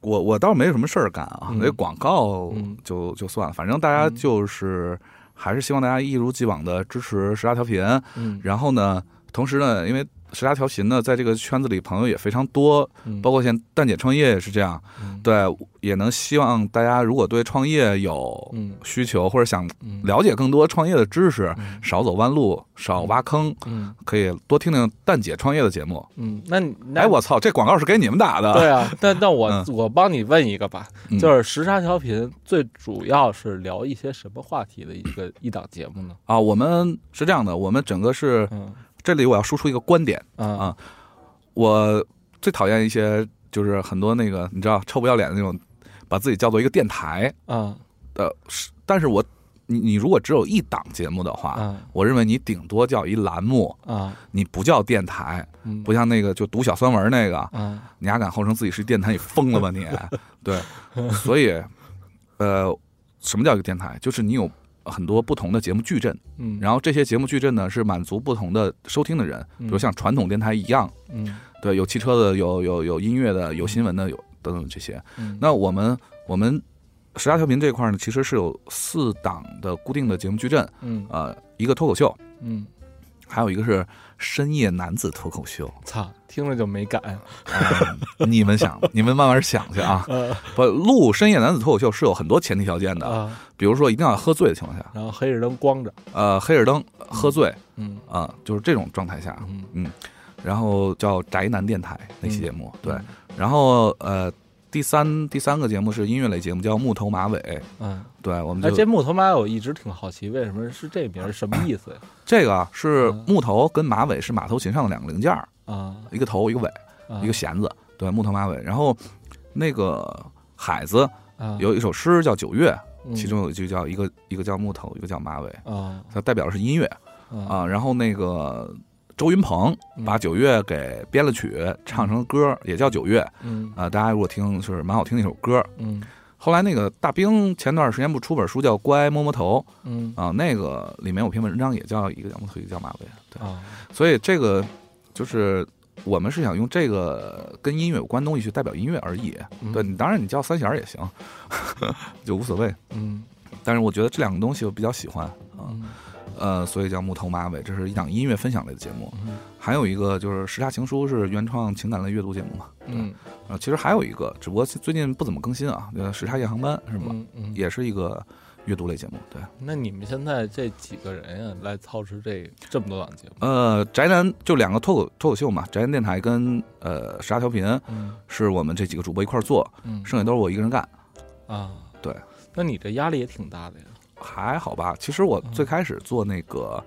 F: 我我倒没什么事儿干啊，
B: 嗯
F: 那、广告
B: 嗯
F: 就、就算了，反正大家
B: 嗯
F: 就是、还是希望大家一如既往的支持十大调频。
B: 嗯
F: 然后呢，同时呢，因为十大调频呢，在这个圈子里朋友也非常多，
B: 嗯，
F: 包括现在蛋姐创业也是这样，
B: 嗯
F: 对，也能希望大家如果对创业有
B: 嗯
F: 需求或者想
B: 嗯
F: 了解更多创业的知识，
B: 嗯
F: 少走弯路，少挖坑，
B: 嗯
F: 可以多听听蛋姐创业的节目。
B: 嗯，那你那
F: 哎，我操，这广告是给你们打的，
B: 对啊，那那我、
F: 嗯
B: 我帮你问一个吧，
F: 嗯
B: 就是时差调频最主要是聊一些什么话题的一个一档节目呢？
F: 啊，我们是这样的，我们整个是
B: 嗯
F: 这里我要输出一个观点，
B: 啊
F: 啊我最讨厌一些就是很多那个你知道臭不要脸的那种，把自己叫做一个电台
B: 啊
F: 的，呃是但是我你你如果只有一档节目的话，
B: 啊
F: 我认为你顶多叫一栏目，
B: 啊，
F: 你不叫电台，
B: 嗯
F: 不像那个就读小酸文那个，
B: 啊
F: 你还敢号称自己是电台，你疯了
B: <laughs>
F: 吧你？对，所以呃，什么叫一个电台？就是你有很多不同的节目矩阵。
B: 嗯，
F: 然后这些节目矩阵呢是满足不同的收听的人，比
B: 嗯
F: 如像传统电台一样，
B: 嗯
F: 对，有汽车的，有有有音乐的，有新闻的，有等等这些。
B: 嗯
F: 那我们我们十大调频这一块呢，其实是有四档的固定的节目矩阵，
B: 嗯
F: 呃，一个脱口秀，
B: 嗯，
F: 还有一个是深夜男子脱口秀。
B: 操，听着就没感，啊
F: 嗯你们想，你们慢慢想
B: <laughs>
F: 去啊。
B: 嗯
F: 不，录深夜男子脱口秀是有很多前提条件的，
B: 啊，
F: 比如说一定要喝醉的情况下，
B: 然后黑着灯光着，
F: 呃，黑着灯喝醉
B: 嗯
F: 啊、就是这种状态下，
B: 嗯
F: 嗯，然后叫《宅男电台》那期节目，对，然后呃，第三第三个节目是音乐类节目，叫《木头马尾》，
B: 嗯，
F: 对，我们
B: 哎，
F: 就、
B: 这木头马我一直挺好奇，为什么是这名儿，什么意思呀？
F: 这个啊是
B: 嗯
F: 木头跟马尾是马头琴上的两个零件儿，
B: 啊，
F: 一个头一个尾，
B: 啊
F: 一个弦子，嗯对，木头马尾。然后那个海子
B: 啊
F: 有一首诗叫《九月》，
B: 嗯
F: 其中有一句叫一个一个叫木头，一个叫马尾，
B: 啊
F: 它代表的是音乐
B: 啊
F: 啊。然后那个周云鹏把《九月》给编了曲，唱成了歌，也叫《九月》
B: 嗯
F: 啊。大家如果听是蛮好听的一首歌。
B: 嗯
F: 后来那个大兵前段时间不出本书叫《乖摸摸头
B: 嗯》
F: 啊，那个里面有篇文章也叫一个叫木头，一个叫马尾，对。
B: 啊
F: 所以这个就是我们是想用这个跟音乐有关的东西去代表音乐而已。
B: 嗯
F: 对你，当然你叫三弦儿也行， <laughs> 就无所谓。
B: 嗯
F: 但是我觉得这两个东西我比较喜欢啊，
B: 嗯
F: 呃，所以叫木头马尾，这是一档音乐分享类的节目。
B: 嗯
F: 还有一个就是《时差情书》是原创情感类阅读节目嘛。
B: 嗯
F: 呃，其实还有一个，只不过最近不怎么更新啊，呃，《时差夜航班》是吧？
B: 嗯嗯，
F: 也是一个阅读类节目。对，
B: 那你们现在这几个人呀，来操持这这么多档节目，
F: 呃，宅男就两个脱口脱口秀嘛，宅男电台跟呃时差调频
B: 嗯
F: 是我们这几个主播一块儿做，
B: 嗯
F: 剩下都是我一个人干，
B: 啊，
F: 对，
B: 那你这压力也挺大的呀，
F: 还好吧？其实我
B: 嗯
F: 最开始做那个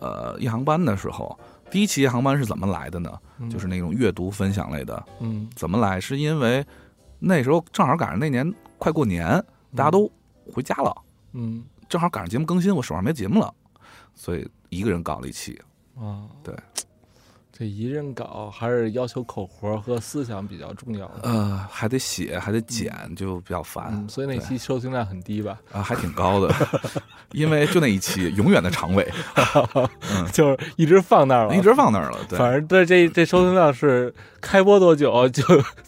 F: 呃夜航班的时候，第一期夜航班是怎么来的呢？
B: 嗯
F: 就是那种阅读分享类的，
B: 嗯，
F: 怎么来？是因为那时候正好赶上那年快过年，大家都回家了，
B: 嗯
F: 正好赶上节目更新，我手上没节目了，所以一个人搞了一期。
B: 啊，
F: 对，
B: 这一人搞还是要求口活和思想比较重要的，
F: 呃，还得写，还得剪，就比较烦。
B: 嗯，所以那
F: 对
B: 期收听量很低
F: <laughs>
B: 吧， <laughs>
F: 啊、还挺高的，因为就那一期，永远的长
B: <laughs>
F: 尾，
B: 就是一直放那儿了，
F: 嗯一直放那儿了。对，
B: 反正这这这收听量是开播多久就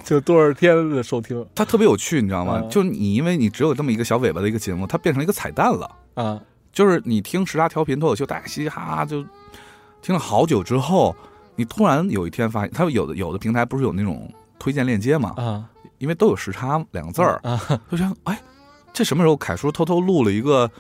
B: 就多少天的收听
F: 它特别有趣，你知道吗？
B: 嗯
F: 就你因为你只有这么一个小尾巴的一个节目，它变成一个彩蛋了。
B: 啊，
F: 就是你听时差调频脱口秀，大家嘻嘻哈哈就听了好久之后，你突然有一天发现，它有的有的平台不是有那种推荐链接嘛？
B: 啊
F: 因为都有时差两个字儿，
B: 啊
F: 就想哎，这什么时候凯叔偷偷录了一个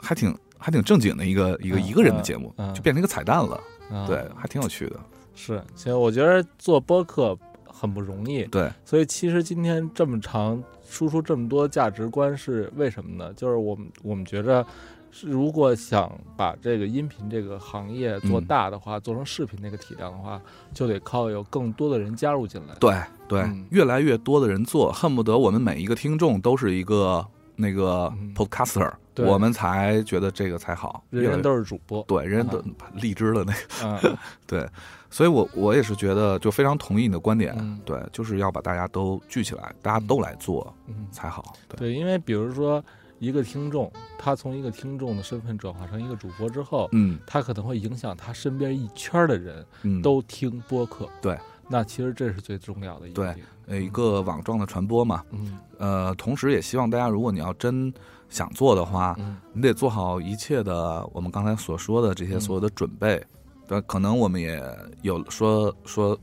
F: 还挺还挺正经的一个一个
B: 嗯
F: 一个人的节目，
B: 嗯
F: 就变成一个彩蛋了。
B: 啊，
F: 对，还挺有趣的。
B: 是，其实我觉得做播客很不容易，
F: 对，
B: 所以其实今天这么长，输出这么多价值观是为什么呢？就是我们我们觉着，是如果想把这个音频这个行业做
F: 嗯
B: 大的话，做成视频那个体量的话，就得靠有更多的人加入进
F: <laughs>
B: 来。
F: 对对、
B: 嗯
F: 越来越多的人做，恨不得我们每一个听众都是一个那个
B: 嗯
F: podcaster，、
B: 对
F: 我们才觉得这个才好。
B: 人人都是主播，
F: 对，人人都荔枝的那个， <laughs>
B: 嗯
F: 对，所以我我也是觉得就非常同意你的观点、啊
B: 嗯
F: 对，就是要把大家都聚起来，大家都来做
B: 嗯，
F: 才好。对，
B: 对，因为比如说一个听众，他从一个听众的身份转化成一个主播之后，
F: 嗯
B: 他可能会影响他身边一圈儿的人
F: 嗯，
B: 都听播客。
F: 对，
B: 那其实这是最重要的一
F: 对
B: 点。
F: 呃一个网状的传播嘛。
B: 嗯
F: 呃，同时也希望大家，如果你要真想做的话，
B: 嗯
F: 你得做好一切的我们刚才所说的这些
B: 嗯
F: 所有的准备。对，可能我们也有说说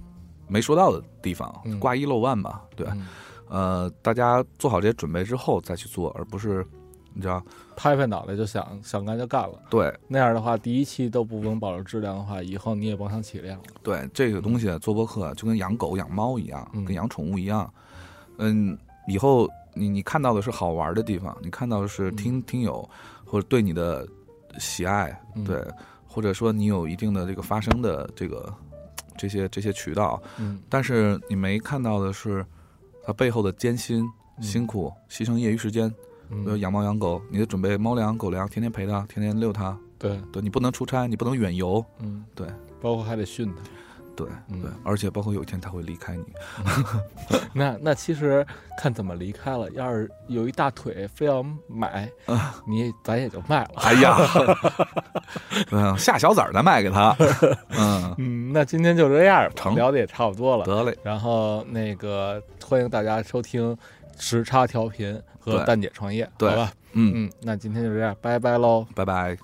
F: 没说到的地方
B: 嗯，
F: 挂一漏万吧。对，
B: 嗯
F: 呃，大家做好这些准备之后再去做，而不是你知道，
B: 拍拍脑袋就想想干就干了。
F: 对
B: 那样的话，第一期都不能保证质量的话，以后你也甭想起量了。
F: 对，这个东西做播客就跟养狗、养猫一样，
B: 嗯
F: 跟养宠物一样。嗯，以后你你看到的是好玩的地方，你看到的是
B: 嗯
F: 听、听友或者对你的喜爱，
B: 嗯
F: 对，或者说你有一定的这个发声的这个这些这些渠道，
B: 嗯
F: 但是你没看到的是它背后的艰辛、辛苦、牺牲业余时间。比如
B: 嗯，
F: 养猫养狗，你得准备猫粮、狗粮，天天陪它，天天遛它。
B: 对，
F: 对你不能出差，你不能远游，
B: 嗯
F: 对，
B: 包括还得训他。
F: 对
B: 嗯
F: 对，而且包括有一天它会离开你。 <laughs>
B: 那那其实看怎么离开了。要是有一大腿非要买，
F: 啊
B: 你咱也就卖了。
F: <laughs> 哎呀，嗯，下小崽儿咱卖给
B: <laughs>
F: 他。嗯，
B: 嗯，那今天就这样吧，
F: 成
B: 聊的也差不多了。
F: 得嘞，
B: 然后那个欢迎大家收听时差调频和
F: 对
B: 蛋姐创业，
F: 对
B: 好吧？
F: 嗯，
B: 嗯，那今天就这样，拜拜喽。
F: 拜拜。